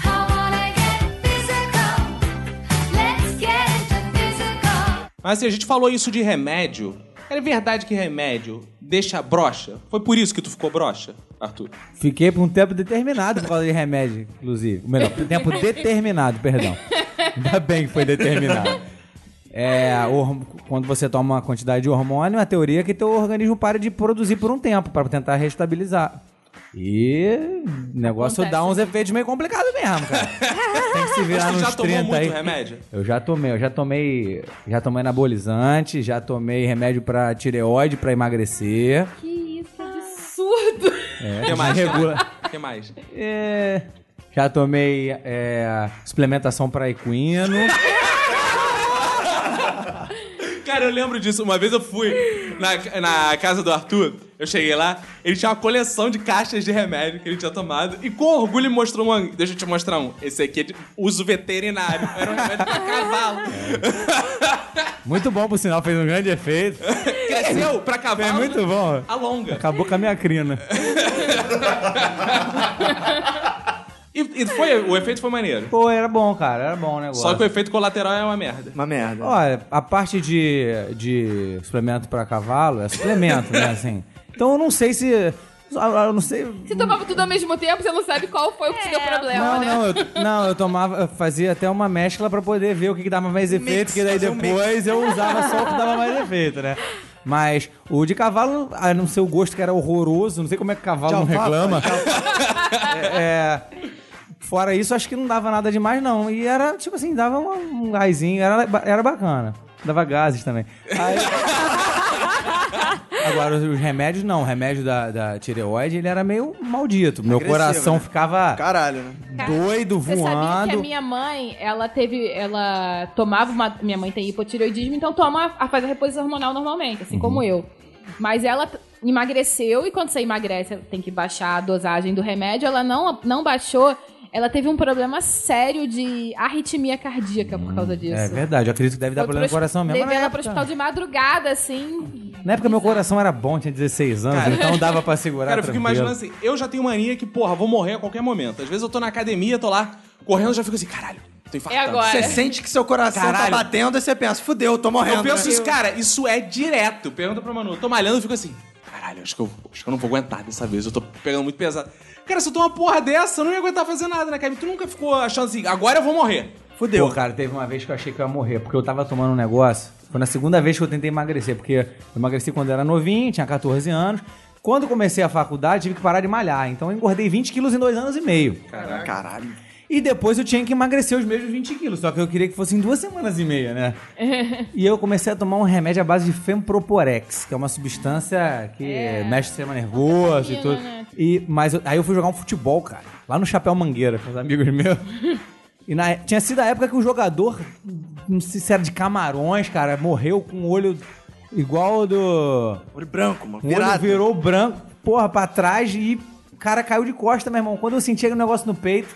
[SPEAKER 9] I wanna get physical. Let's get into physical.
[SPEAKER 1] Mas assim, a gente falou isso de remédio. É verdade que remédio deixa broxa? Foi por isso que tu ficou broxa, Arthur?
[SPEAKER 6] Fiquei por um tempo determinado por causa de remédio, inclusive. Ou melhor, por um tempo determinado, perdão. Ainda bem que foi determinado. É, o horm- quando você toma uma quantidade de hormônio, a teoria é que teu organismo para de produzir por um tempo, para tentar restabilizar. E o negócio
[SPEAKER 3] Acontece.
[SPEAKER 6] dá uns efeitos meio complicados mesmo, cara. Tem que se virar
[SPEAKER 1] Mas tu
[SPEAKER 6] nos
[SPEAKER 1] já tomou
[SPEAKER 6] 30
[SPEAKER 1] muito
[SPEAKER 6] aí.
[SPEAKER 1] remédio?
[SPEAKER 6] Eu já tomei, eu já tomei, já tomei anabolizante, já tomei remédio pra tireoide, pra emagrecer.
[SPEAKER 3] Que isso, absurdo!
[SPEAKER 6] É,
[SPEAKER 1] que mais?
[SPEAKER 6] desregula-
[SPEAKER 1] O *laughs* que mais?
[SPEAKER 6] é, já tomei é, suplementação para equino.
[SPEAKER 1] *laughs* Cara, eu lembro disso. Uma vez eu fui na, na casa do Arthur, eu cheguei lá, ele tinha uma coleção de caixas de remédio que ele tinha tomado e com orgulho me mostrou um. Deixa eu te mostrar um. Esse aqui é de uso veterinário. Era um remédio pra cavalo.
[SPEAKER 6] Muito bom, por sinal, fez um grande efeito.
[SPEAKER 1] cresceu pra cavalo.
[SPEAKER 6] É muito bom.
[SPEAKER 1] Alonga.
[SPEAKER 6] Acabou com a minha crina.
[SPEAKER 1] E, e foi, o efeito foi maneiro.
[SPEAKER 6] Pô, era bom, cara. Era bom o negócio.
[SPEAKER 1] Só que o efeito colateral é uma merda.
[SPEAKER 2] Uma merda.
[SPEAKER 6] Olha, a parte de, de suplemento pra cavalo é suplemento, né? Assim. Então eu não sei se. Eu não sei.
[SPEAKER 3] *laughs* Se tomava tudo ao mesmo tempo, você não sabe qual foi o que te deu problema,
[SPEAKER 6] Não,
[SPEAKER 3] né?
[SPEAKER 6] não, eu, não, eu tomava, eu fazia até uma mescla pra poder ver o que, que dava mais efeito, que daí
[SPEAKER 2] fazer um mix.
[SPEAKER 6] depois eu usava só o que dava mais efeito, né? Mas o de cavalo, a não ser o gosto que era horroroso, não sei como é que o cavalo não reclama. É, é, fora isso, acho que não dava nada demais, não. E era, tipo assim, dava uma- um raizinho, era, era bacana. Dava gases também.
[SPEAKER 1] *laughs*
[SPEAKER 6] Aí- Agora, os remédios, não. O remédio da, da tireoide, ele era meio maldito. Meu
[SPEAKER 2] Agressivo,
[SPEAKER 6] coração
[SPEAKER 2] né?
[SPEAKER 6] ficava
[SPEAKER 2] Caralho, né?
[SPEAKER 6] doido,
[SPEAKER 3] Você
[SPEAKER 1] é
[SPEAKER 3] sabia que a
[SPEAKER 6] voando.
[SPEAKER 3] minha mãe, ela teve. Ela tomava uma. Minha mãe tem hipotireoidismo, então toma a, faz a reposição hormonal normalmente, assim
[SPEAKER 6] Uhum.
[SPEAKER 3] como eu. Mas ela t- emagreceu e quando você emagrece, tem que baixar a dosagem do remédio. Ela não, não baixou. Ela teve um problema sério de arritmia cardíaca por causa disso.
[SPEAKER 6] É verdade, eu acredito que deve dar
[SPEAKER 3] Foi
[SPEAKER 6] problema no
[SPEAKER 3] pro
[SPEAKER 6] coração
[SPEAKER 3] hosp-
[SPEAKER 6] mesmo.
[SPEAKER 1] né,
[SPEAKER 3] Levei
[SPEAKER 6] na
[SPEAKER 3] ela pro
[SPEAKER 6] época-
[SPEAKER 3] hospital de madrugada, assim.
[SPEAKER 6] Na época meu coração era bom, tinha 16 anos, então dava pra segurar
[SPEAKER 1] Cara, eu fico
[SPEAKER 6] tranquilo.
[SPEAKER 1] imaginando assim, eu já tenho mania que, porra, vou morrer a qualquer momento. Às vezes eu tô na academia, tô lá correndo, já fico assim, caralho, tô infartando.
[SPEAKER 3] É agora.
[SPEAKER 2] Você sente que seu coração
[SPEAKER 1] Caralho.
[SPEAKER 2] tá batendo e você pensa, fudeu, tô morrendo.
[SPEAKER 1] Eu penso
[SPEAKER 2] né?
[SPEAKER 1] isso, cara, isso é direto. Pergunta pro Manu, eu tô malhando, eu fico assim, caralho, acho que, eu, acho que eu não vou aguentar dessa vez, eu tô pegando muito pesado. Cara, se eu tô uma porra dessa, eu não ia aguentar fazer nada, né, cara? Tu nunca ficou achando assim, agora eu vou morrer.
[SPEAKER 6] Fudeu. Pô, cara, teve uma vez que eu achei que eu ia morrer, porque eu tava tomando um negócio. Foi na segunda vez que eu tentei emagrecer, porque eu emagreci quando eu era novinho, tinha 14 anos. Quando eu comecei a faculdade, tive que parar de malhar. Então eu engordei 20 quilos em dois anos e meio.
[SPEAKER 2] Caralho.
[SPEAKER 6] E depois eu tinha que emagrecer os mesmos 20 quilos, só que eu queria que fosse em duas semanas e meia, né? e eu comecei a tomar um remédio à base de Femproporex, que é uma substância que mexe o sistema nervoso e tudo.
[SPEAKER 3] né?
[SPEAKER 6] E, mas eu- aí eu fui jogar um futebol, cara, lá no Chapéu Mangueira, com os amigos meus. E na- tinha sido a época que o jogador, não sei se era de Camarões, cara, morreu com o olho igual ao do...
[SPEAKER 2] Olho branco, mano.
[SPEAKER 6] O olho
[SPEAKER 2] Virado.
[SPEAKER 6] virou branco, porra, pra trás e o cara caiu de costa, meu irmão. Quando eu senti aquele negócio no peito,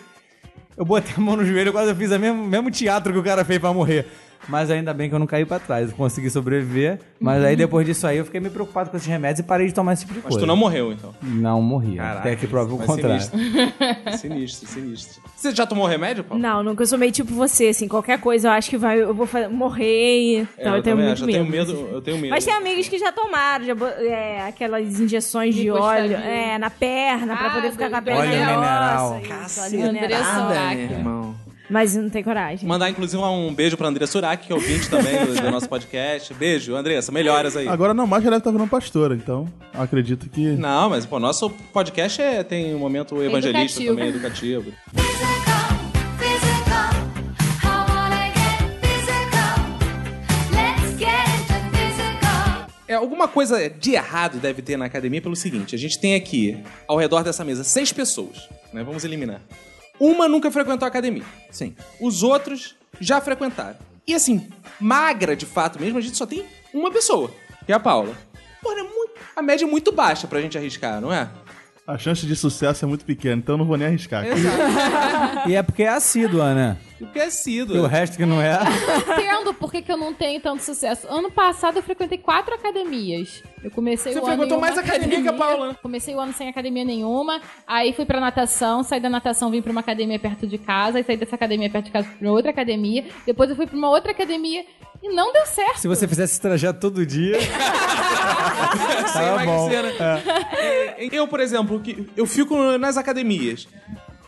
[SPEAKER 6] eu botei a mão no joelho, eu quase fiz o mesmo, mesmo teatro que o cara fez pra morrer. Mas ainda bem que eu não caí pra trás, eu consegui sobreviver. Mas aí depois disso aí eu fiquei meio preocupado com esses remédios e parei de tomar esse tipo de
[SPEAKER 1] Uhum. Mas
[SPEAKER 6] coisa.
[SPEAKER 1] tu não morreu, então.
[SPEAKER 6] Não morri.
[SPEAKER 1] Caraca,
[SPEAKER 6] até que prova o
[SPEAKER 1] mas é
[SPEAKER 6] contrário.
[SPEAKER 1] Sinistro. *laughs* sinistro, sinistro. Você já tomou remédio, Paulo?
[SPEAKER 5] Não, nunca eu sou meio tipo você, assim, qualquer coisa eu acho que vai, eu vou fa- morrer. e
[SPEAKER 1] É,
[SPEAKER 5] tal, eu, tenho
[SPEAKER 1] também
[SPEAKER 5] muito
[SPEAKER 1] acho,
[SPEAKER 5] medo.
[SPEAKER 1] Eu tenho medo, eu tenho medo.
[SPEAKER 5] Mas é tem amigos que já tomaram, já bo- é, aquelas injeções de óleo
[SPEAKER 3] Glicostamina.
[SPEAKER 5] é, na perna, pra
[SPEAKER 3] Ah,
[SPEAKER 5] poder ficar com a
[SPEAKER 3] do-
[SPEAKER 5] perna
[SPEAKER 6] Óleo mineral.
[SPEAKER 5] Isso,
[SPEAKER 2] Cacete.
[SPEAKER 5] óleo mineral.
[SPEAKER 3] Andressa
[SPEAKER 2] Nada, né?
[SPEAKER 3] Urach.
[SPEAKER 2] irmão.
[SPEAKER 5] Mas não tem coragem.
[SPEAKER 1] Mandar, inclusive, um beijo pra Andressa Surak, que é ouvinte também do, do nosso podcast. Beijo, Andressa, melhoras aí.
[SPEAKER 4] Agora não, mais já deve estar virando pastora, então acredito que.
[SPEAKER 1] Não, mas, pô, nosso podcast é- tem um momento evangelista
[SPEAKER 3] Educativo.
[SPEAKER 1] também, educativo.
[SPEAKER 9] Physical, physical. I wanna get physical. Let's get into physical.
[SPEAKER 1] É, alguma coisa de errado deve ter na academia pelo seguinte: a gente tem aqui, ao redor dessa mesa, seis pessoas, né? Vamos eliminar. Uma nunca frequentou a academia.
[SPEAKER 2] Sim.
[SPEAKER 1] Os outros já frequentaram. E assim, magra de fato mesmo, a gente só tem uma pessoa, que é a Paula. Pô, é muito, a média é muito baixa pra gente arriscar, não é?
[SPEAKER 4] A chance de sucesso é muito pequena, então eu não vou nem arriscar. cara.
[SPEAKER 6] E é porque é assídua, né?
[SPEAKER 1] E o que é sido?
[SPEAKER 6] E o resto que não é.
[SPEAKER 3] entendo por que, que eu não tenho tanto sucesso. Ano passado eu frequentei quatro academias. Eu comecei
[SPEAKER 1] Você
[SPEAKER 3] o ano. em
[SPEAKER 1] frequentou
[SPEAKER 3] uma
[SPEAKER 1] mais academia que a Paula, né?
[SPEAKER 3] Comecei o ano sem academia nenhuma. Aí fui pra natação, saí da natação, vim pra uma academia perto de casa. Aí saí dessa academia perto de casa fui pra outra academia. Depois eu fui pra uma outra academia e não deu certo.
[SPEAKER 6] Se você fizesse esse trajeto todo dia.
[SPEAKER 1] Sem *laughs*
[SPEAKER 6] tá bom.
[SPEAKER 1] emagrecer, né? É, Eu, por exemplo, que eu fico nas academias.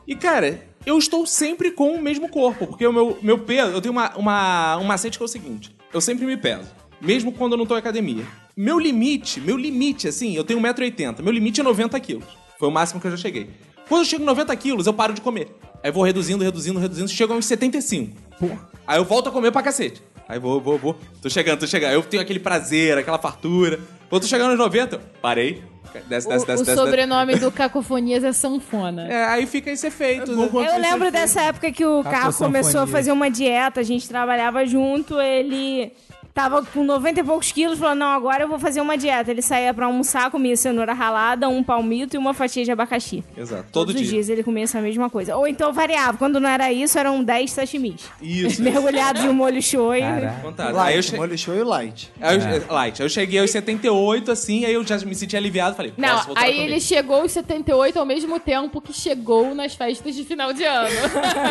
[SPEAKER 1] E, cara, eu estou sempre com o mesmo corpo. Porque o meu, meu peso... Eu tenho uma, uma, um macete que é o seguinte. Eu sempre me peso. Mesmo quando eu não tô em academia. Meu limite, meu limite, assim, eu tenho 1,80m. Meu limite é 90 quilos. Foi o máximo que eu já cheguei. Quando eu chego em 90 quilos, eu paro de comer. Aí vou reduzindo, reduzindo, reduzindo. Chego aos 75. Aí eu volto a comer pra cacete. Aí vou, vou, vou. Tô chegando, tô chegando. Eu tenho aquele prazer, aquela fartura. Quando tô chegando nos 90, eu parei. Desce,
[SPEAKER 3] O,
[SPEAKER 1] desce, desce,
[SPEAKER 3] o
[SPEAKER 1] desce.
[SPEAKER 3] sobrenome do Cacofonias é Sanfona.
[SPEAKER 1] desce. É, aí fica esse efeito. né?
[SPEAKER 5] Eu lembro dessa época que o
[SPEAKER 6] Cacto
[SPEAKER 5] Carlos começou a
[SPEAKER 6] sanfonia.
[SPEAKER 5] fazer uma dieta, a gente trabalhava junto, ele Tava com 90 e poucos quilos, falou: não, agora eu vou fazer uma dieta. Ele saía pra almoçar, comia cenoura ralada, um palmito e uma fatia de abacaxi.
[SPEAKER 1] Exato. Todo
[SPEAKER 5] Todos os
[SPEAKER 1] dia.
[SPEAKER 5] dias ele comia essa mesma coisa. Ou então variava. Quando não era isso, eram 10 sashimis.
[SPEAKER 1] Isso.
[SPEAKER 5] *laughs* Mergulhados em um molho shoyu.
[SPEAKER 6] Caraca.
[SPEAKER 1] Fantástico. Aí eu,
[SPEAKER 2] Light,
[SPEAKER 1] che...
[SPEAKER 2] molho show e light.
[SPEAKER 1] aí eu-
[SPEAKER 3] É.
[SPEAKER 1] Light. Aí eu cheguei aos 78, assim, aí eu já me senti aliviado. Falei,
[SPEAKER 3] Não,
[SPEAKER 1] posso voltar a
[SPEAKER 3] aí
[SPEAKER 1] comer.
[SPEAKER 3] ele chegou aos 78 ao mesmo tempo que chegou nas festas de final de ano.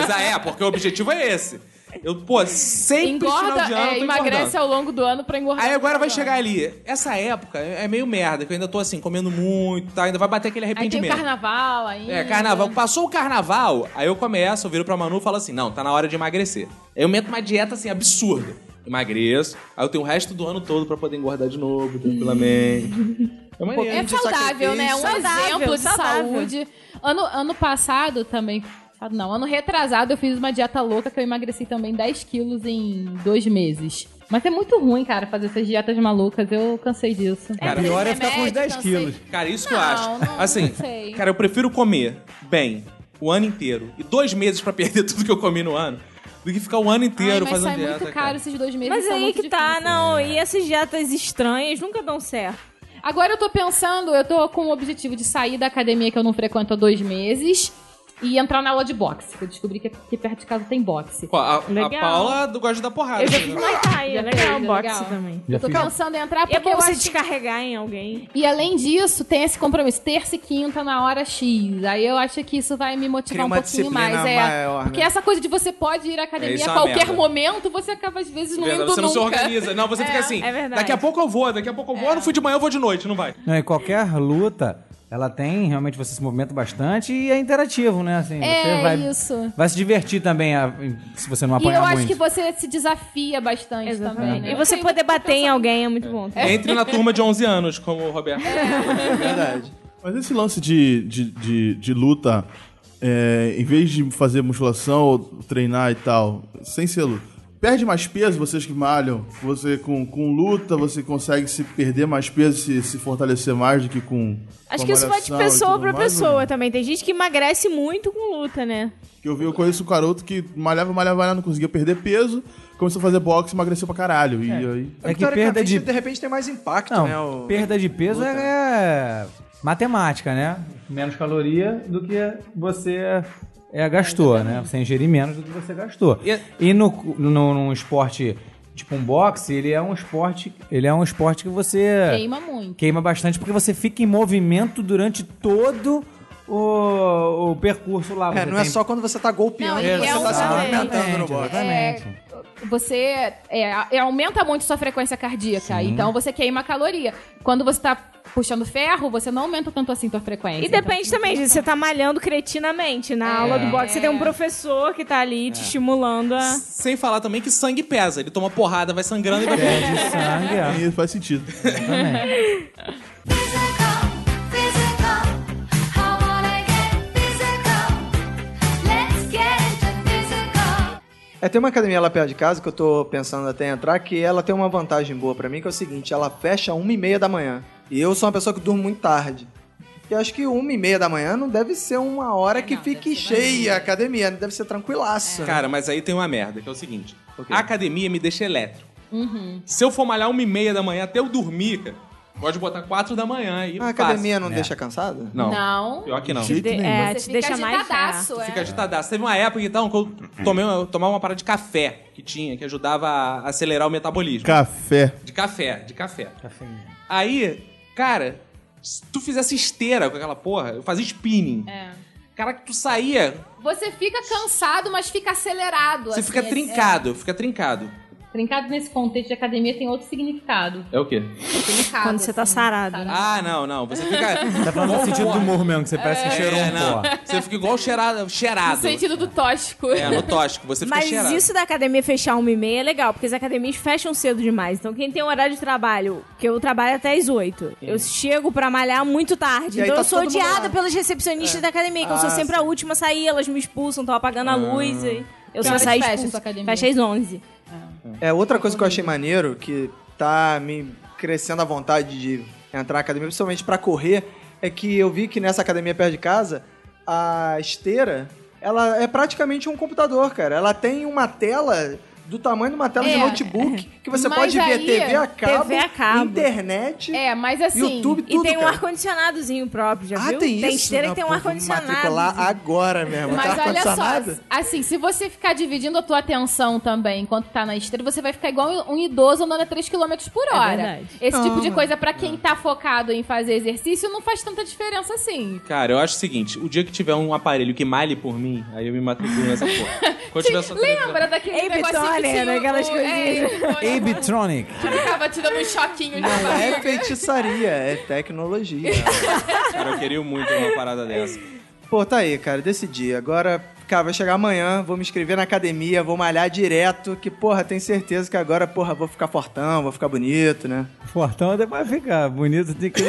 [SPEAKER 1] Mas, ah, é, porque o objetivo é esse. Eu, pô, *laughs* sempre
[SPEAKER 3] Engorda,
[SPEAKER 1] final de ano, eu
[SPEAKER 3] é,
[SPEAKER 1] tô
[SPEAKER 3] emagrece
[SPEAKER 1] engordando.
[SPEAKER 3] ao longo do ano pra engordar.
[SPEAKER 1] Aí
[SPEAKER 3] no
[SPEAKER 1] agora
[SPEAKER 3] final
[SPEAKER 1] vai
[SPEAKER 3] do
[SPEAKER 1] chegar
[SPEAKER 3] ano.
[SPEAKER 1] ali. Essa época é é meio merda, que eu ainda tô assim, comendo muito, tá? Ainda vai bater aquele
[SPEAKER 3] Aí tem o
[SPEAKER 1] arrependimento.
[SPEAKER 3] carnaval ainda.
[SPEAKER 1] É, carnaval. Passou o carnaval, aí eu começo, eu viro pra Manu e falo assim: não, tá na hora de emagrecer. Aí eu meto uma dieta assim, absurda. Emagreço, aí eu tenho o resto do ano todo pra poder engordar de novo, tranquilamente. É maneiro.
[SPEAKER 3] É
[SPEAKER 2] de
[SPEAKER 3] saudável, né? Um
[SPEAKER 5] Saudável,
[SPEAKER 3] exemplo de
[SPEAKER 5] saudável.
[SPEAKER 3] saúde. Ano, ano passado também. ah, Não, ano retrasado eu fiz uma dieta louca que eu emagreci também 10 quilos em dois meses. Mas é muito ruim, cara, fazer essas dietas malucas. Eu cansei disso.
[SPEAKER 1] Cara,
[SPEAKER 6] Pior é ficar com uns 10
[SPEAKER 3] Remédio,
[SPEAKER 6] quilos.
[SPEAKER 1] Cara, isso que eu
[SPEAKER 3] Não,
[SPEAKER 1] acho.
[SPEAKER 3] não,
[SPEAKER 1] assim,
[SPEAKER 3] não sei.
[SPEAKER 1] cara, eu prefiro comer bem o ano inteiro e dois meses pra perder *laughs* tudo que eu comi no ano do que ficar o ano
[SPEAKER 3] Ai,
[SPEAKER 1] inteiro
[SPEAKER 3] mas
[SPEAKER 1] fazendo
[SPEAKER 3] sai
[SPEAKER 1] dieta.
[SPEAKER 3] muito caro
[SPEAKER 1] cara.
[SPEAKER 3] esses dois meses.
[SPEAKER 5] Mas
[SPEAKER 3] são
[SPEAKER 5] aí
[SPEAKER 3] muito
[SPEAKER 5] que tá,
[SPEAKER 3] difíceis.
[SPEAKER 5] não.
[SPEAKER 1] É.
[SPEAKER 5] E essas dietas estranhas nunca dão certo.
[SPEAKER 3] Agora eu tô pensando, eu tô com o objetivo de sair da academia que eu não frequento há dois meses e entrar na aula de boxe. que Eu descobri que aqui perto de casa tem boxe.
[SPEAKER 1] Pô, A, a
[SPEAKER 5] Legal.
[SPEAKER 1] Paula do- gosta da porrada.
[SPEAKER 5] Eu já
[SPEAKER 1] né?
[SPEAKER 5] fiz Muay Thai, é
[SPEAKER 3] Já
[SPEAKER 5] legal,
[SPEAKER 3] fez, é
[SPEAKER 5] boxe
[SPEAKER 3] legal.
[SPEAKER 5] também.
[SPEAKER 3] Eu tô pensando em entrar
[SPEAKER 5] E é
[SPEAKER 3] porque
[SPEAKER 5] bom
[SPEAKER 3] eu
[SPEAKER 5] você
[SPEAKER 3] acho...
[SPEAKER 5] descarregar em alguém.
[SPEAKER 3] E além disso, tem esse compromisso, terça e quinta na hora X. Aí eu acho que isso vai me motivar
[SPEAKER 2] Cria
[SPEAKER 3] um
[SPEAKER 2] uma
[SPEAKER 3] pouquinho
[SPEAKER 2] disciplina
[SPEAKER 3] mais. É,
[SPEAKER 2] maior, né?
[SPEAKER 3] porque essa coisa de você pode ir à
[SPEAKER 1] É,
[SPEAKER 3] academia
[SPEAKER 1] isso é
[SPEAKER 3] a
[SPEAKER 1] uma
[SPEAKER 3] qualquer
[SPEAKER 1] merda.
[SPEAKER 3] momento, você acaba às vezes não
[SPEAKER 1] Verdade,
[SPEAKER 3] indo
[SPEAKER 1] você não
[SPEAKER 3] nunca.
[SPEAKER 1] se organiza. Não, você fica assim.
[SPEAKER 5] é verdade.
[SPEAKER 1] daqui a pouco eu vou, daqui a pouco eu
[SPEAKER 3] É.
[SPEAKER 1] vou. Eu não fui de manhã, eu vou de noite, não vai.
[SPEAKER 6] Não, e qualquer luta, ela tem, realmente você se movimenta bastante e é interativo, né? Assim,
[SPEAKER 3] É,
[SPEAKER 6] você vai,
[SPEAKER 3] isso.
[SPEAKER 6] Vai se divertir também a- se você não
[SPEAKER 3] E eu
[SPEAKER 6] apanhar
[SPEAKER 3] acho
[SPEAKER 6] muito.
[SPEAKER 3] que você se desafia bastante também, né?
[SPEAKER 5] E você
[SPEAKER 3] Sim,
[SPEAKER 5] poder
[SPEAKER 3] fica
[SPEAKER 5] bater em
[SPEAKER 3] pensando-
[SPEAKER 5] alguém é muito bom. também.
[SPEAKER 1] Entre na turma de 11 anos, como o Roberto.
[SPEAKER 2] Verdade.
[SPEAKER 4] Mas esse lance de, de, de, de luta, é, em vez de fazer musculação ou treinar e tal, sem ser luta, perde mais peso vocês que malham? Você com, com luta, você consegue se perder mais peso, se, se fortalecer mais do que com.
[SPEAKER 5] Acho
[SPEAKER 4] com
[SPEAKER 5] que isso vai de
[SPEAKER 4] malhação e
[SPEAKER 5] pessoa
[SPEAKER 4] tudo
[SPEAKER 5] pra
[SPEAKER 4] mais,
[SPEAKER 5] pessoa
[SPEAKER 4] né?
[SPEAKER 5] também. Tem gente que emagrece muito com luta, né?
[SPEAKER 4] Que eu vi, eu conheço um garoto que malhava, malhava, malhava, não conseguia perder peso, começou a fazer boxe, emagreceu pra caralho. E aí.
[SPEAKER 6] É que perda de-
[SPEAKER 2] de repente tem mais impacto,
[SPEAKER 6] Não,
[SPEAKER 2] né? o-
[SPEAKER 6] perda de peso
[SPEAKER 2] luta.
[SPEAKER 6] é, é matemática, né? Menos caloria do que você é, gastou, né? Você ingerir menos do que você gastou.
[SPEAKER 1] E-
[SPEAKER 6] E, no, no, num esporte tipo um boxe, ele é um esporte, ele é um esporte que você
[SPEAKER 3] Queima muito.
[SPEAKER 6] queima bastante porque você fica em movimento durante todo o, o percurso lá.
[SPEAKER 2] É,
[SPEAKER 6] Você
[SPEAKER 2] não é
[SPEAKER 6] tem-
[SPEAKER 2] só quando você tá golpeando
[SPEAKER 3] Não,
[SPEAKER 2] que
[SPEAKER 3] e
[SPEAKER 2] você
[SPEAKER 3] é
[SPEAKER 2] tá se
[SPEAKER 3] um-
[SPEAKER 2] movimentando no
[SPEAKER 6] Exatamente,
[SPEAKER 2] box.
[SPEAKER 6] Exatamente.
[SPEAKER 3] você é, a- aumenta muito sua frequência cardíaca, então você queima caloria. Quando você tá puxando ferro, você não aumenta tanto assim tua frequência.
[SPEAKER 5] E depende também, gente. Você tá malhando cretinamente. Na aula do boxe, você tem um professor que tá ali
[SPEAKER 4] É.
[SPEAKER 5] te estimulando a.
[SPEAKER 1] É. Sem falar também que sangue pesa. Ele toma porrada, vai sangrando e vai.
[SPEAKER 6] Perde sangue, é.
[SPEAKER 4] aí faz sentido.
[SPEAKER 6] Exatamente.
[SPEAKER 9] Physical, physical. I wanna get physical. Let's get into physical.
[SPEAKER 2] É, tem uma academia lá perto de casa que eu tô pensando até em entrar, que ela tem uma vantagem boa pra mim, que é o seguinte, ela fecha uma e meia da manhã. E eu sou uma pessoa que durmo muito tarde. E eu acho que uma e meia da manhã não deve ser uma hora que fique cheia a academia, deve ser
[SPEAKER 3] É.
[SPEAKER 2] tranquilaça.
[SPEAKER 1] Cara, mas aí tem uma merda, que é o seguinte:
[SPEAKER 2] Ok.
[SPEAKER 1] a academia me deixa elétrico.
[SPEAKER 6] Uhum.
[SPEAKER 1] Se eu for malhar uma e meia da manhã até eu dormir, cara, pode botar quatro da manhã aí.
[SPEAKER 2] a
[SPEAKER 1] passa.
[SPEAKER 2] academia
[SPEAKER 3] né?
[SPEAKER 2] não deixa cansada?
[SPEAKER 1] Não.
[SPEAKER 3] Não.
[SPEAKER 1] Pior que não.
[SPEAKER 4] De jeito
[SPEAKER 5] de-
[SPEAKER 4] nenhum.
[SPEAKER 5] é,
[SPEAKER 3] Você
[SPEAKER 5] te
[SPEAKER 3] fica
[SPEAKER 5] deixa mais
[SPEAKER 3] agitadaço, é.
[SPEAKER 1] Fica agitadaço. Teve uma época, então, que eu, tomei, eu tomava uma parada de café que tinha, que ajudava a acelerar o metabolismo.
[SPEAKER 4] Café.
[SPEAKER 1] De café, de café. Aí, cara, se tu fizesse esteira com aquela porra, eu fazia spinning.
[SPEAKER 3] É.
[SPEAKER 1] Cara, que tu saía,
[SPEAKER 3] Você fica cansado, mas fica acelerado.
[SPEAKER 1] você
[SPEAKER 3] assim,
[SPEAKER 1] fica
[SPEAKER 3] é-
[SPEAKER 1] trincado, fica trincado.
[SPEAKER 3] é. Trincado nesse contexto de academia tem outro significado.
[SPEAKER 1] É o quê?
[SPEAKER 3] Trincado,
[SPEAKER 5] Quando você tá
[SPEAKER 3] assim,
[SPEAKER 5] sarado.
[SPEAKER 1] Ah, não, não. Você fica.
[SPEAKER 6] *laughs* Tá falando no sentido do morro mesmo, que você parece que cheirou
[SPEAKER 1] É,
[SPEAKER 6] um
[SPEAKER 1] não.
[SPEAKER 6] pó.
[SPEAKER 1] Você fica igual cheirado.
[SPEAKER 3] No
[SPEAKER 1] cheirado.
[SPEAKER 3] sentido do tóxico.
[SPEAKER 1] É, no tóxico. Você fica
[SPEAKER 5] Mas
[SPEAKER 1] cheirado.
[SPEAKER 5] isso da academia fechar uma e meia é legal, porque as academias fecham cedo demais. Então quem tem horário de trabalho, que eu trabalho até as oito, eu chego pra malhar muito tarde.
[SPEAKER 2] E aí
[SPEAKER 5] então
[SPEAKER 2] tá
[SPEAKER 5] eu sou
[SPEAKER 2] todo mundo
[SPEAKER 5] odiada
[SPEAKER 2] lá.
[SPEAKER 5] pelos recepcionistas da academia, que eu
[SPEAKER 2] Ah,
[SPEAKER 5] sou sempre a última a sair, elas me expulsam, estão apagando a luz. E eu só
[SPEAKER 3] horas
[SPEAKER 5] saí
[SPEAKER 3] fecha
[SPEAKER 5] expulsa.
[SPEAKER 3] sua academia?
[SPEAKER 5] Fecha às onze.
[SPEAKER 2] É, outra coisa que eu achei maneiro, que tá me crescendo a vontade de entrar na academia, principalmente pra correr, é que eu vi que nessa academia perto de casa, a esteira, ela é praticamente um computador, cara. Ela tem uma tela do tamanho de uma tela de
[SPEAKER 3] É,
[SPEAKER 2] notebook que você
[SPEAKER 3] Mas
[SPEAKER 2] pode ver
[SPEAKER 3] aí,
[SPEAKER 2] TV a cabo,
[SPEAKER 5] TV a cabo.
[SPEAKER 2] internet,
[SPEAKER 3] É, mas assim.
[SPEAKER 2] YouTube,
[SPEAKER 5] E
[SPEAKER 2] tudo,
[SPEAKER 5] tem um
[SPEAKER 2] cara.
[SPEAKER 5] ar-condicionadozinho próprio, já
[SPEAKER 2] Ah,
[SPEAKER 5] viu?
[SPEAKER 2] tem isso?
[SPEAKER 5] esteira que tem um
[SPEAKER 2] Não, pô, vou me
[SPEAKER 5] ar-condicionado.
[SPEAKER 2] matricular agora mesmo.
[SPEAKER 3] Mas
[SPEAKER 2] tá
[SPEAKER 3] olha
[SPEAKER 2] ar-condicionado?
[SPEAKER 3] só, assim, se você ficar dividindo a tua atenção também enquanto tá na esteira, você vai ficar igual um idoso andando a 3 km por hora.
[SPEAKER 5] É verdade.
[SPEAKER 3] Esse tipo de coisa, pra quem tá focado em fazer exercício, não faz tanta diferença assim.
[SPEAKER 1] Cara, eu acho o seguinte: o dia que tiver um aparelho que malhe por mim, aí eu me matriculo nessa porra. Quando tiver só televisão-
[SPEAKER 3] Lembra daquele
[SPEAKER 5] Ei,
[SPEAKER 3] negocinho
[SPEAKER 5] Vitória,
[SPEAKER 3] que tinha
[SPEAKER 5] daquelas
[SPEAKER 3] o-
[SPEAKER 5] coisinhas.
[SPEAKER 3] É, Vitória,
[SPEAKER 6] Abitronic.
[SPEAKER 3] que ficava te dando um choquinho de
[SPEAKER 2] Não
[SPEAKER 3] barriga.
[SPEAKER 2] é feitiçaria, é tecnologia.
[SPEAKER 1] Cara, eu queria muito uma parada dessa.
[SPEAKER 2] Pô, tá aí, cara, decidi. Agora, cara, vai chegar amanhã, vou me inscrever na academia, vou malhar direto, que, porra, tenho certeza que agora, porra, vou ficar fortão, vou ficar bonito, né?
[SPEAKER 6] Fortão até vai ficar bonito. Tem que...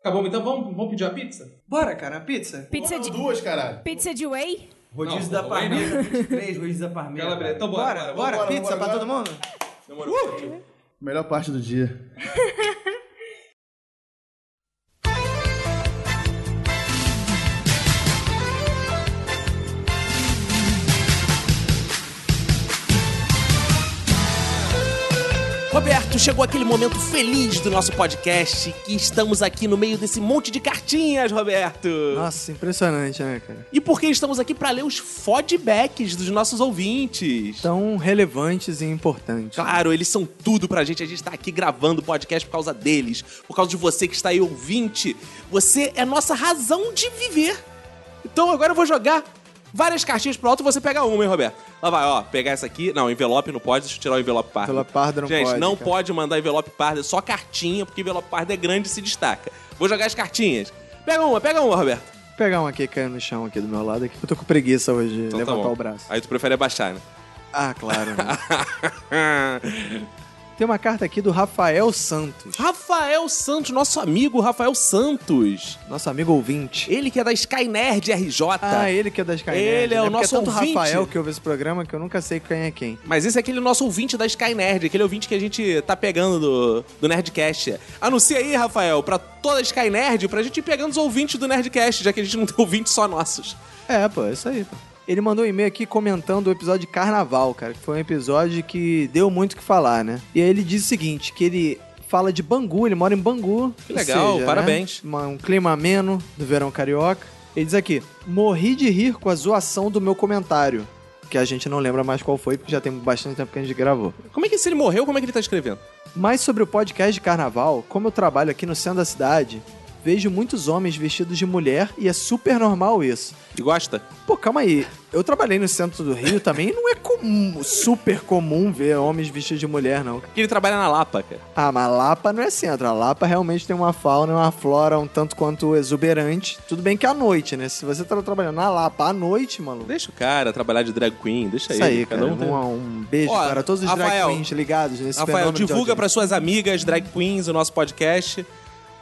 [SPEAKER 1] Acabou, então vamos, vamos pedir a pizza?
[SPEAKER 2] Bora, cara, pizza?
[SPEAKER 5] Pizza de,
[SPEAKER 4] Duas, caralho.
[SPEAKER 5] pizza de whey?
[SPEAKER 6] Rodízio
[SPEAKER 1] Não,
[SPEAKER 6] da
[SPEAKER 1] não
[SPEAKER 6] Parmeira, 23, rodízio da Parmeira. cara.
[SPEAKER 1] Então
[SPEAKER 2] Bora, bora,
[SPEAKER 4] bora,
[SPEAKER 2] pizza
[SPEAKER 4] bora,
[SPEAKER 2] pra
[SPEAKER 4] bora.
[SPEAKER 2] todo mundo?
[SPEAKER 4] Melhor parte do dia.
[SPEAKER 1] Roberto, chegou aquele momento feliz do nosso podcast que estamos aqui no meio desse monte de cartinhas, Roberto.
[SPEAKER 2] Nossa, impressionante, né, cara?
[SPEAKER 1] E por que estamos aqui para ler os fodbacks dos nossos ouvintes?
[SPEAKER 2] Tão relevantes e importantes.
[SPEAKER 1] Claro, eles são tudo pra gente. A gente tá aqui gravando o podcast por causa deles, por causa de você que está aí ouvinte. Você é nossa razão de viver. Então agora eu vou jogar várias cartinhas pro alto e você pega uma, hein, Roberto? Lá vai, ó, pegar essa aqui. Não, envelope não pode, deixa eu tirar o envelope pardo.
[SPEAKER 2] Envelope pardo não
[SPEAKER 1] gente,
[SPEAKER 2] pode,
[SPEAKER 1] não
[SPEAKER 2] cara.
[SPEAKER 1] pode mandar envelope pardo, é só cartinha, porque envelope pardo é grande e se destaca. Vou jogar as cartinhas. Pega uma, pega uma, Roberto.
[SPEAKER 2] Vou pegar uma aqui caindo no chão aqui do meu lado, aqui. eu tô com preguiça hoje de
[SPEAKER 1] Então tá
[SPEAKER 2] levantar
[SPEAKER 1] bom.
[SPEAKER 2] o braço.
[SPEAKER 1] Aí tu prefere abaixar, né? *laughs*
[SPEAKER 2] Ah, claro. né? *laughs* Tem uma carta aqui do Rafael Santos,
[SPEAKER 1] Rafael Santos, nosso amigo Rafael Santos.
[SPEAKER 2] nosso amigo ouvinte.
[SPEAKER 1] Ele que é da Sky Nerd RJ.
[SPEAKER 2] Ah, ele que é das Skynet.
[SPEAKER 1] Tá. Ele é o
[SPEAKER 2] né? Porque
[SPEAKER 1] nosso
[SPEAKER 2] tanto
[SPEAKER 1] ouvinte.
[SPEAKER 2] Rafael que ouve esse programa que eu nunca sei quem é quem.
[SPEAKER 1] Mas esse é aquele nosso ouvinte da Sky Nerd, aquele ouvinte que a gente tá pegando do, do Nerdcast. Anuncia aí, Rafael, pra toda a Sky Nerd, pra gente ir pegando os ouvintes do Nerdcast, já que a gente não tem ouvintes só nossos.
[SPEAKER 2] É, pô, é isso aí. Pô. Ele mandou um e-mail aqui comentando o episódio de Carnaval, cara, que foi um episódio que deu muito o que falar, né? E aí ele diz o seguinte, que ele fala de Bangu, ele mora em Bangu.
[SPEAKER 1] Que
[SPEAKER 2] ou
[SPEAKER 1] legal,
[SPEAKER 2] seja, né,
[SPEAKER 1] parabéns.
[SPEAKER 2] uma- um clima ameno do verão carioca. Ele diz aqui, morri de rir com a zoação do meu comentário. Que a gente não lembra mais qual foi, porque já tem bastante tempo que a gente gravou.
[SPEAKER 1] Como é que se ele morreu, como é que ele tá escrevendo?
[SPEAKER 2] Mas sobre o podcast de carnaval, como eu trabalho aqui no centro da cidade, vejo muitos homens vestidos de mulher e é super normal isso.
[SPEAKER 1] E gosta?
[SPEAKER 2] Pô, calma aí. Eu trabalhei no centro do Rio também e não é comum, super comum ver homens vestidos de mulher, não.
[SPEAKER 1] Porque ele trabalha na Lapa, cara.
[SPEAKER 2] Ah, mas Lapa não é centro. A Lapa realmente tem uma fauna e uma flora um tanto quanto exuberante. Tudo bem que à noite, né? Se você tá trabalhando na Lapa à noite, maluco.
[SPEAKER 1] Deixa o cara trabalhar de drag queen, deixa
[SPEAKER 2] Isso aí,
[SPEAKER 1] ele,
[SPEAKER 2] cara.
[SPEAKER 1] tem-
[SPEAKER 2] Um, um beijo
[SPEAKER 1] Ó,
[SPEAKER 2] para todos os
[SPEAKER 1] Rafael,
[SPEAKER 2] drag queens ligados nesse
[SPEAKER 1] Rafael,
[SPEAKER 2] fenômeno de
[SPEAKER 1] divulga
[SPEAKER 2] audiência.
[SPEAKER 1] para suas amigas drag queens o nosso podcast.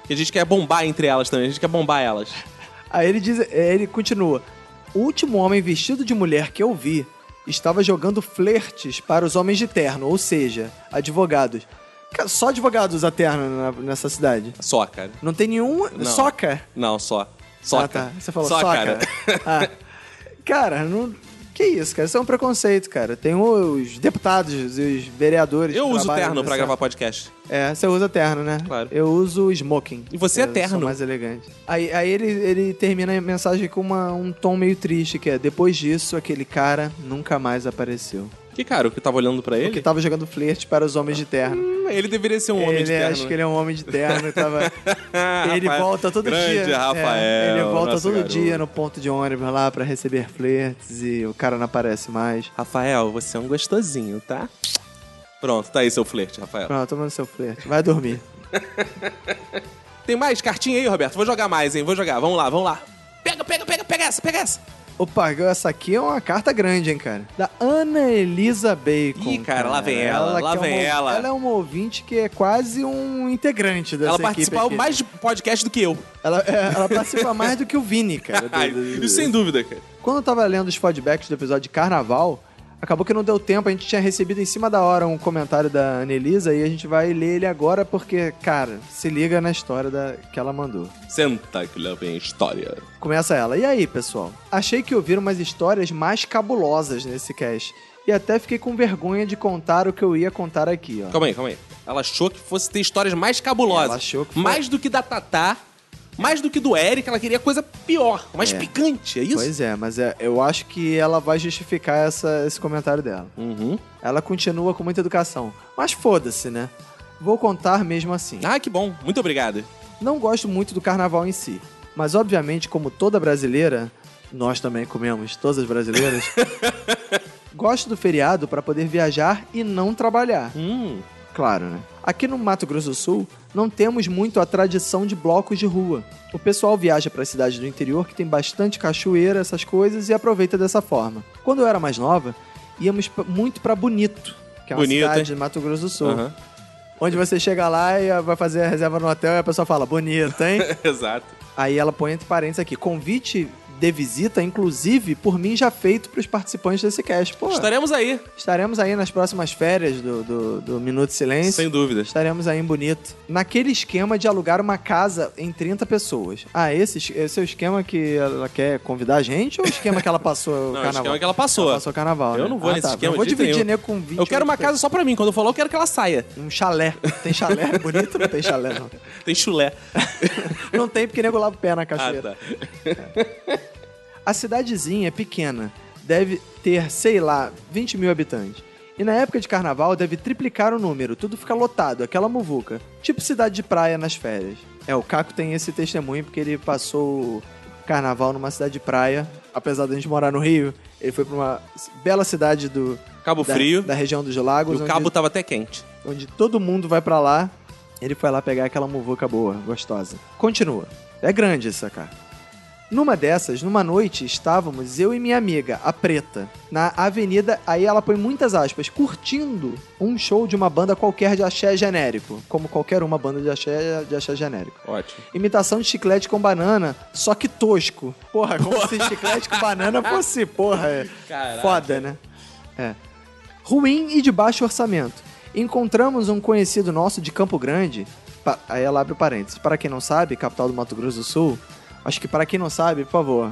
[SPEAKER 1] Que a gente quer bombar entre elas também, a gente quer bombar elas.
[SPEAKER 2] Aí ele diz, é, ele continua: "O último homem vestido de mulher que eu vi estava jogando flertes para os homens de terno, ou seja, advogados. Cara, Só advogados usa terno na- nessa cidade.
[SPEAKER 1] Só, cara.
[SPEAKER 2] Não tem nenhum
[SPEAKER 1] Não.
[SPEAKER 2] soca.
[SPEAKER 1] Não, só. Só,
[SPEAKER 2] Ah, tá.
[SPEAKER 1] cara.
[SPEAKER 2] Você falou
[SPEAKER 1] só,
[SPEAKER 2] só,
[SPEAKER 1] cara.
[SPEAKER 2] cara. Ah. Cara, não que isso, cara? Isso é um preconceito, cara. Tem os deputados e os vereadores.
[SPEAKER 1] Eu
[SPEAKER 2] que
[SPEAKER 1] uso
[SPEAKER 2] trabalham
[SPEAKER 1] terno pra
[SPEAKER 2] nessa-
[SPEAKER 1] gravar podcast.
[SPEAKER 2] É, você usa terno, né?
[SPEAKER 1] Claro.
[SPEAKER 2] Eu uso smoking.
[SPEAKER 1] E você é
[SPEAKER 2] Eu sou
[SPEAKER 1] terno.
[SPEAKER 2] mais elegante. Aí, aí ele, ele termina a mensagem com uma- um tom meio triste, que é depois disso, aquele cara nunca mais apareceu.
[SPEAKER 1] Que cara, o que tava olhando pra
[SPEAKER 2] Porque
[SPEAKER 1] ele?
[SPEAKER 2] tava jogando flerte para os homens de terno.
[SPEAKER 1] Hum, Ele deveria ser um homem
[SPEAKER 2] ele,
[SPEAKER 1] de terno.
[SPEAKER 2] Acho
[SPEAKER 1] né?
[SPEAKER 2] que ele é um homem de terno
[SPEAKER 1] *laughs*
[SPEAKER 2] e tava...
[SPEAKER 1] Ah,
[SPEAKER 2] ele
[SPEAKER 1] Rafael-
[SPEAKER 2] volta todo
[SPEAKER 1] grande
[SPEAKER 2] dia.
[SPEAKER 1] Rafael.
[SPEAKER 2] É, ele volta
[SPEAKER 1] nosso
[SPEAKER 2] todo
[SPEAKER 1] garoto.
[SPEAKER 2] dia no ponto de ônibus lá pra receber flertes e o cara não aparece mais.
[SPEAKER 1] Rafael, você é um gostosinho, tá? Pronto, tá aí seu flerte, Rafael.
[SPEAKER 2] Pronto, tomando seu flerte. Vai dormir.
[SPEAKER 1] Tem mais cartinha aí, Roberto? Vou jogar mais, hein? Vou jogar. Vamos lá, vamos lá. Pega, pega, pega, pega essa, pega essa.
[SPEAKER 2] Opa, essa aqui é uma carta grande, hein, cara? Da Ana Elisa Bacon.
[SPEAKER 1] Ih, cara, lá vem ela, lá
[SPEAKER 2] que é
[SPEAKER 1] vem
[SPEAKER 2] uma-
[SPEAKER 1] ela.
[SPEAKER 2] Ela é uma ouvinte que é quase um integrante dessa
[SPEAKER 1] Ela
[SPEAKER 2] equipe
[SPEAKER 1] participou
[SPEAKER 2] aqui.
[SPEAKER 1] mais de podcast do que eu.
[SPEAKER 2] Ela, é, ela participa mais do que o
[SPEAKER 1] *laughs*
[SPEAKER 2] Vini, cara. do- do- do-
[SPEAKER 1] Isso é sem dúvida, cara.
[SPEAKER 2] Quando eu tava lendo os feedbacks do episódio de Carnaval, acabou que não deu tempo, a gente tinha recebido em cima da hora um comentário da Anelisa e a gente vai ler ele agora porque, cara, se liga na história da, que ela mandou.
[SPEAKER 1] Senta que lá vem a história.
[SPEAKER 2] Começa ela. E aí, pessoal? Achei que ouviram umas histórias mais cabulosas nesse cast. E até fiquei com vergonha de contar o que eu ia contar aqui, ó.
[SPEAKER 1] Calma aí, calma aí. Ela achou que fosse ter histórias mais
[SPEAKER 2] Ela
[SPEAKER 1] cabulosas.
[SPEAKER 2] achou que foi-
[SPEAKER 1] Mais do que da Tatá, mais do que do Eric, ela queria coisa pior, mais picante, é isso?
[SPEAKER 2] Pois é, mas é- eu acho que ela vai justificar essa- esse comentário dela.
[SPEAKER 1] Uhum.
[SPEAKER 2] Ela continua com muita educação. Mas foda-se, né? Vou contar mesmo assim.
[SPEAKER 1] Ah, que bom. Muito obrigado.
[SPEAKER 2] Não gosto muito do carnaval em si, mas obviamente, como toda brasileira, nós também comemos, todas as
[SPEAKER 1] *laughs*
[SPEAKER 2] brasileiras, gosto do feriado para poder viajar e não trabalhar.
[SPEAKER 1] Hum.
[SPEAKER 2] Claro, né? Aqui no Mato Grosso do Sul, não temos muito a tradição de blocos de rua. O pessoal viaja para cidades do interior que tem bastante cachoeira, essas coisas, e aproveita dessa forma. Quando eu era mais nova, íamos pra- muito para Bonito, que é uma
[SPEAKER 1] Bonito,
[SPEAKER 2] cidade
[SPEAKER 1] hein?
[SPEAKER 2] do Mato Grosso do Sul.
[SPEAKER 1] Aham. *laughs*
[SPEAKER 2] Onde você chega lá e vai fazer a reserva no hotel e a pessoa fala,
[SPEAKER 1] *laughs*
[SPEAKER 2] bonito, hein?
[SPEAKER 1] Exato.
[SPEAKER 2] Aí ela põe entre parênteses aqui, convite de visita, inclusive, por mim já feito pros participantes desse cast. Pô,
[SPEAKER 1] Estaremos aí,
[SPEAKER 2] estaremos aí nas próximas férias do, do, do Minuto de Silêncio.
[SPEAKER 1] sem dúvidas.
[SPEAKER 2] Estaremos aí em Bonito. Naquele esquema de alugar uma casa em 30 pessoas. Ah, esse, es- esse é o esquema que ela quer convidar a gente ou o esquema que ela passou o
[SPEAKER 1] Não, é o
[SPEAKER 2] carnaval?
[SPEAKER 1] esquema que ela passou.
[SPEAKER 2] Ela passou o carnaval,
[SPEAKER 1] Eu
[SPEAKER 2] né?
[SPEAKER 1] não vou
[SPEAKER 2] Ah,
[SPEAKER 1] nesse
[SPEAKER 2] tá.
[SPEAKER 1] esquema
[SPEAKER 2] Eu vou
[SPEAKER 1] de
[SPEAKER 2] dividir,
[SPEAKER 1] jeito nenhum.
[SPEAKER 2] né, com 20
[SPEAKER 1] Eu quero uma casa só pra mim. Quando eu falar, eu quero que ela saia.
[SPEAKER 2] Um chalé. Tem chalé bonito? Não tem
[SPEAKER 1] *laughs*
[SPEAKER 2] chalé, não.
[SPEAKER 1] Tem chulé.
[SPEAKER 2] Não tem porque nego lava o pé na
[SPEAKER 1] ah,
[SPEAKER 2] *laughs* cachoeira.
[SPEAKER 1] tá.
[SPEAKER 2] A cidadezinha é pequena, deve ter, sei lá, 20 mil habitantes. E na época de carnaval deve triplicar o número, tudo fica lotado, aquela muvuca. Tipo cidade de praia nas férias. É, o Caco tem esse testemunho porque ele passou o carnaval numa cidade de praia. Apesar de a gente morar no Rio, ele foi pra uma bela cidade do...
[SPEAKER 1] Cabo
[SPEAKER 2] da,
[SPEAKER 1] Frio.
[SPEAKER 2] Da região dos
[SPEAKER 1] E
[SPEAKER 2] lagos.
[SPEAKER 1] o
[SPEAKER 2] onde-
[SPEAKER 1] cabo tava até quente.
[SPEAKER 2] onde todo mundo vai pra lá. Ele foi lá pegar aquela muvuca boa, gostosa. Continua. É grande essa cara. Numa dessas, numa noite, estávamos eu e minha amiga, a Preta, na avenida, aí ela põe muitas aspas, curtindo um show de uma banda qualquer de axé genérico. Como qualquer uma banda de axé, de axé genérico.
[SPEAKER 1] Ótimo.
[SPEAKER 2] Imitação de chiclete com banana, só que tosco. Porra, como se chiclete com banana fosse, porra. é
[SPEAKER 1] Caraca.
[SPEAKER 2] Foda, né? É. Ruim e de baixo orçamento. Encontramos um conhecido nosso de Campo Grande. pa- aí ela abre parênteses. Para quem não sabe, capital do Mato Grosso do Sul. Acho que para quem não sabe, por favor,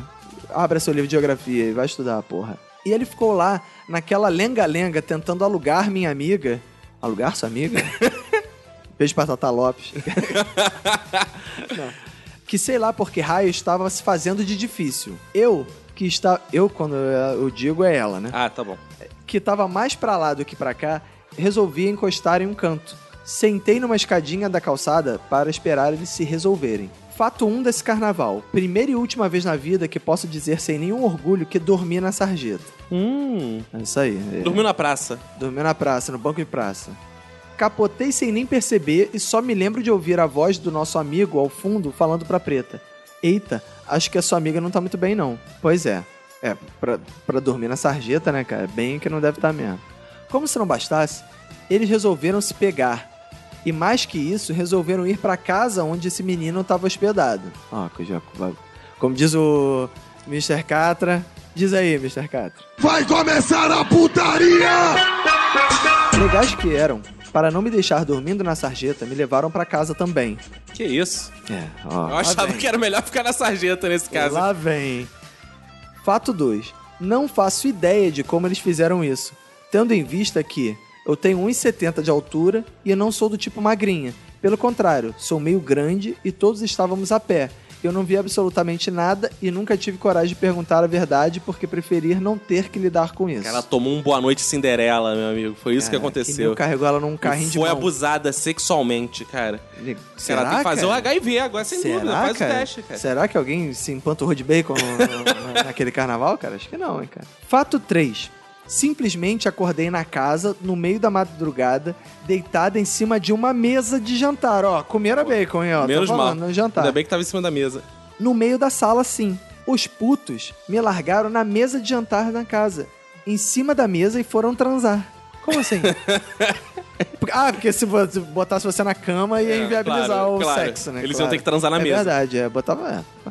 [SPEAKER 2] abra seu livro de geografia e vai estudar, porra. E ele ficou lá, naquela lenga-lenga, tentando alugar minha amiga. Alugar sua amiga? Beijo pra Tata Lopes. Não. Que sei lá por que raio estava se fazendo de difícil. Eu, que está. Eu, quando eu digo, é ela, né?
[SPEAKER 1] Ah, tá bom.
[SPEAKER 2] Que estava mais pra lá do que pra cá, resolvi encostar em um canto. Sentei numa escadinha da calçada para esperar eles se resolverem. Fato 1 desse carnaval. Primeira e última vez na vida que posso dizer sem nenhum orgulho que dormi na sarjeta.
[SPEAKER 1] Hum.
[SPEAKER 2] É isso aí. é.
[SPEAKER 1] Dormiu na praça.
[SPEAKER 2] Dormiu na praça, no banco de praça. Capotei sem nem perceber e só me lembro de ouvir a voz do nosso amigo ao fundo falando pra preta. Eita, acho que a sua amiga não tá muito bem, não. Pois é. É, pra, pra dormir na sarjeta, né, cara? Bem que não deve estar mesmo. Como se não bastasse, eles resolveram se pegar. E mais que isso, resolveram ir pra casa onde esse menino estava hospedado. Ó, que já- como diz o Mr. Catra. Diz aí, Mr. Catra. Legais que eram, para não me deixar dormindo na sarjeta, me levaram pra casa também.
[SPEAKER 1] Que isso?
[SPEAKER 2] É, ó.
[SPEAKER 1] Eu achava que era melhor ficar na sarjeta nesse caso.
[SPEAKER 2] Lá vem. Fato 2. Não faço ideia de como eles fizeram isso, tendo em vista que eu tenho 1,70 de altura e não sou do tipo magrinha. Pelo contrário, sou meio grande e todos estávamos a pé. Eu não vi absolutamente nada e nunca tive coragem de perguntar a verdade porque preferir não ter que lidar com isso.
[SPEAKER 1] Cara, ela tomou um boa noite Cinderela, meu amigo. Foi isso que
[SPEAKER 2] Cara,
[SPEAKER 1] aconteceu.
[SPEAKER 2] e não carregou ela num
[SPEAKER 1] E
[SPEAKER 2] carrinho de
[SPEAKER 1] foi
[SPEAKER 2] mão.
[SPEAKER 1] abusada sexualmente, cara.
[SPEAKER 2] Será,
[SPEAKER 1] ela tem que fazer
[SPEAKER 2] cara?
[SPEAKER 1] o HIV agora, sem dúvida. Faz
[SPEAKER 2] cara?
[SPEAKER 1] o teste, cara.
[SPEAKER 2] Será que alguém se empanturrou de bacon no- no- na- naquele carnaval, cara? Acho que não, hein, cara. Fato 3. Simplesmente acordei na casa, no meio da madrugada, deitada em cima de uma mesa de jantar. Ó, comeram bacon, hein, ó.
[SPEAKER 1] Menos
[SPEAKER 2] tô
[SPEAKER 1] mal.
[SPEAKER 2] falando, no jantar.
[SPEAKER 1] Ainda bem que tava em cima da mesa.
[SPEAKER 2] No meio da sala, sim. Os putos me largaram na mesa de jantar da casa, em cima da mesa e foram transar. Como assim? ah, porque se vo- se botasse você na cama ia
[SPEAKER 1] É,
[SPEAKER 2] inviabilizar
[SPEAKER 1] claro,
[SPEAKER 2] o
[SPEAKER 1] claro.
[SPEAKER 2] sexo, né?
[SPEAKER 1] Eles iam
[SPEAKER 2] claro.
[SPEAKER 1] ter que transar na
[SPEAKER 2] É
[SPEAKER 1] mesa.
[SPEAKER 2] verdade, é. Botava. *laughs*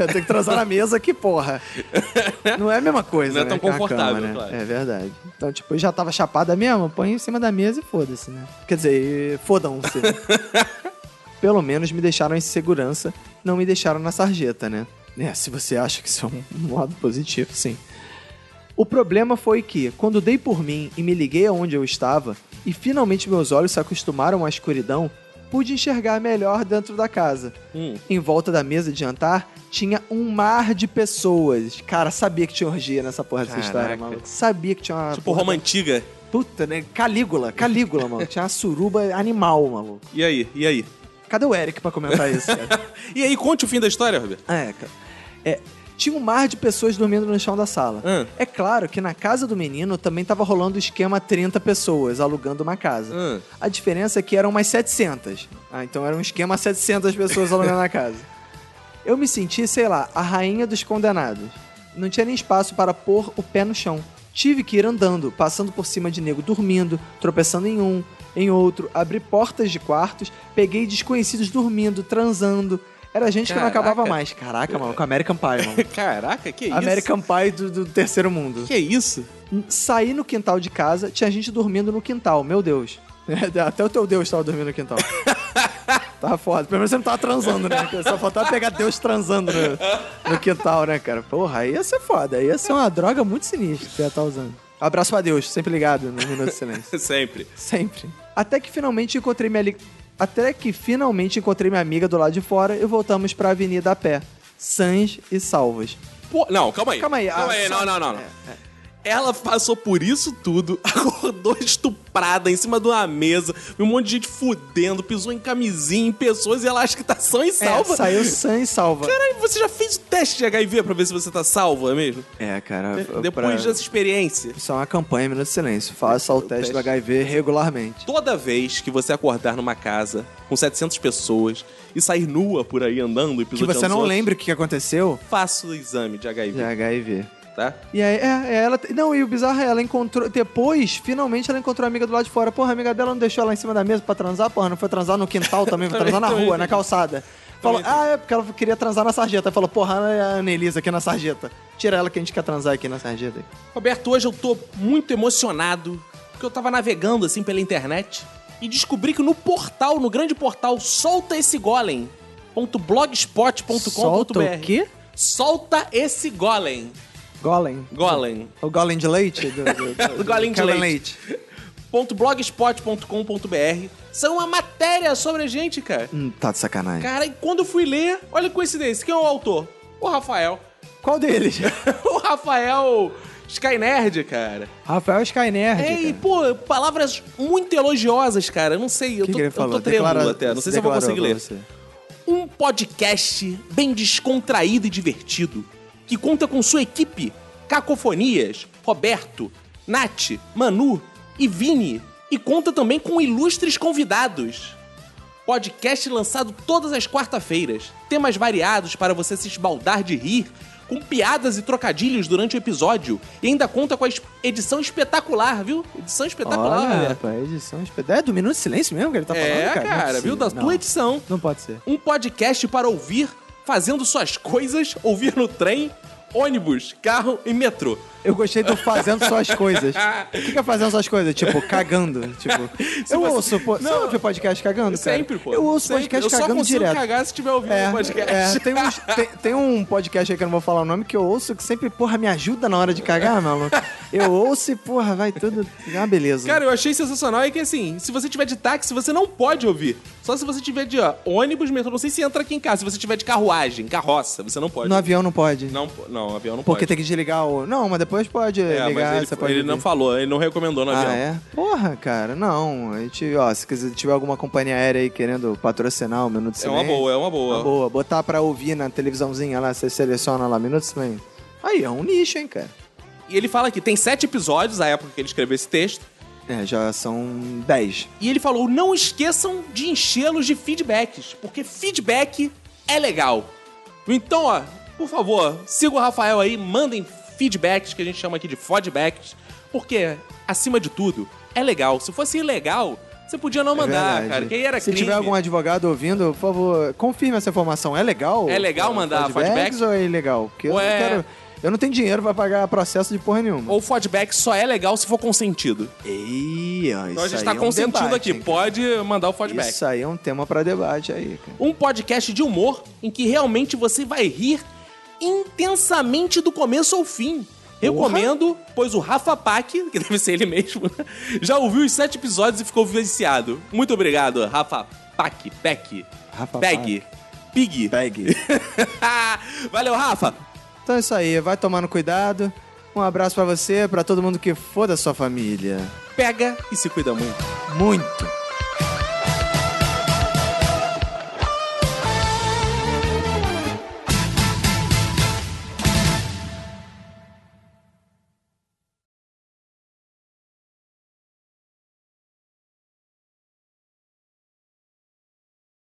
[SPEAKER 2] É, tem que transar na mesa, que porra. Não é a mesma coisa.
[SPEAKER 1] Não é
[SPEAKER 2] né,
[SPEAKER 1] tão
[SPEAKER 2] que uma
[SPEAKER 1] confortável,
[SPEAKER 2] cama, né?
[SPEAKER 1] claro.
[SPEAKER 2] É verdade. Então, tipo, eu já tava chapada mesmo, põe em cima da mesa e foda-se, né? Quer dizer, e
[SPEAKER 1] *laughs*
[SPEAKER 2] fodam-se. né? Pelo menos me deixaram em segurança, não me deixaram na sarjeta, né? É, se você acha que isso é um lado positivo, sim. O problema foi que, quando dei por mim e me liguei aonde eu estava, e finalmente meus olhos se acostumaram à escuridão, pude enxergar melhor dentro da casa.
[SPEAKER 1] Hum.
[SPEAKER 2] Em volta da mesa de jantar tinha um mar de pessoas. Cara, sabia que tinha orgia nessa porra dessa
[SPEAKER 1] Caraca.
[SPEAKER 2] história, maluco. Sabia que tinha uma.
[SPEAKER 1] tipo
[SPEAKER 2] Ah, porra tá.
[SPEAKER 1] Roma
[SPEAKER 2] da-
[SPEAKER 1] Antiga.
[SPEAKER 2] Puta, né? Calígula, Calígula, mano. Tinha uma suruba animal, maluco.
[SPEAKER 1] E aí? E aí? *laughs*
[SPEAKER 2] Cadê o Eric pra comentar isso, cara?
[SPEAKER 1] E aí, conte o fim da história, Roberto. *laughs*
[SPEAKER 2] É, cara. É, tinha um mar de pessoas dormindo no chão da sala.
[SPEAKER 1] Hum.
[SPEAKER 2] É claro que na casa do menino também tava rolando o esquema 30 pessoas alugando uma casa.
[SPEAKER 1] Hum.
[SPEAKER 2] A diferença é que eram umas 700. Ah, então era um esquema 700 pessoas alugando a casa. Eu me senti, sei lá, a rainha dos condenados. Não tinha nem espaço para pôr o pé no chão. Tive que ir andando, passando por cima de nego dormindo, tropeçando em um, em outro, abri portas de quartos, peguei desconhecidos dormindo, transando. Era gente que
[SPEAKER 1] Caraca.
[SPEAKER 2] não acabava mais. Caraca, mano, com American Pie, *laughs* mano.
[SPEAKER 1] Caraca, que isso?
[SPEAKER 2] American Pie do, do terceiro mundo.
[SPEAKER 1] Que isso? *laughs*
[SPEAKER 2] Saí no quintal de casa, tinha gente dormindo no quintal, meu Deus. *laughs* Até o teu Deus tava dormindo no *laughs* quintal. tava foda. Pelo menos você não tava transando, né? Porque Só faltava pegar Deus transando no, no quintal, né, cara? Porra, aí ia ser foda. Aí ia ser uma droga muito sinistra que você ia estar usando. Abraço a Deus, sempre ligado no Minuto de Silêncio.
[SPEAKER 1] Sempre.
[SPEAKER 2] Sempre. Até que finalmente encontrei minha li- até que finalmente encontrei minha amiga do lado de fora e voltamos pra avenida a pé, sãs e salvas.
[SPEAKER 1] Pô, não, calma aí.
[SPEAKER 2] Calma aí,
[SPEAKER 1] Calma
[SPEAKER 2] ah,
[SPEAKER 1] aí,
[SPEAKER 2] só-
[SPEAKER 1] não, não, não. não. Ela passou por isso tudo, *laughs* acordou estuprada em cima de uma mesa, viu um monte de gente fudendo, pisou em camisinha, em pessoas e ela acha que tá sã e salva.
[SPEAKER 2] É, saiu sã e salva.
[SPEAKER 1] *laughs* Caralho, você já fez o teste de HIV pra ver se você tá salva mesmo?
[SPEAKER 2] É, cara.
[SPEAKER 1] Depois
[SPEAKER 2] pra-
[SPEAKER 1] dessa experiência.
[SPEAKER 2] Isso é uma campanha Minuto de Silêncio. Faça o teste do
[SPEAKER 1] teste.
[SPEAKER 2] HIV regularmente.
[SPEAKER 1] Toda vez que você acordar numa casa com 700 pessoas e sair nua por aí andando e
[SPEAKER 2] Que
[SPEAKER 1] pisoteando
[SPEAKER 2] você não
[SPEAKER 1] os outros,
[SPEAKER 2] lembre o que aconteceu
[SPEAKER 1] faça o exame de HIV,
[SPEAKER 2] de HIV.
[SPEAKER 1] tá?
[SPEAKER 2] E aí, é, é, ela. Não, e o bizarro é, ela encontrou. Depois, finalmente, ela encontrou a amiga do lado de fora. Porra, a amiga dela não deixou ela em cima da mesa pra transar, porra. Não foi transar no quintal também, foi transar na
[SPEAKER 1] *laughs* Também,
[SPEAKER 2] rua,
[SPEAKER 1] também.
[SPEAKER 2] na calçada. Falou, ah, é porque ela queria transar na sarjeta. Falou, porra, a Anelisa aqui na sarjeta. Tira ela que a gente quer transar aqui na sarjeta.
[SPEAKER 1] Roberto, hoje eu tô muito emocionado, porque eu tava navegando assim pela internet e descobri que no portal, no grande portal solta esse golem.
[SPEAKER 2] Solta o quê?
[SPEAKER 1] Solta esse golem.
[SPEAKER 2] Golem.
[SPEAKER 1] Golem.
[SPEAKER 2] O golem de leite? Do, do-
[SPEAKER 1] *laughs*
[SPEAKER 2] do-
[SPEAKER 1] O golem de
[SPEAKER 2] Golem
[SPEAKER 1] leite. .blogspot.com.br Saiu uma matéria sobre a gente, cara.
[SPEAKER 2] Hum, tá de sacanagem.
[SPEAKER 1] Cara, e quando eu fui ler, olha a coincidência, quem é o autor? O Rafael. *laughs*
[SPEAKER 2] Qual deles?
[SPEAKER 1] o Rafael Skynerd, cara.
[SPEAKER 2] *laughs* Rafael Skynerd.
[SPEAKER 1] É, e,
[SPEAKER 2] cara.
[SPEAKER 1] pô, palavras muito elogiosas, cara. Eu não sei, eu
[SPEAKER 2] que
[SPEAKER 1] tô,
[SPEAKER 2] que ele
[SPEAKER 1] eu tô
[SPEAKER 2] falou?
[SPEAKER 1] trêmulo
[SPEAKER 2] Declara-
[SPEAKER 1] até. Não sei se eu vou
[SPEAKER 2] declarou
[SPEAKER 1] conseguir ler.
[SPEAKER 2] pra você.
[SPEAKER 1] Um podcast bem descontraído e divertido, que conta com sua equipe, Cacofonias, Roberto, Nath, Manu e Vini, e conta também com ilustres convidados. Podcast lançado todas as quarta-feiras. Temas variados para você se esbaldar de rir, com piadas e trocadilhos durante o episódio. E ainda conta com a es- edição espetacular, viu? Edição espetacular,
[SPEAKER 2] Olha,
[SPEAKER 1] galera.
[SPEAKER 2] rapaz, edição espetacular. É do Minuto de Silêncio mesmo que ele tá
[SPEAKER 1] É,
[SPEAKER 2] falando, cara?
[SPEAKER 1] cara,
[SPEAKER 2] Não é
[SPEAKER 1] viu?
[SPEAKER 2] possível.
[SPEAKER 1] Da
[SPEAKER 2] Não.
[SPEAKER 1] tua edição.
[SPEAKER 2] Não pode ser.
[SPEAKER 1] Um podcast para ouvir fazendo suas coisas, ouvir no trem, ônibus, carro e metrô.
[SPEAKER 2] Eu gostei do fazendo suas coisas. O que, que é fazendo suas coisas? Tipo, cagando.
[SPEAKER 1] *laughs*
[SPEAKER 2] Tipo,
[SPEAKER 1] Se
[SPEAKER 2] eu
[SPEAKER 1] você-
[SPEAKER 2] ouço, pô. Você
[SPEAKER 1] Não.
[SPEAKER 2] ouve podcast cagando? cara?
[SPEAKER 1] Sempre, pô.
[SPEAKER 2] Eu ouço
[SPEAKER 1] Sempre.
[SPEAKER 2] podcast
[SPEAKER 1] eu só
[SPEAKER 2] cagando
[SPEAKER 1] consigo
[SPEAKER 2] direto.
[SPEAKER 1] cagar se tiver ouvindo
[SPEAKER 2] É,
[SPEAKER 1] o podcast.
[SPEAKER 2] é,
[SPEAKER 1] *laughs*
[SPEAKER 2] tem, uns- tem- tem um podcast aí que eu não vou falar o nome que eu ouço que sempre, porra, me ajuda na hora de cagar, maluco. Eu ouço e, porra, vai tudo. É uma beleza.
[SPEAKER 1] Cara, eu achei sensacional é que assim, se você tiver de táxi, você não pode ouvir. Só se você tiver de ó, ônibus, metrô, não sei se entra aqui em casa. Se você tiver de carruagem, carroça, você não pode.
[SPEAKER 2] no avião não pode.
[SPEAKER 1] Não, po- não, avião não
[SPEAKER 2] Porque
[SPEAKER 1] pode.
[SPEAKER 2] tem que desligar o. Não, mas depois pode
[SPEAKER 1] É,
[SPEAKER 2] ligar,
[SPEAKER 1] mas
[SPEAKER 2] você
[SPEAKER 1] ele,
[SPEAKER 2] pode.
[SPEAKER 1] ele não
[SPEAKER 2] ligar.
[SPEAKER 1] falou, ele não recomendou no avião.
[SPEAKER 2] Ah, é? Porra, cara, não. A gente, ó, se quiser, tiver alguma companhia aérea aí querendo patrocinar o Minuto
[SPEAKER 1] É
[SPEAKER 2] Silêncio.
[SPEAKER 1] uma boa, é uma boa.
[SPEAKER 2] Uma boa. Botar pra ouvir na televisãozinha lá, você seleciona lá Minuto Silêncio. Aí, é um nicho, hein, cara.
[SPEAKER 1] E ele fala que tem sete episódios, a época que ele escreveu esse texto.
[SPEAKER 2] É, já são 10.
[SPEAKER 1] E ele falou: não esqueçam de enchê-los de feedbacks, porque feedback é legal. Então, ó, Por favor, siga o Rafael aí, mandem feedbacks, que a gente chama aqui de fodbacks, porque, acima de tudo, é legal. Se fosse ilegal, você podia não mandar,
[SPEAKER 2] É Verdade.
[SPEAKER 1] cara, que aí era
[SPEAKER 2] Se
[SPEAKER 1] crime.
[SPEAKER 2] tiver algum advogado ouvindo, por favor, confirme essa informação. É legal?
[SPEAKER 1] É legal
[SPEAKER 2] eh,
[SPEAKER 1] mandar feedbacks?
[SPEAKER 2] ou é ilegal? Porque eu não
[SPEAKER 1] Ué.
[SPEAKER 2] quero. Eu não tenho dinheiro pra pagar processo de porra nenhuma.
[SPEAKER 1] Ou fodback só é legal se for consentido.
[SPEAKER 2] Ei, ó,
[SPEAKER 1] Então a
[SPEAKER 2] isso
[SPEAKER 1] gente
[SPEAKER 2] aí
[SPEAKER 1] tá
[SPEAKER 2] é um
[SPEAKER 1] consentindo
[SPEAKER 2] debate,
[SPEAKER 1] aqui,
[SPEAKER 2] hein, cara.
[SPEAKER 1] pode mandar o fodback.
[SPEAKER 2] Isso aí é um tema pra debate aí, cara.
[SPEAKER 1] Um podcast de humor em que realmente você vai rir intensamente do começo ao fim. Recomendo, pois o Rafa Pac, *laughs* que deve ser ele mesmo, né? já ouviu os sete episódios e ficou viciado. Muito obrigado, Rafa Pac, Peck,
[SPEAKER 2] Rafa
[SPEAKER 1] Peg, Pig.
[SPEAKER 2] Pegue.
[SPEAKER 1] *laughs* Valeu, Rafa.
[SPEAKER 2] então é isso aí, vai tomando cuidado. Um abraço pra você, pra todo mundo que for da sua família.
[SPEAKER 1] Pega e se cuida muito.
[SPEAKER 2] Muito.